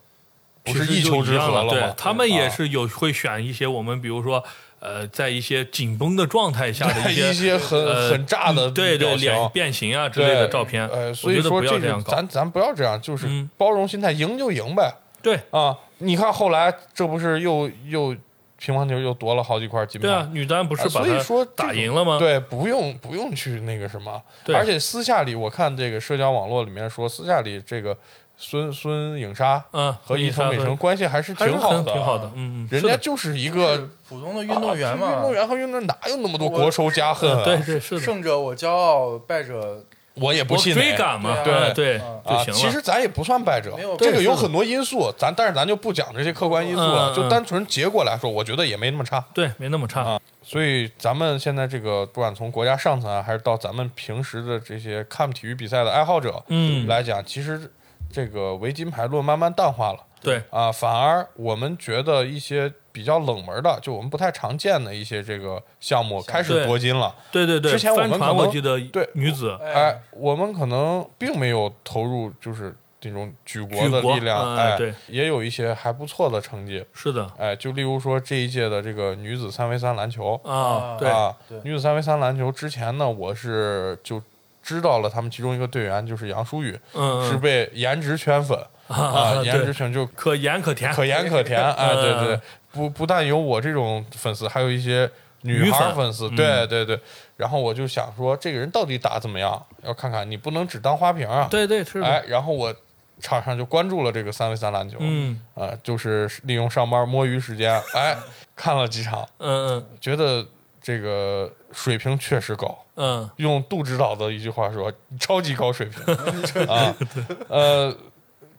S3: 不是
S2: 其实就
S3: 丘之
S2: 样
S3: 貉
S2: 了
S3: 了
S2: 对
S3: 吗？，
S2: 他们也
S3: 啊
S2: 是有会选一些我们，比如说，呃，在一些紧绷的状态下的
S3: 在 一
S2: 一些
S3: 些很
S2: 呃
S3: 很炸的
S2: 对对
S3: 表情
S2: 脸变形啊之
S3: 对
S2: 类的照片，
S3: 呃，
S2: 我
S3: 所以
S2: 觉得
S3: 说
S2: 不要
S3: 这
S2: 样
S3: 个
S2: 搞
S3: 咱，咱不要这样，就是
S2: 嗯
S3: 包容心态，赢就赢呗
S2: 对
S3: 啊！你看后来这不是又又乒乓球又夺了好几块金牌？
S2: 对啊，女单不
S3: 啊
S2: 是把
S3: 所以
S2: 它
S3: 说这
S2: 打
S3: 种
S2: 赢了吗？
S3: 对，不用不用去那个什么，
S2: 对
S3: 而且私下里我看这个社交网络里面说，私下里这个孙孙颖莎
S2: 嗯
S3: 和伊藤美
S2: 伊藤
S3: 诚
S2: 美
S3: 关系还是挺好
S2: 很
S3: 的，啊
S2: 挺好的，嗯，嗯
S3: 人
S2: 是
S3: 家
S2: 的
S3: 就是一个
S4: 普通的运动员
S3: 啊
S4: 嘛，
S3: 运动员和运动员哪有那么多
S4: 我
S3: 国仇家恨
S2: 嗯
S3: 啊？
S2: 对对是的，
S4: 胜者我骄傲，败者
S3: 我也不
S2: 我
S3: 信
S2: 追
S3: 哪
S2: 赶嘛，
S4: 对啊
S2: 哎对
S4: 啊
S2: 就
S3: 啊，
S2: 行了。
S3: 其实咱也不算败者
S4: 没有，
S3: 这
S4: 对
S3: 个有
S2: 是的
S3: 很多因素，咱但是咱就不讲这些客观因素了，
S2: 嗯嗯
S3: 就
S2: 嗯
S3: 单纯结果来说，我觉得也没那么差。
S2: 对没那么差，
S3: 啊所以咱们现在这个，不管从国家上层啊，还是到咱们平时的这些看体育比赛的爱好者，
S2: 嗯
S3: 来讲，其实这个唯金牌论慢慢淡化了
S2: 对
S3: 啊，反而我们觉得一些比较冷门的，就我们不太常见的一些这个项目开始
S2: 对
S3: 夺金了。
S2: 对对对。
S3: 之前我们
S2: 帆
S3: 可
S2: 船
S3: 能
S2: 我记得
S3: 对
S2: 女子
S3: 哎，我们可能并没有投入就是这种举国
S2: 举
S3: 的
S2: 国
S3: 力量，
S2: 嗯
S3: 哎，
S2: 对，
S3: 也有一些还不错的成绩，
S2: 是的
S3: 哎，就例如说这一届的这个女子三 v 三篮球
S2: 啊，对
S3: 啊
S4: 对，
S3: 女子三 v 三篮球之前呢，我是就知道了他们其中一个队员就是杨舒雨，
S2: 嗯
S3: 是
S2: 嗯
S3: 被颜值圈粉啊，
S2: 对
S3: 颜值圈就
S2: 可盐可甜，
S3: 可盐可甜，哎，对对对
S2: 嗯，
S3: 不不但有我这种粉丝，还有一些女
S2: 女
S3: 孩
S2: 粉
S3: 粉丝，
S2: 嗯
S3: 对对对。然后我就想说，这个人到底打怎么样？要看看，你不能只当花瓶啊。
S2: 对对是的，
S3: 哎，然后我场上就关注了这个三 v 三篮球，
S2: 嗯
S3: 啊，就是利用上班摸鱼时间，哎，看了几场，
S2: 嗯嗯
S3: 觉得这个水平确实高。
S2: 嗯，
S3: 用杜指导的一句话说，超级高水 平啊，呃。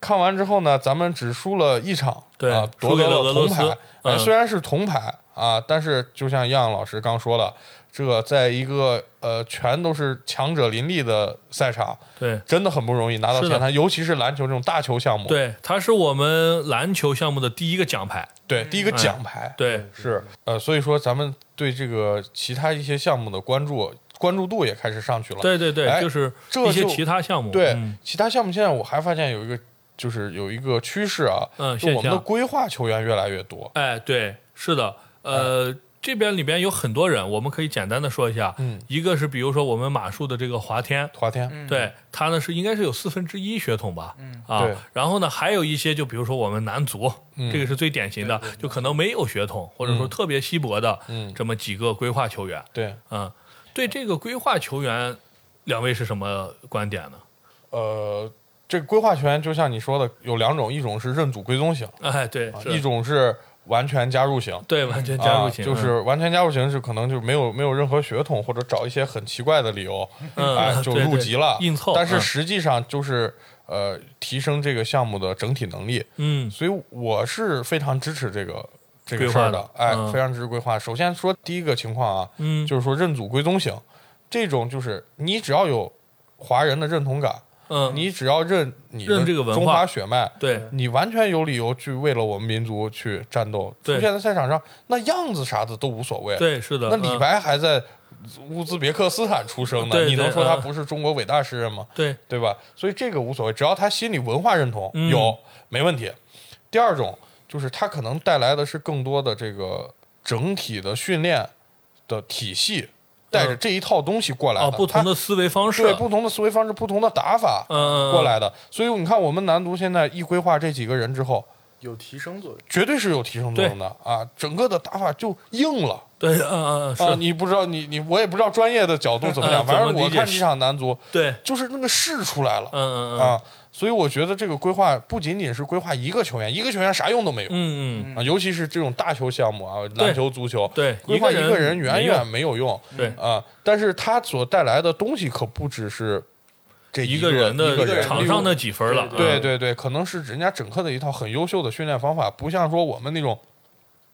S3: 看完之后呢，咱们只输了一场，
S2: 对
S3: 啊，夺
S2: 输给
S3: 得
S2: 了俄
S3: 铜
S2: 罗
S3: 牌
S2: 斯。
S3: 哎，
S2: 嗯
S3: 虽然是铜牌啊，但是就像样老师刚说了，这在一个呃全都是强者林立的赛场，
S2: 对。
S3: 真的很不容易拿到
S2: 是的
S3: 前三，尤其是篮球这种大球项目。
S2: 对，它是我们篮球项目的第一个奖牌。
S3: 对第一
S2: 嗯
S3: 个奖牌，
S2: 对，
S3: 是呃，所以说咱们对这个其他一些项目的关注关注度也开始上去了。
S2: 对对对，
S3: 哎
S2: 就是
S3: 这
S2: 一些
S3: 就
S2: 其他项目。
S3: 对
S2: 嗯，
S3: 其他项目现在我还发现有一个，就是有一个趋势啊，
S2: 嗯
S3: 就
S2: 现
S3: 我们的
S2: 象
S3: 规划球员越来越多。
S2: 哎，对，是的，呃，这边里边有很多人，我们可以简单的说一下。
S3: 哎嗯，
S2: 一个是比如说我们马术的这个华天，
S3: 华天，
S2: 对他呢是应该是有四分之一血统吧，啊
S3: 嗯对，嗯
S2: 然后呢还有一些就比如说我们男足，这个是最典型的，就可能没有血统或者说特别稀薄的，
S3: 嗯
S2: 这么几个规划球员，
S3: 对，
S2: 嗯，对这个规划球员，两位是什么观点呢？
S3: 呃，这个规划球员就像你说的，有两种，一种是认祖归宗型，
S2: 哎，对
S3: 啊，
S2: 是
S3: 一种是完全加入型。
S2: 对，完全加入型，嗯
S3: 啊，就是完全加入型是可能就没有没有任何血统，或者找一些很奇怪的理由，
S2: 嗯
S3: 哎，就入籍了，
S2: 对对硬凑
S3: 但是
S2: 嗯
S3: 实际上就是呃，提升这个项目的整体能力，
S2: 嗯
S3: 所以我是非常支持这个这个事儿
S2: 规
S3: 的
S2: 划，的
S3: 哎，
S2: 嗯
S3: 非常支持规划。首先说第一个情况啊，
S2: 嗯，
S3: 就是说认祖归宗型，这种就是你只要有华人的认同感，
S2: 嗯，
S3: 你只要认你的
S2: 认这个文化
S3: 中华血脉，
S2: 对
S3: 你完全有理由去为了我们民族去战斗。
S2: 对
S3: 出现在赛场上，那样子啥的都无所谓。，
S2: 对是的，
S3: 那李
S2: 嗯
S3: 白还在乌兹别克斯坦出生呢，
S2: 对
S3: 你能
S2: 对
S3: 说他
S2: 嗯
S3: 不是中国伟大诗人吗？
S2: 对
S3: 对吧？所以这个无所谓，只要他心里文化认同、
S2: 嗯
S3: 有，没问题。第二种就是他可能带来的是更多的这个整体的训练的体系，带着这一套东西过来的，
S2: 呃哦，不同的
S3: 他
S2: 思维方式，
S3: 对不同的思维方式、不同的打法
S2: 嗯嗯
S3: 过来的。所以你看，我们南足现在一规划这几个人之后，
S4: 有提升作用。
S3: 绝对是有提升作用的啊！整个的打法就硬了。
S2: 对，嗯嗯嗯
S3: 啊，
S2: 是，
S3: 你不知道你你我也不知道专业的角度怎么
S2: 嗯
S3: 样，
S2: 嗯
S3: 反
S2: 怎
S3: 正
S2: 么理
S3: 我
S2: 解
S3: 看几场男足
S2: 对，
S3: 就是那个势出来了，
S2: 嗯嗯嗯
S3: 啊，所以我觉得这个规划不仅仅是规划一个球员，一个球员啥用都没有、
S2: 嗯嗯，
S3: 啊，尤其是这种大球项目啊，篮球、足球，
S2: 对
S3: 规划
S2: 一
S3: 一
S2: 个人
S3: 个人
S2: 没
S3: 远
S2: 用
S3: 远没有用，
S2: 对
S3: 啊，但是他所带来的东西可不只是这
S2: 一
S3: 个
S2: 个人
S3: 一个
S2: 的
S3: 人
S2: 场上的几分了，
S3: 对
S2: 嗯
S3: 对对，可能是人家整个的一套很优秀的训练方法，不像说我们那种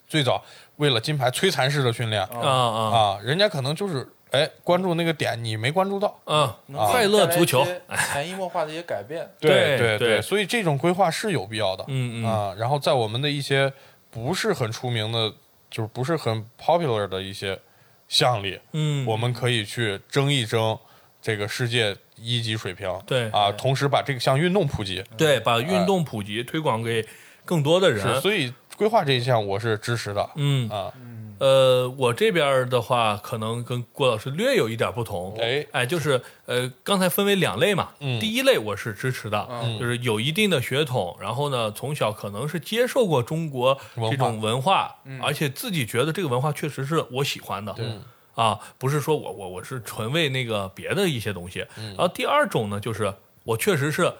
S3: 最早为了金牌摧残式的训练、
S2: 啊啊
S3: 啊，人家可能就是哎关注那个点你没关注到。
S2: 啊，嗯
S4: 能
S2: 快乐足球，
S4: 带来一些潜移默化的一些改变，
S2: 对
S3: 对
S2: 对
S3: 所以这种规划是有必要的。
S2: 嗯嗯
S3: 啊，然后在我们的一些不是很出名的，就是不是很 popular 的一些项里，
S2: 嗯，
S3: 我们可以去争一争这个世界一级水平。
S2: 对
S3: 啊，同时把这个项运动普及。
S2: 对把运动普及推广给更多的
S3: 是，
S2: 人，
S3: 啊所以规划这一项我是支持的。
S2: 嗯
S3: 啊，
S2: 呃，我这边儿的话，可能跟郭老师略有一点不同。
S3: 哎
S2: 就是呃，刚才分为两类嘛。
S3: 嗯
S2: 第一类我是支持的，就是有一定的血统，然后呢，从小可能是接受过中国这种文化，
S3: 嗯
S2: 而且自己觉得这个文化确实是我喜欢的。啊，不是说我我我是纯为那个别的一些东西。
S3: 嗯
S2: 然后第二种呢，就是我确实是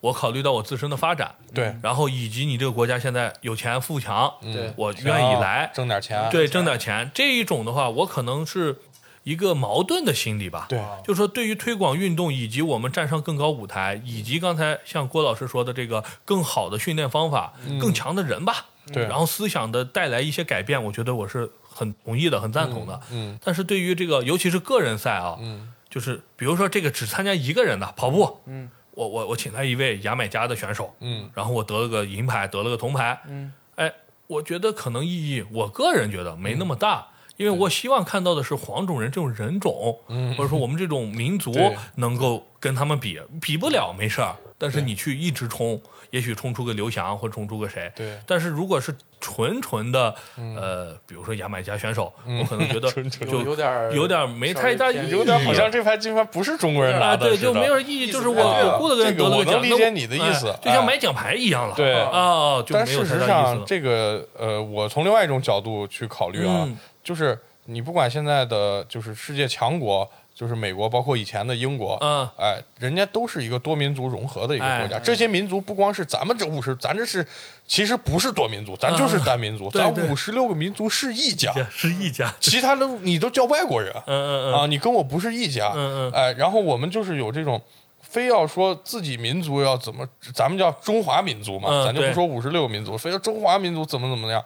S2: 我考虑到我自身的发展，
S3: 对，
S2: 然后以及你这个国家现在有钱富强，
S3: 嗯
S4: 对
S2: 我愿意来
S3: 啊，挣点钱。
S2: 对，挣点钱这一种的话，我可能是一个矛盾的心理吧。
S3: 对，
S2: 就说对于推广运动以及我们站上更高舞台，以及刚才像郭老师说的这个更好的训练方法、更强的人吧，
S3: 嗯对
S2: 嗯然后思想的带来一些改变，我觉得我是很同意的，很赞同的。
S3: 嗯
S2: 但是对于这个，尤其是个人赛啊，
S3: 嗯
S2: 就是比如说这个只参加一个人的跑步，
S4: 嗯，
S2: 我我我请来一位牙买加的选手，
S3: 嗯，
S2: 然后我得了个银牌，得了个铜牌，
S4: 嗯，
S2: 哎，我觉得可能意义，我个人觉得没
S3: 嗯
S2: 那么大。因为我希望看到的是黄种人这种人种，
S3: 嗯
S2: 或者说我们这种民族
S3: 对
S2: 能够跟他们比，比不了没事儿。但是你去一直冲，也许冲出个刘翔或冲出个谁。
S3: 对嗯
S2: 但是如果是纯纯的，呃，比如说牙买加选手，我可能觉得
S3: 纯纯
S2: 就
S4: 有有点儿
S2: 有点儿没太大意义，
S3: 有点好像这盘金牌不是中国人拿
S2: 哎啊，
S3: 的
S2: 对，
S3: 似的，啊
S2: 就没有意义，
S4: 意
S2: 就
S4: 思
S2: 是
S4: 不
S2: 我
S4: 太一
S2: 我
S4: 样
S2: 雇了个人
S3: 这
S2: 得了
S3: 个我
S2: 个奖，
S3: 能理
S2: 那
S3: 解
S2: 我
S3: 你的
S2: 哎
S3: 意思
S2: 就像
S3: 哎
S2: 买奖牌一样了。
S3: 对
S2: 啊啊，就
S3: 但
S2: 没有
S3: 事
S2: 太
S3: 实
S2: 大意思
S3: 上，
S2: 了。
S3: 这个呃，我从另外一种角度去考虑啊，
S2: 嗯
S3: 就是你不管现在的就是世界强国，就是美国，包括以前的英国，
S2: 嗯
S3: 哎，人家都是一个多民族融合的一个国家。
S2: 哎
S3: 这些民族不光是咱们这五十，咱这是其实不是多民族，咱就是单民族，
S2: 对对
S3: 咱五十六个民族 是一家，
S2: 这是一家，
S3: 其他的你都叫外国人。
S2: 嗯嗯嗯，
S3: 啊，你跟我不是一 家，
S2: 嗯嗯
S3: 哎，然后我们就是有这种，非要说自己民族要怎么，咱们叫中华民族嘛，
S2: 嗯
S3: 咱就
S2: 对
S3: 不说五十六民族，非要中华民族怎么怎么样，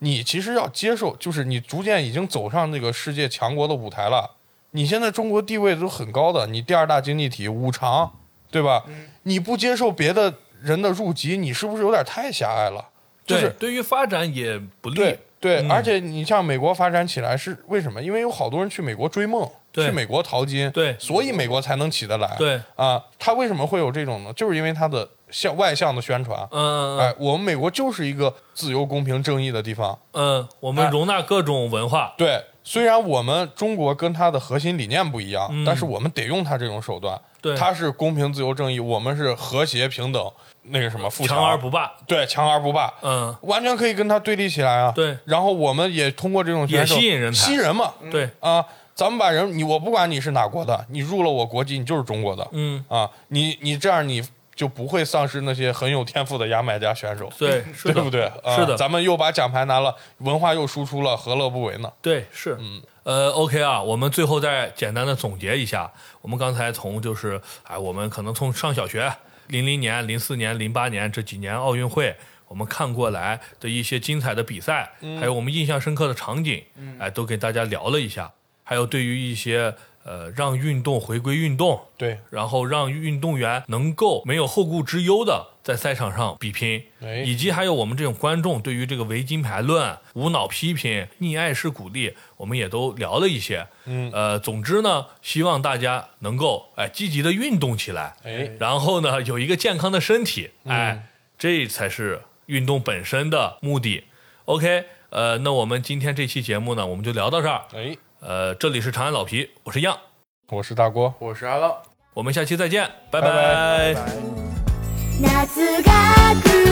S3: 你其实要接受，就是你逐渐已经走上这个世界强国的舞台了，你现在中国地位都很高的，你第二大经济体五常，对吧？你不接受别的人的入籍，你是不是有点太狭隘了？就
S2: 对，
S3: 是
S2: 对于发展也不利
S3: 对。对、
S2: 嗯
S3: 而且你像美国发展起来是为什么？因为有好多人去美国追梦，
S2: 对
S3: 去美国淘金，
S2: 对
S3: 所以美国才能起得来。
S2: 对
S3: 啊，他为什么会有这种呢？就是因为他的向外向的宣传。
S2: 嗯嗯
S3: 哎，我们美国就是一个自由、公平、正义的地方。
S2: 嗯，我们
S3: 哎
S2: 容纳各种文化，
S3: 对，虽然我们中国跟它的核心理念不一样，
S2: 嗯
S3: 但是我们得用它这种手段。
S2: 对
S3: 它是公平、自由、正义，我们是和谐、平等，那个什么富
S2: 强而不霸。
S3: 对，强而不霸。
S2: 嗯，
S3: 完全可以跟他对立起来啊。
S2: 对
S3: 然后我们也通过这种选手
S2: 也吸引人才嗯
S3: 吸人嘛。
S2: 对，
S3: 啊，咱们把人，你我不管你是哪国的，你入了我国籍，你就是中国的。
S2: 嗯
S3: 啊，你你这样你就不会丧失那些很有天赋的牙买加选手，
S2: 对， 是
S3: 对
S2: 的，
S3: 不对？啊
S2: 是的，
S3: 咱们又把奖牌拿了，文化又输出了，何乐不为呢？
S2: 对，是，嗯，呃，OK 啊，我们最后再简单的总结一下，我们刚才从就是，哎，我们可能从上小学零零年、零四年、零八年这几年奥运会，我们看过来的一些精彩的比赛，还有我们印象深刻的场景，哎，都给大家聊了一下，还有对于一些呃让运动回归运动，
S3: 对，
S2: 然后让运动员能够没有后顾之忧的在赛场上比拼
S3: 哎，
S2: 以及还有我们这种观众对于这个唯金牌论、无脑批评、溺爱式鼓励，我们也都聊了一些。
S3: 嗯
S2: 呃，总之呢，希望大家能够哎积极的运动起来，
S3: 哎，嗯
S2: 然后呢有一个健康的身体，哎，这才是运动本身的目的。OK，呃，那我们今天这期节目呢，我们就聊到这儿。
S3: 哎，
S2: 呃，这里是长安老皮，我是样，
S3: 我是大郭。
S4: 我是阿浪。
S2: 我们下期再见，
S3: 拜
S2: 拜拜
S1: 夏が来